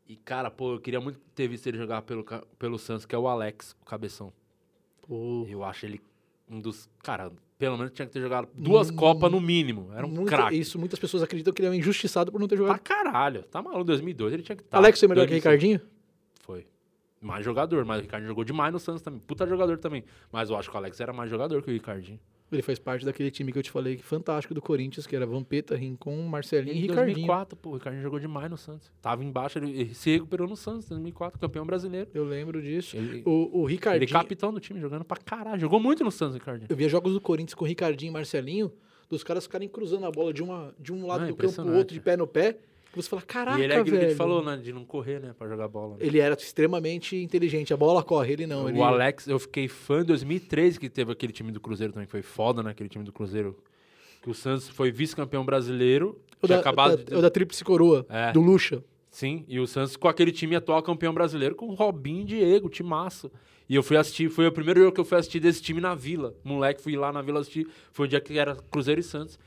B: E, cara, pô, eu queria muito ter visto ele jogar pelo, ca- pelo Santos, que é o Alex, o cabeção.
A: Pô,
B: Eu acho ele um dos. Cara, pelo menos tinha que ter jogado duas
A: Hum,
B: Copas no mínimo. Era um
A: muita-
B: craque.
A: Isso, muitas pessoas acreditam que ele é um injustiçado por não ter
B: Pra
A: jogado.
B: caralho. Tá maluco, 2002 ele tinha que tá. estar.
A: Alex foi melhor que Ricardinho?
B: Foi. Mais jogador, mas o Ricardinho jogou demais no Santos também. Puta jogador também. Mas eu acho que o Alex era mais jogador que o Ricardinho.
A: Ele faz parte daquele time que eu te falei que fantástico do Corinthians, que era Vampeta, Rincon, Marcelinho e
B: Em
A: Ricardinho.
B: 2004, pô, o Ricardinho jogou demais no Santos. Tava embaixo, ele ele se recuperou no Santos, 2004, campeão brasileiro.
A: Eu lembro disso.
B: Ele-
A: O, o
B: Ele
A: Ricardinho.
B: é capitão do time, jogando pra caralho. Jogou muito no Santos, Ricardinho.
A: Eu via jogos do Corinthians com o Ricardinho e Marcelinho, dos caras ficarem cruzando a bola de, uma, de um lado
B: Ah,
A: do campo pro
B: impressionante.
A: outro, de pé no pé. que você fala, caraca,
B: e ele é aquilo
A: velho.
B: que a gente falou, né? De não correr, né? Pra jogar bola. né?
A: Ele era extremamente inteligente. A bola corre, ele não. ele...
B: O Alex, eu fiquei fã em 2013 que teve aquele time do Cruzeiro também, que foi foda, né? Aquele time do Cruzeiro. Que o Santos foi vice-campeão brasileiro.
A: o
B: Tinha
A: da,
B: acabado
A: da-
B: de-
A: o da Tríplice Coroa,
B: É.
A: do Lucha.
B: Sim, e o Santos com aquele time atual campeão brasileiro, com o Robinho e Diego, timaço. E eu fui assistir, foi o primeiro jogo que eu fui assistir desse time na Vila. Moleque, fui lá na Vila assistir, foi um dia que era Cruzeiro e Santos.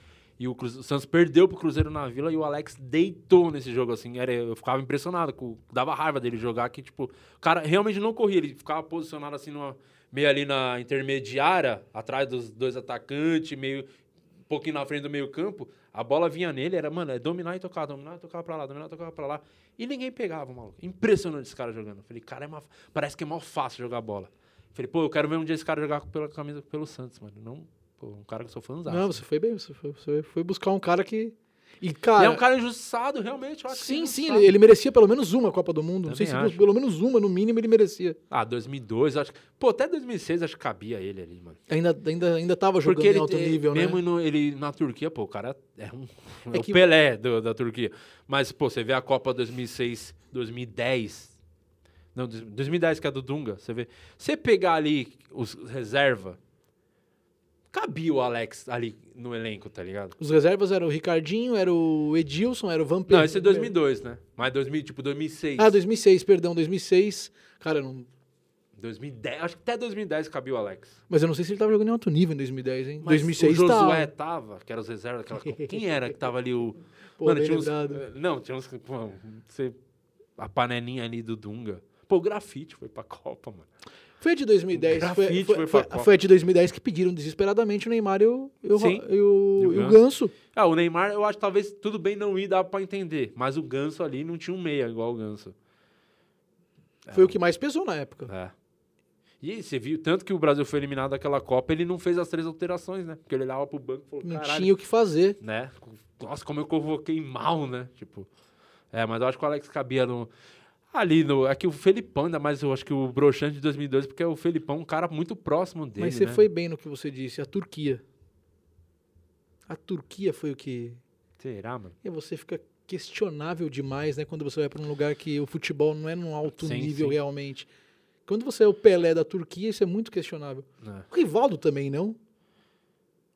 B: E o, Cruze- o Santos perdeu pro Cruzeiro na Vila e o Alex deitou nesse jogo, assim. Era, eu ficava impressionado, com, dava raiva dele jogar, que tipo, o cara realmente não corria, ele ficava posicionado assim, numa, meio ali na intermediária, atrás dos dois atacantes, meio um pouquinho na frente do meio campo, a bola vinha nele, era, mano, é dominar e tocar, dominar e tocar pra lá, dominar e tocar pra lá. E ninguém pegava, maluco. Impressionante esse cara jogando. Falei, cara, é mó- parece que é mó fácil jogar bola. Falei, pô, eu quero ver um dia esse cara jogar pela camisa pelo Santos, mano. Não, pô, um cara que eu sou fãzão.
A: Não, você foi bem. Você foi, você foi buscar um cara que... E,
B: Ele
A: cara...
B: é um cara injustiçado, realmente. Eu acho que
A: Sim, sim,
B: injustiçado.
A: ele, ele merecia pelo menos uma Copa do Mundo. Não sei
B: Também
A: se
B: acho.
A: pelo menos uma, no mínimo, ele merecia.
B: Ah, 2002, acho que... Pô, até 2006 acho que cabia ele ali, mano.
A: Ainda, ainda, ainda tava Tá jogando
B: Porque ele,
A: em alto
B: ele-
A: nível, né?
B: mesmo no- ele na Turquia, pô, o cara é um é
A: É
B: o
A: que-
B: Pelé do- da Turquia. Mas, pô, você vê a Copa 2006, 2010. Não, 2010 que é do Dunga, você vê. Você pegar ali os reserva, cabia o Alex ali no elenco, tá ligado?
A: Os reservas eram o Ricardinho, era o Edilson, era o Vampeta.
B: Não, esse é 2002, né? Mas 2000, tipo 2006.
A: Ah, 2006, perdão, 2006. Cara, eu não...
B: 2010, acho que até 2010 cabia o Alex.
A: mas eu não sei se ele tava jogando em alto nível em 2010, hein?
B: Mas
A: 2006
B: o
A: tava.
B: Josué tava, que era os reservas daquela Copa. Quem era que tava ali o
A: Pô, bem
B: tinha uns, eh,
A: lembrado.
B: Não, tinha uns. que, Pô, você, a panelinha ali do Dunga. Pô, o grafite foi pra Copa, mano.
A: Foi a de 2010. Foi,
B: Grafite
A: foi-
B: foi pra
A: foi-
B: Copa.
A: foi a de 2010 que pediram desesperadamente o Neymar e o, e o, Ro-
B: Sim.
A: e o,
B: E o
A: e o Ganso.
B: Ah, o Neymar, eu acho que talvez tudo bem não ir, dá pra entender. Mas o Ganso ali não tinha um meia igual o Ganso.
A: Foi o que mais pesou na época.
B: É. E aí, você viu, tanto que o Brasil foi eliminado daquela Copa, ele não fez as três alterações, né? Porque ele olhava pro banco e falou,
A: Não
B: caralho,
A: tinha o que fazer.
B: né? Nossa, como eu convoquei mal, né? Tipo, é, mas eu acho que o Alex cabia no. Ali no. É que o Felipão, ainda mais eu acho que o Broxante de 2002, porque o Felipão é um cara muito próximo dele.
A: Mas você
B: né?
A: foi bem no que você disse, a Turquia. A Turquia foi o que.
B: Será, mano?
A: E você fica questionável demais, né? Quando você vai para um lugar que o futebol não é num alto
B: Sim,
A: nível
B: sim.
A: realmente. Quando você é o Pelé da Turquia, isso é muito questionável.
B: É.
A: O Rivaldo também, não?
B: O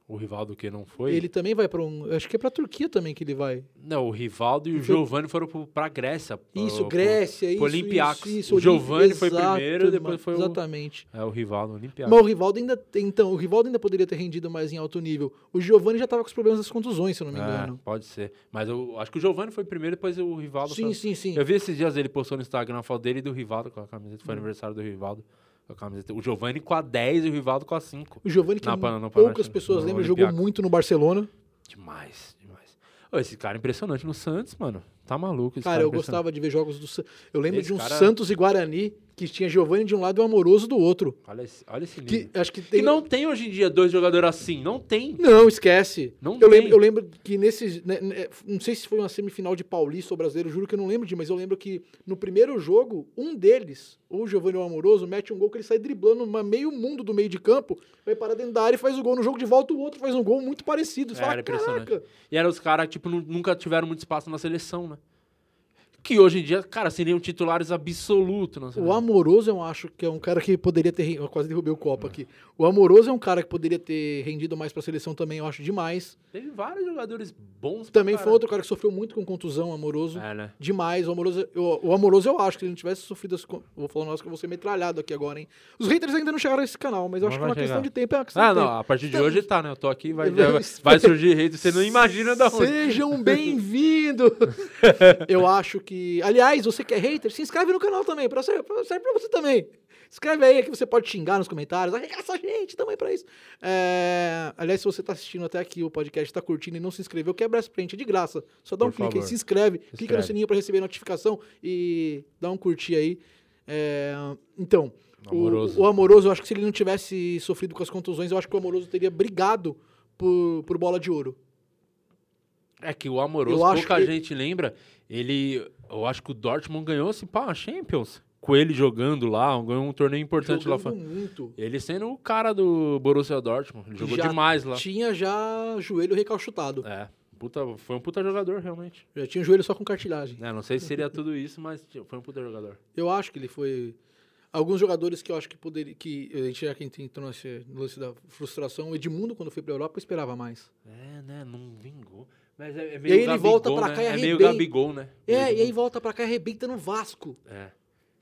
B: o Rivaldo que não foi.
A: Ele também vai pra um. Acho que é pra Turquia também que ele vai.
B: Não, o Rivaldo e o
A: Foi-
B: Giovanni foram pro, pra Grécia. pro-
A: Isso,
B: pro-
A: Grécia, isso.
B: pro Olympiacos.
A: isso, isso,
B: O
A: Olympi-
B: Giovanni foi
A: Exato,
B: primeiro, depois
A: mano,
B: foi o-
A: Exatamente.
B: É o Rivaldo, Olympiacos.
A: Mas o Rivaldo ainda. tem- Então, o Rivaldo ainda poderia ter rendido mais em alto nível. O Giovanni já tava com os problemas das contusões, se eu não me
B: É,
A: engano.
B: pode ser. Mas eu acho que o Giovanni foi primeiro, depois o Rivaldo.
A: Sim,
B: foi...
A: sim, sim.
B: Eu vi esses dias ele postou no Instagram a foto dele e do Rivaldo com a camiseta. Foi aniversário do Rivaldo com a camiseta. O Giovanni com a 10 e o Rivaldo com a 5.
A: O Giovanni, que
B: Na Pan- na
A: poucas
B: Panathinaikos,
A: pessoas
B: no
A: lembram, jogou
B: Olympiacos.
A: muito no Barcelona.
B: Demais, demais. Ô, esse cara é impressionante no Santos, mano. Tá maluco esse
A: Cara,
B: cara é
A: eu
B: impressionante.
A: gostava de ver jogos do Santos. Eu lembro
B: Esse
A: de um
B: cara-
A: Santos e Guarani que tinha Giovanni de um lado e o Amoroso do outro.
B: Olha esse, olha esse nível.
A: Que acho que
B: Que
A: tem.
B: não tem hoje em dia dois jogadores assim. Não tem.
A: Não, esquece.
B: Não
A: eu,
B: tem.
A: lembro, eu lembro que nesse. né, né, não sei se foi uma semifinal de Paulista ou brasileiro, juro que eu não lembro de, mas eu lembro que no primeiro jogo, um deles, ou o Giovanni ou o Amoroso, mete um gol que ele sai driblando uma meio mundo do meio de campo, vai parar dentro da área e faz o gol. No jogo de volta, o outro faz um gol muito parecido. Você
B: É,
A: fala,
B: era impressionante.
A: "Caraca,
B: E eram os caras que tipo, nu- nunca tiveram muito espaço na seleção, né? Que hoje em dia, cara, seriam titulares absolutos na
A: O
B: seleção.
A: Amoroso, eu acho que é um cara que poderia ter. ren- Eu quase derrubei o
B: É.
A: copo aqui. O Amoroso é um cara que poderia ter rendido mais pra seleção também, eu acho demais.
B: Teve vários jogadores bons pra
A: Também foi
B: caralho.
A: outro cara que sofreu muito com contusão, o Amoroso.
B: É, né?
A: Demais. O Amoroso, eu, o Amoroso, eu acho que se ele não tivesse sofrido. As, con- vou falar, nossa, que eu vou ser metralhado aqui agora, hein? Os haters ainda não chegaram a esse canal, mas eu
B: Mas
A: acho que é uma
B: vai
A: questão
B: chegar.
A: de tempo. É uma questão
B: Ah,
A: de
B: não, a partir de
A: Então-
B: hoje tá, né? Eu tô aqui, vai,
A: Eu vou-
B: vai, vai surgir rei, você não imagina da
A: tempo.
B: onde.
A: Sejam bem-vindos! eu acho que. Aliás, você que é hater, se inscreve no canal também, pra, ser- pra- serve pra você também. Escreve aí que você pode xingar nos comentários. Arregaça a gente também pra isso. É, Aliás, se você tá assistindo até aqui o podcast, tá curtindo e não se inscreveu, quebra essa frente é de graça. Só dá um
B: Por
A: clique aí,
B: favor.
A: se inscreve, clica no
B: inscreve.
A: sininho pra receber notificação e dá um curtir aí. É, Então, o-
B: Amoroso.
A: O, Amoroso, eu acho que se ele não tivesse sofrido com as contusões, eu acho que o Amoroso teria brigado por, por bola de ouro.
B: É que o Amoroso,
A: Eu acho
B: pouca
A: que-
B: gente lembra, ele... Eu acho que o Dortmund ganhou, assim, pá, a Champions. Com ele jogando lá, ganhou um torneio importante lá
A: Jogando
B: fora.
A: muito.
B: Ele sendo o cara do Borussia Dortmund. Ele jogou
A: Já
B: demais lá.
A: Tinha já joelho recalchutado.
B: É, puta- foi um puta jogador, realmente.
A: Já tinha o joelho só com cartilagem.
B: É, não sei se seria tudo isso, mas tipo, foi um puta jogador.
A: Eu acho que ele foi. Alguns jogadores que eu acho que poderia. Que a gente já que entrou nesse lance da frustração, o Edmundo, quando foi pra Europa, eu esperava mais.
B: É, né? Não vingou. Mas é, é
A: E
B: meio
A: aí ele
B: Gabigol,
A: volta pra
B: né?
A: cá e
B: É meio
A: arrebenta.
B: Gabigol, né?
A: É, e aí volta pra cá e arrebenta no Vasco.
B: É.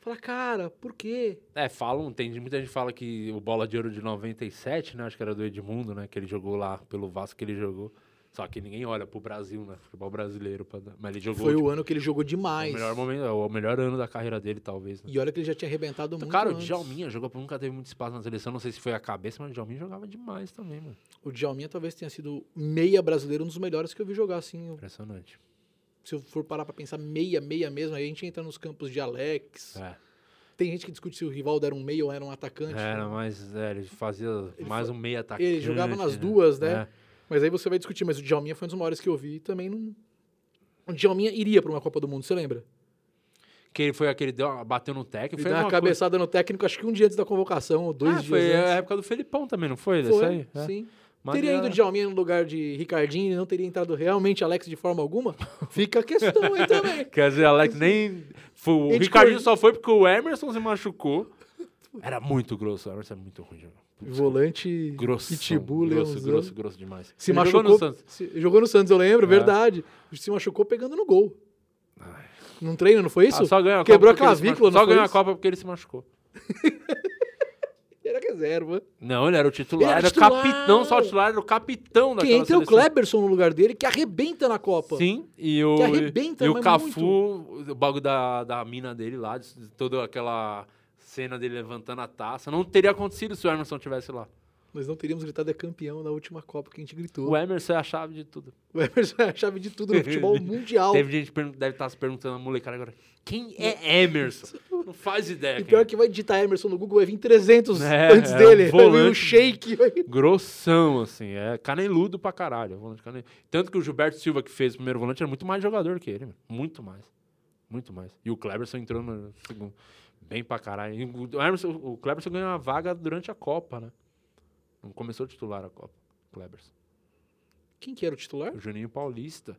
A: Fala, cara, por quê?
B: É, falam, tem muita gente fala que o Bola de Ouro de 97, né? Acho que era do Edmundo, né? Que ele jogou lá pelo Vasco que ele jogou. Só que ninguém olha pro Brasil, né? Futebol brasileiro. pra dar- Mas ele jogou
A: foi
B: tipo,
A: o ano que ele jogou
B: o
A: demais.
B: melhor momento, é o melhor ano da carreira dele, talvez. Né?
A: E olha que ele já tinha arrebentado muito.
B: Cara, o
A: antes.
B: Djalminha jogou, nunca teve muito espaço na seleção. Não sei se foi a cabeça, mas o Djalminha jogava demais também, mano.
A: O Djalminha talvez tenha sido meia brasileiro, um dos melhores que eu vi jogar, assim. Eu-
B: Impressionante.
A: Se eu for parar pra pensar meia, meia mesmo, aí a gente entra nos campos de Alex.
B: É.
A: Tem gente que discute se o Rivaldo era um meia ou era um atacante.
B: Era, mas é, ele fazia mais um meio atacante.
A: ele jogava nas
B: né?
A: duas, né?
B: É.
A: Mas aí você vai discutir, mas o Djalminha foi um dos maiores que eu vi e também não. O Djalminha iria pra uma Copa do Mundo, você lembra?
B: Que ele foi aquele, deu, bateu no técnico.
A: Ele
B: Foi
A: deu uma
B: alguma coisa-
A: cabeçada no técnico, acho que um dia antes da convocação, ou dois
B: Ah,
A: dias
B: foi a
A: antes.
B: época do Felipão também, não foi? Dessa
A: Foi,
B: aí? É.
A: sim.
B: Mas
A: teria
B: era-
A: ido o Djalminha no lugar de Ricardinho e não teria entrado realmente Alex de forma alguma? Fica a questão aí também.
B: Quer dizer, Alex nem. Foi, o
A: Ele
B: Ricardinho
A: corri-
B: só foi porque o Emerson se machucou. Era muito grosso, o Emerson é muito ruim. de jogar. Putz,
A: Volante
B: grosso.
A: Pitbull,
B: grosso,
A: Leãozão.
B: grosso, grosso demais.
A: Se
B: Ele
A: machucou.
B: Jogou no Santos.
A: se- jogou no Santos, eu lembro,
B: É.
A: verdade. Se machucou pegando no gol.
B: Ai.
A: Num treino, não foi isso?
B: Ah, só ganhou a
A: Quebrou
B: Copa porque
A: a
B: ele se
A: clavícula,
B: machucou.
A: não
B: Só
A: foi
B: ganhou a
A: isso?
B: Copa porque ele se machucou.
A: Ele era reserva.
B: Não, ele era o titular.
A: Ele
B: Era,
A: era
B: capitão,
A: titular.
B: não só o titular, era o capitão daquela
A: Quem entra é o
B: seleção.
A: Kleberson no lugar dele, que arrebenta na Copa.
B: Sim, e o,
A: Que arrebenta,
B: e o
A: mas
B: Cafu, o bagulho da, da mina dele lá, de- de toda aquela cena dele levantando a taça, não teria acontecido se o Emerson tivesse lá.
A: Nós não teríamos gritado é campeão na última Copa que a gente gritou.
B: O Emerson é a chave de tudo.
A: O Emerson é a chave de tudo no futebol mundial.
B: Teve gente que pergun- deve estar se perguntando a molecada agora, quem é Emerson? Não faz ideia.
A: E
B: quem
A: pior que vai digitar Emerson no Google, vai vir 300
B: É,
A: antes
B: é,
A: dele.
B: um
A: Vai vir o
B: volante.
A: shake. vai vir-
B: é. Grossão, assim, é caneludo pra caralho. volante canel- Tanto que o Gilberto Silva, que fez o primeiro volante, era muito mais jogador que ele, mano. muito mais. Muito mais. E o Cleberson entrou no segundo. Bem pra caralho. E O, Emerson, o Cleberson ganhou uma vaga durante a Copa, né? Não começou a titular a Copa. Cleberson.
A: Quem que era o titular?
B: O Juninho Paulista.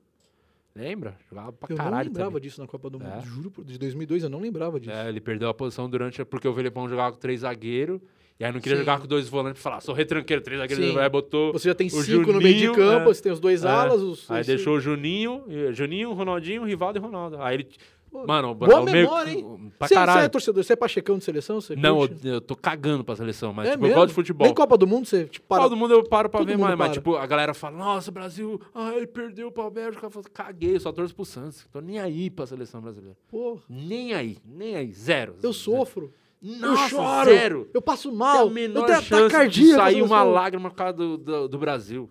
B: Lembra? Jogava pra
A: Eu não
B: caralho.
A: lembrava
B: também.
A: disso na Copa do Mundo.
B: É.
A: Juro, por- de 2002 eu não lembrava disso.
B: É, ele perdeu a posição durante. Porque o Felipão jogava com três zagueiros E aí não queria
A: Sim.
B: jogar com dois volantes e falar, "Ah, sou retranqueiro, três
A: Sim.
B: zagueiros. Aí botou.
A: Você já tem
B: o
A: cinco no meio de
B: Juninho,
A: campo,
B: é.
A: você tem os dois
B: É.
A: alas, os.
B: Aí
A: os-
B: deixou o Juninho, eh, Juninho, Ronaldinho, Rivaldo e Ronaldo. Aí ele.
A: Pô,
B: Mano, o
A: Boa
B: o meio-
A: memória, hein?
B: Pra
A: Você, você é
B: caralho.
A: torcedor, você é pachecão de seleção? Você
B: não, eu,
A: curte?
B: eu tô cagando pra seleção, mas
A: É
B: tipo, eu
A: mesmo?
B: gosto de futebol.
A: Nem Copa do Mundo você tipo, para.
B: Todo mundo eu paro pra
A: Todo
B: ver
A: mundo
B: mais, mas
A: para.
B: tipo, a galera fala, nossa, Brasil, ai, perdeu pra Bélgica. Eu falo, caguei, só torço pro Santos. Tô nem aí pra seleção brasileira.
A: Porra,
B: Nem aí, nem aí, zero.
A: eu
B: sofro.
A: sofro.
B: Nossa,
A: eu choro.
B: zero.
A: Eu passo
B: Tem
A: mal.
B: a menor
A: eu tenho
B: chance
A: ataque
B: de
A: cardíaco.
B: sair
A: eu
B: uma
A: sou- um-
B: lágrima por causa do, do, do Brasil.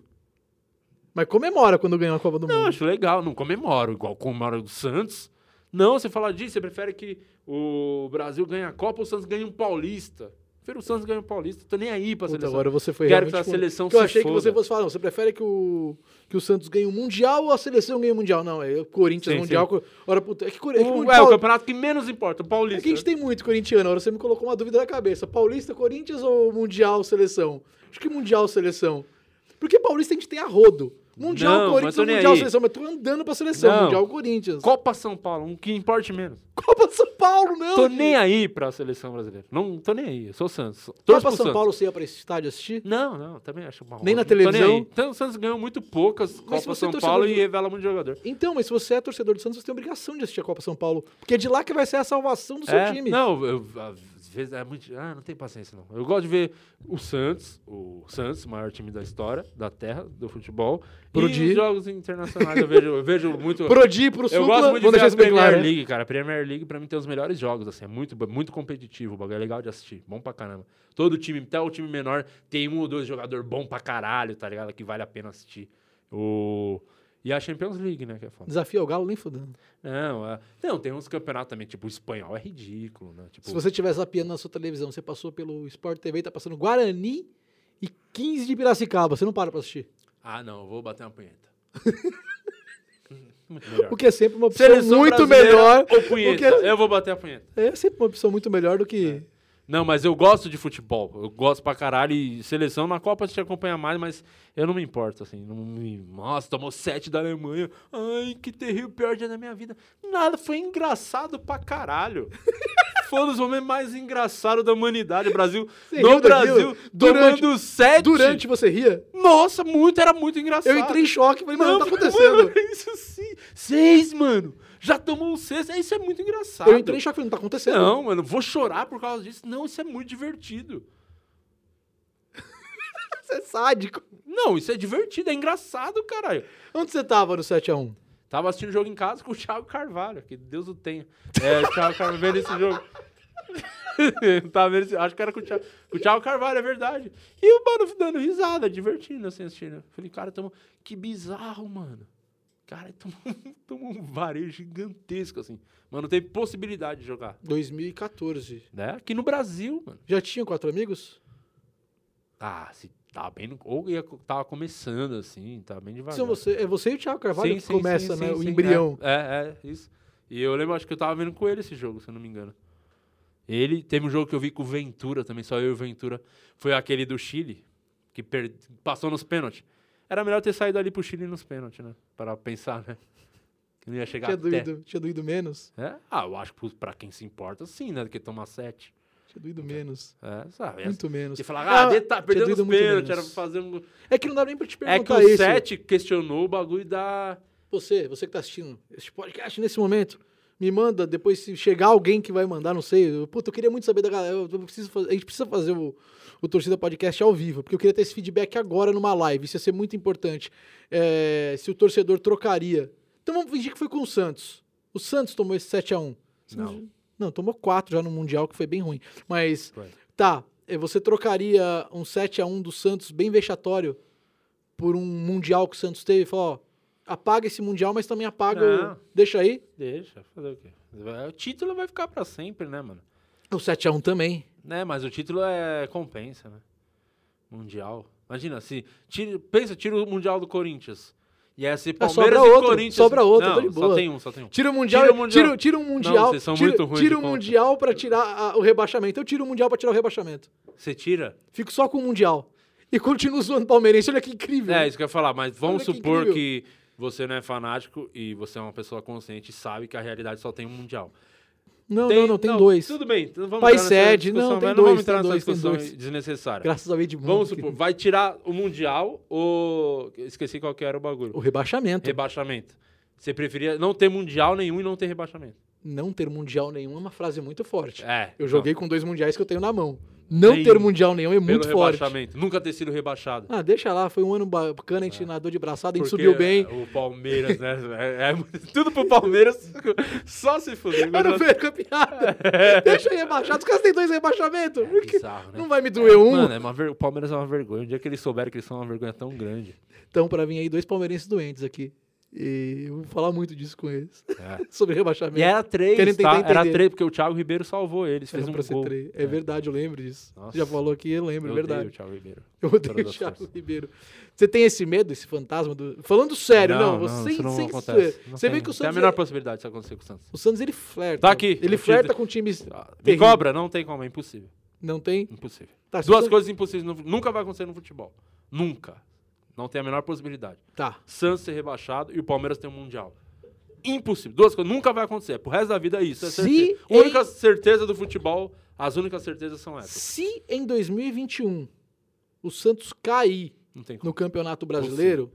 A: Mas comemora quando ganha a Copa do
B: Não,
A: Mundo.
B: acho legal, não comemoro, igual comemora o Santos. Não, você fala disso, você prefere que o Brasil ganhe a Copa ou o Santos ganhe um paulista? Prefiro o Santos ganhe um paulista, tô nem aí pra
A: Puta,
B: seleção.
A: agora você foi
B: Quero que
A: realmente
B: a
A: com-
B: seleção
A: que eu
B: se
A: achei que
B: foda.
A: você fosse falar, não, você prefere que o, que o Santos ganhe o Mundial ou a seleção ganhe o Mundial? Não, é o Corinthians
B: Sim,
A: Mundial. co- Ora, puta, é que, Cori- é que
B: O- é,
A: Mundial-
B: o campeonato que menos importa, o
A: é
B: paulista.
A: que a gente tem muito corintiano. Agora você me colocou uma dúvida na cabeça. Paulista, Corinthians ou Mundial, seleção? Acho que Mundial, seleção. Porque Paulista a gente tem a rodo. Mundial,
B: Não, mas
A: Corinthians,
B: tô nem
A: Mundial,
B: aí.
A: seleção. Mas tô andando pra seleção.
B: Não.
A: Mundial, Corinthians.
B: Copa São Paulo, um que importe menos.
A: Copa de São Paulo, não.
B: Tô
A: gente.
B: nem aí pra seleção brasileira. Não tô nem aí, eu sou Santos. Torço
A: Copa
B: pro
A: São
B: Santos.
A: Paulo você ia pra esse estádio assistir?
B: Não, não, também acho mal.
A: Nem na
B: Não tô
A: televisão?
B: aí. Então, o Santos ganhou muito poucas Copa
A: você
B: São
A: é torcedor
B: Paulo
A: do-
B: e revela muito jogador.
A: Então, mas se você é torcedor do Santos, você tem obrigação de assistir a Copa São Paulo. Porque é de lá que vai ser a salvação do seu
B: É,
A: time.
B: Não, eu, às vezes é muito. Ah, não tem paciência, não. Eu gosto de ver o Santos, o Santos, maior time da história, da terra, do futebol.
A: Prodi.
B: E os jogos internacionais eu vejo, eu vejo muito.
A: Prodi, pro
B: Eu
A: Supla,
B: gosto muito de
A: vamos
B: ver
A: deixar
B: a
A: isso bem
B: Premier
A: claro. né?
B: League, cara. A Premier League, pra mim, tem os melhores jogos, assim. É muito, bo- muito competitivo, o bagulho é legal de assistir. Bom pra caramba. Todo time, até o time menor, tem um ou dois jogador bom pra caralho, tá ligado? Que vale a pena assistir. O... E a Champions League, né? Que é foda.
A: Desafio ao Galo nem fudendo.
B: Não, é- não, tem uns campeonatos também, tipo, o espanhol é ridículo, né? Tipo,
A: Se você estiver zapeando na sua televisão, você passou pelo Sport TV, tá passando Guarani e 15 de Piracicaba. Você não para pra assistir.
B: Ah, não, eu vou bater uma punheta. muito melhor.
A: O que é sempre uma opção
B: Seleção
A: muito
B: brasileira
A: melhor.
B: Ou punheta,
A: porque- assim
B: eu vou bater a punheta.
A: É sempre uma opção muito melhor do que...
B: É. Não, mas eu gosto de futebol. Eu gosto pra caralho. E seleção na Copa a gente acompanha mais, mas eu não me importo, assim. Não me... Nossa, tomou sete da Alemanha. Ai, que terrível, pior dia da minha vida. Nada, foi engraçado pra caralho. Foi um dos momentos mais engraçados da humanidade. O Brasil,
A: Você riu
B: no
A: daquilo?
B: Brasil,
A: Durante-
B: tomando sete.
A: Durante você ria,
B: Nossa, muito, era muito engraçado.
A: eu entrei em choque. Falei, mano, o que tá
B: mano, é
A: acontecendo?
B: isso sim. Seis, mano. Já tomou um seis. Isso é muito engraçado.
A: Eu entrei em choque. Falei, não tá acontecendo.
B: Não, mano, vou chorar por causa disso. Não, isso é muito divertido.
A: Você é sádico.
B: Não, isso é divertido, é engraçado, caralho.
A: Onde você tava no 7x1?
B: Tava assistindo o jogo em casa com o Thiago Carvalho, que Deus o tenha. É, o Thiago Carvalho vendo esse jogo. Tava vendo esse, acho que era com o, Thiago, com o Thiago Carvalho, é verdade. E o mano dando risada, divertindo, assim, assistindo. Falei, cara, tomou. Que bizarro, mano. Cara, tomou, um- tomou um varejo gigantesco, assim. Mano, não teve possibilidade de jogar.
A: 2014.
B: Né? Aqui no Brasil, mano.
A: Já tinha quatro amigos?
B: Ah, se tava bem. no- Ou ia, tava começando, assim, tava bem devagar.
A: São você, é você e o Thiago Carvalho
B: Sim,
A: que
B: sim,
A: começa,
B: sim,
A: né?
B: sim,
A: o
B: sim,
A: embrião.
B: É, é, é, isso. E eu lembro, acho que eu tava vendo com ele esse jogo, se eu não me engano. Ele, teve um jogo que eu vi com o Ventura também, só eu e o Ventura. Foi aquele do Chile, que per- passou nos pênaltis. Era melhor ter saído ali pro Chile nos pênaltis, né? Para pensar, né? Que não ia chegar
A: Tinha,
B: é. até.
A: doído, tinha doído menos.
B: É? Ah, eu acho que pros- pra quem se importa, sim, né? Do que tomar sete.
A: Tinha doído menos.
B: É, sabe?
A: Muito menos.
B: E falar, ah, deta-
A: Então, tinha
B: perdendo
A: doído
B: os
A: muito
B: pênaltis, era
A: menos.
B: pra fazer um...
A: É que não dá nem pra te
B: É que
A: perguntar
B: o
A: isso.
B: 7 questionou o bagulho da...
A: Você, você que tá assistindo este podcast nesse momento, me manda, depois se chegar alguém que vai mandar, não sei. eu- Puta, eu queria muito saber da galera. eu- eu preciso fazer- a gente precisa fazer o, o Torcida Podcast ao vivo, porque eu queria ter esse feedback agora numa live. Isso ia ser muito importante. É, se o torcedor trocaria. Então vamos fingir que foi com o Santos. O Santos tomou esse 7x1.
B: Não.
A: Não, tomou 4 já no Mundial, que foi bem ruim. Mas,
B: Foi.
A: tá, eh, você trocaria um 7x1 do Santos bem vexatório por um Mundial que o Santos teve? Falou, ó, apaga esse Mundial, mas também apaga o-
B: Não.
A: Deixa aí.
B: Deixa, fazer o quê? Vai- O título vai ficar pra sempre, né, mano?
A: O 7x1 também.
B: Né, mas o título é compensa, né? Mundial. Imagina, se tira, pensa, tira o Mundial do Corinthians. E aí se Palmeiras
A: É, sobra
B: e
A: outro,
B: Corinthians.
A: sobra outro,
B: não,
A: tô de boa.
B: Só tem um, só tem um.
A: Tira o Mundial,
B: Tira o Mundial.
A: Tira, tira o Mundial.
B: vocês são
A: tira
B: muito ruins
A: tira
B: de
A: o
B: conta.
A: Mundial pra tirar a- o rebaixamento. Eu tiro o Mundial pra tirar o rebaixamento.
B: Você tira?
A: Fico só com o Mundial. E continuo zoando o palmeirense. Olha que incrível.
B: É, isso que eu ia falar, mas vamos
A: Olha que
B: supor
A: incrível.
B: que, você não é fanático e você é uma pessoa consciente e sabe que a realidade só tem um Mundial.
A: Não, não, não, tem dois.
B: Tudo bem, então vamos
A: Pai
B: entrar nessa
A: sede,
B: discussão,
A: não, tem
B: mas
A: dois,
B: vamos entrar
A: tem
B: nessa
A: dois, tem
B: discussão
A: dois.
B: desnecessária.
A: Graças ao Edmundo.
B: Vamos
A: que-
B: supor, vai tirar o Mundial ou. Esqueci qual que era o bagulho.
A: O rebaixamento.
B: Rebaixamento. Você preferia não ter Mundial nenhum e não ter rebaixamento.
A: Não ter mundial nenhum é uma frase muito forte.
B: É.
A: Eu joguei com dois mundiais que eu tenho na mão. Não
B: Sim.
A: ter mundial nenhum é
B: então,
A: muito
B: pelo
A: forte.
B: rebaixamento. Nunca ter sido rebaixado.
A: Ah, deixa lá, foi um ano bacana, a gente nadou de braçada, a gente
B: Ah. Porque é
A: subiu bem.
B: O Palmeiras, né? É, é- tudo pro Palmeiras. Só se fuder.
A: Eu não perco a piada. Deixa eu rebaixar. Os caras têm dois rebaixamentos. Por quê?
B: Bizarro, né?
A: Não vai me doer um.
B: Mano, é uma ver- o Palmeiras é uma vergonha. O dia que eles souberam que eles são uma vergonha tão grande.
A: Então, pra mim aí, dois palmeirenses doentes aqui. E eu vou falar muito disso com eles.
B: É.
A: Sobre rebaixamento.
B: E era três,
A: Querem
B: tá?
A: tentar
B: Era
A: entender.
B: três, porque o Thiago Ribeiro salvou eles, fez
A: Era
B: um
A: pra ser
B: gol.
A: três. É, verdade, eu lembro disso.
B: Nossa.
A: Você já falou aqui, eu lembro,
B: Eu
A: é
B: odeio
A: verdade.
B: o Thiago Ribeiro.
A: Eu
B: Fora
A: odeio o
B: das
A: Thiago
B: forças.
A: Ribeiro. Você tem esse medo, esse fantasma do. Falando sério, não,
B: não,
A: você
B: isso não
A: sem
B: acontece.
A: ser.
B: Não
A: Você
B: tem-
A: vê que o
B: tem a
A: Santos.
B: menor
A: é-
B: possibilidade disso acontecer com o Santos.
A: O Santos ele flerta.
B: Tá aqui,
A: Ele
B: eu Tá. te-
A: flerta com times.
B: Me
A: Ah, terrível.
B: cobra? Não tem como, é impossível.
A: Não tem.
B: Impossível.
A: Tá, se
B: Duas
A: você-
B: coisas impossíveis. no- Nunca vai acontecer no futebol. Nunca. Não tem a menor possibilidade.
A: Tá.
B: Santos ser rebaixado e o Palmeiras ter um Mundial. Impossível. Duas coisas. Nunca vai acontecer. Pro resto da vida é isso. É
A: Se
B: certeza.
A: em-
B: Única certeza do futebol, as únicas certezas são essas.
A: Se em 2021 o Santos cair
B: Não tem como.
A: no Campeonato Brasileiro,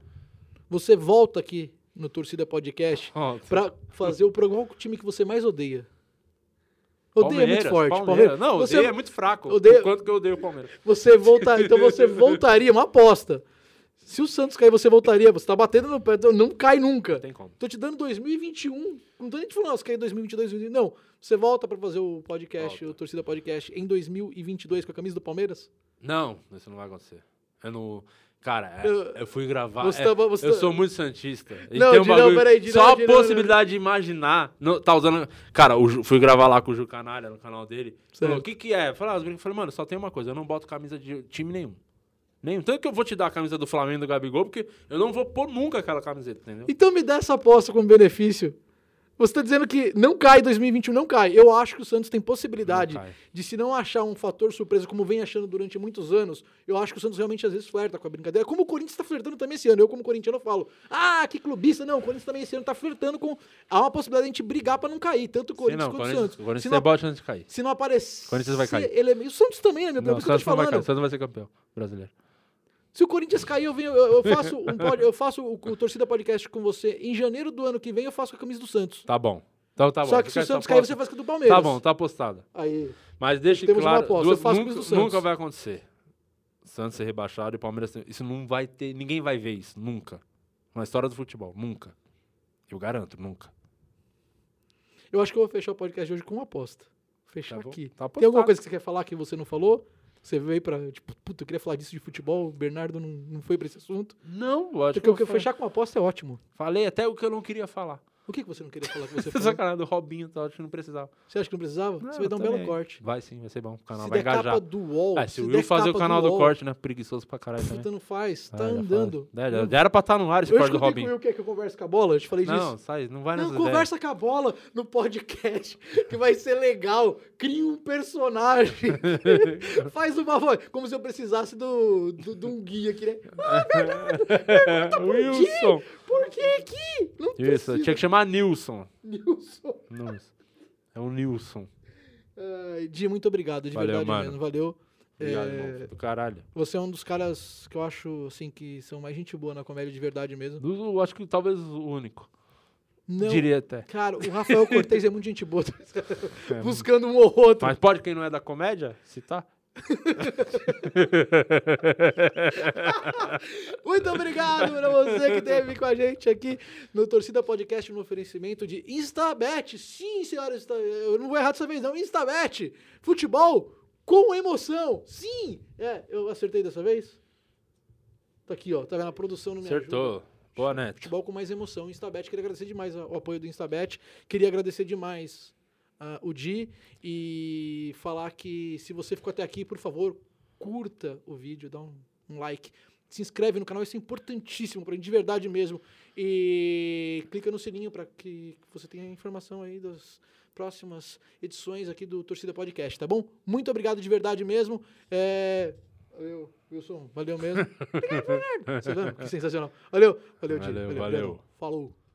A: você volta aqui no Torcida Podcast
B: Ó,
A: pra fazer o programa com o time que você mais odeia. Odeia
B: Palmeiras,
A: é muito forte.
B: Palmeiras.
A: Palmeiras.
B: Não,
A: você,
B: odeia é muito fraco.
A: Odeia-
B: Por quanto que eu odeio o Palmeiras.
A: Você volta, então você voltaria, uma aposta. Se o Santos cair, você voltaria. Você tá batendo no pé, então não cai
B: Não
A: nunca.
B: tem como.
A: Tô te dando 2021. Não tô nem te falando, nossa, caiu 2022, 2022. um. Não, você volta pra fazer o podcast,
B: Volta.
A: o Torcida Podcast, em 2022 com a camisa do Palmeiras?
B: Não, isso não vai acontecer. Eu não. Cara, é-
A: Eu-
B: eu, fui gravar.
A: Você
B: é,
A: tá- você
B: eu
A: tá-
B: sou muito santista. E
A: Não,
B: tem um
A: Dinão,
B: bagulho-
A: peraí, Dinão,
B: Só a
A: Dinão,
B: possibilidade de imaginar. Não, tá usando. Cara, o Ju- fui gravar lá com o Ju Canalha no canal dele. Falou,
A: Certo.
B: o que que é? Eu Falei, ah, os brincos- falei, mano, só tem uma coisa, eu não boto camisa de time nenhum. Nenhum. Tanto que eu vou te dar a camisa do Flamengo e do Gabigol, porque eu não vou pôr nunca aquela camiseta, entendeu?
A: Então me dá essa aposta como benefício. Você tá dizendo que não cai 2021, não cai. Eu acho que o Santos tem possibilidade
B: Não cai.
A: de se não achar um fator surpresa, como vem achando durante muitos anos, eu acho que o Santos realmente às vezes flerta com a brincadeira. Como o Corinthians tá flertando também esse ano. Eu, como corintiano, falo, ah, que clubista. Não, o Corinthians também esse ano tá flertando com... Há uma possibilidade de a gente brigar pra não cair, tanto o
B: Sim,
A: Corinthians
B: não,
A: quanto o
B: Corinthians,
A: Santos.
B: Corinthians
A: Se
B: tem
A: não É,
B: boa chance de cair.
A: se não aparecer
B: Corinthians vai cair.
A: ele- O Santos também, né, meu?
B: Não,
A: Não,
B: o
A: que eu tô
B: Santos
A: te
B: não vai cair, o
A: falando.
B: Santos vai ser campeão brasileiro.
A: Se o Corinthians cair, eu, venho, eu, eu faço, um pod- eu faço o, o Torcida Podcast com você. Em janeiro do ano que vem, eu faço com a camisa do Santos.
B: Tá bom. Então tá bom.
A: Só que se
B: fica
A: o
B: essa
A: Santos cair,
B: aposta.
A: você faz com a do Palmeiras.
B: Tá bom, tá apostado.
A: Aí,
B: Mas deixe
A: Temos uma
B: claro,
A: aposta,
B: duas-
A: eu faço com
B: nunca,
A: os do Santos.
B: nunca vai acontecer. Santos ser rebaixado e o Palmeiras... ser- Isso não vai ter... Ninguém vai ver isso, nunca. Na história do futebol, nunca. Eu garanto, nunca.
A: eu acho que eu vou fechar o podcast de hoje com uma aposta. Fechar
B: Tá bom,
A: aqui.
B: tá
A: Tem alguma
B: apostado.
A: coisa que você quer falar que você não falou? Você veio pra, tipo, puta, eu queria falar disso de futebol, o Bernardo não, não foi pra esse assunto.
B: Não, eu acho
A: Porque o que eu
B: eu falei-
A: fechar com uma aposta é ótimo.
B: Falei até o que eu não queria falar.
A: O que, que você não queria falar que você falou?
B: Sacanagem do Robinho, tá? Acho que não precisava.
A: Você acha que não precisava?
B: Não,
A: você vai dar um
B: tá
A: belo
B: nem aí.
A: corte.
B: Vai sim, vai ser bom. O canal
A: Se
B: vai
A: der capa
B: engajar.
A: do UOL...
B: Ah, se o
A: der
B: Will fazer o
A: capa
B: canal do,
A: UOL,
B: corte, né? Preguiçoso pra caralho também.
A: Puta, não faz.
B: Ah,
A: Tá
B: já faz.
A: andando.
B: É, Já, já era pra estar no ar esse
A: Eu
B: corte
A: escutei que
B: do
A: o
B: Robinho.
A: Will quer que eu converse com a bola, eu te falei disso.
B: Não, sai, não vai
A: Não,
B: nessa ideia.
A: conversa com a bola no podcast, que vai ser legal. Cria um personagem. Faz uma voz. Como se eu precisasse do, do, de um guia aqui, né?
B: Wilson.
A: Por que aqui? Não
B: Isso,
A: precisa.
B: tinha que chamar Nilson.
A: Nilson.
B: Nilson. É o Nilson.
A: Ai, Di, muito obrigado, de
B: Valeu,
A: verdade
B: mano.
A: mesmo. Valeu.
B: Obrigado,
A: É,
B: irmão. Foi Do caralho.
A: Você é um dos caras que eu acho, assim, que são mais gente boa na comédia de verdade mesmo.
B: Do- do- acho que talvez o único.
A: Não,
B: Diria até.
A: cara, o Rafael Cortez é muito gente boa. buscando um ou outro.
B: É. Mas pode quem não é da comédia citar?
A: Muito obrigado pra você que teve com a gente aqui no Torcida Podcast no oferecimento de Instabet. Sim, senhoras, insta- eu não vou errar dessa vez não. Instabet, futebol com emoção. Sim, é, eu acertei dessa vez. Tá aqui, ó, tá vendo? A produção não me ajuda.
B: Acertou. Boa, Neto.
A: Futebol com mais emoção, Instabet. Queria agradecer demais o apoio do Instabet. Queria agradecer demais ah, o Di e falar que se você ficou até aqui, por favor, curta o vídeo, dá um, um like. Se inscreve no canal, isso é importantíssimo pra gente, de verdade mesmo. E clica no sininho para que você tenha informação aí das próximas edições aqui do Torcida Podcast, tá bom? Muito obrigado de verdade mesmo. É... Valeu, Wilson. Valeu mesmo. Obrigado, Bernardo. Você vendo? Que tá sensacional. Valeu, valeu, Di.
B: Valeu,
A: valeu.
B: valeu.
A: Bernardo. Falou.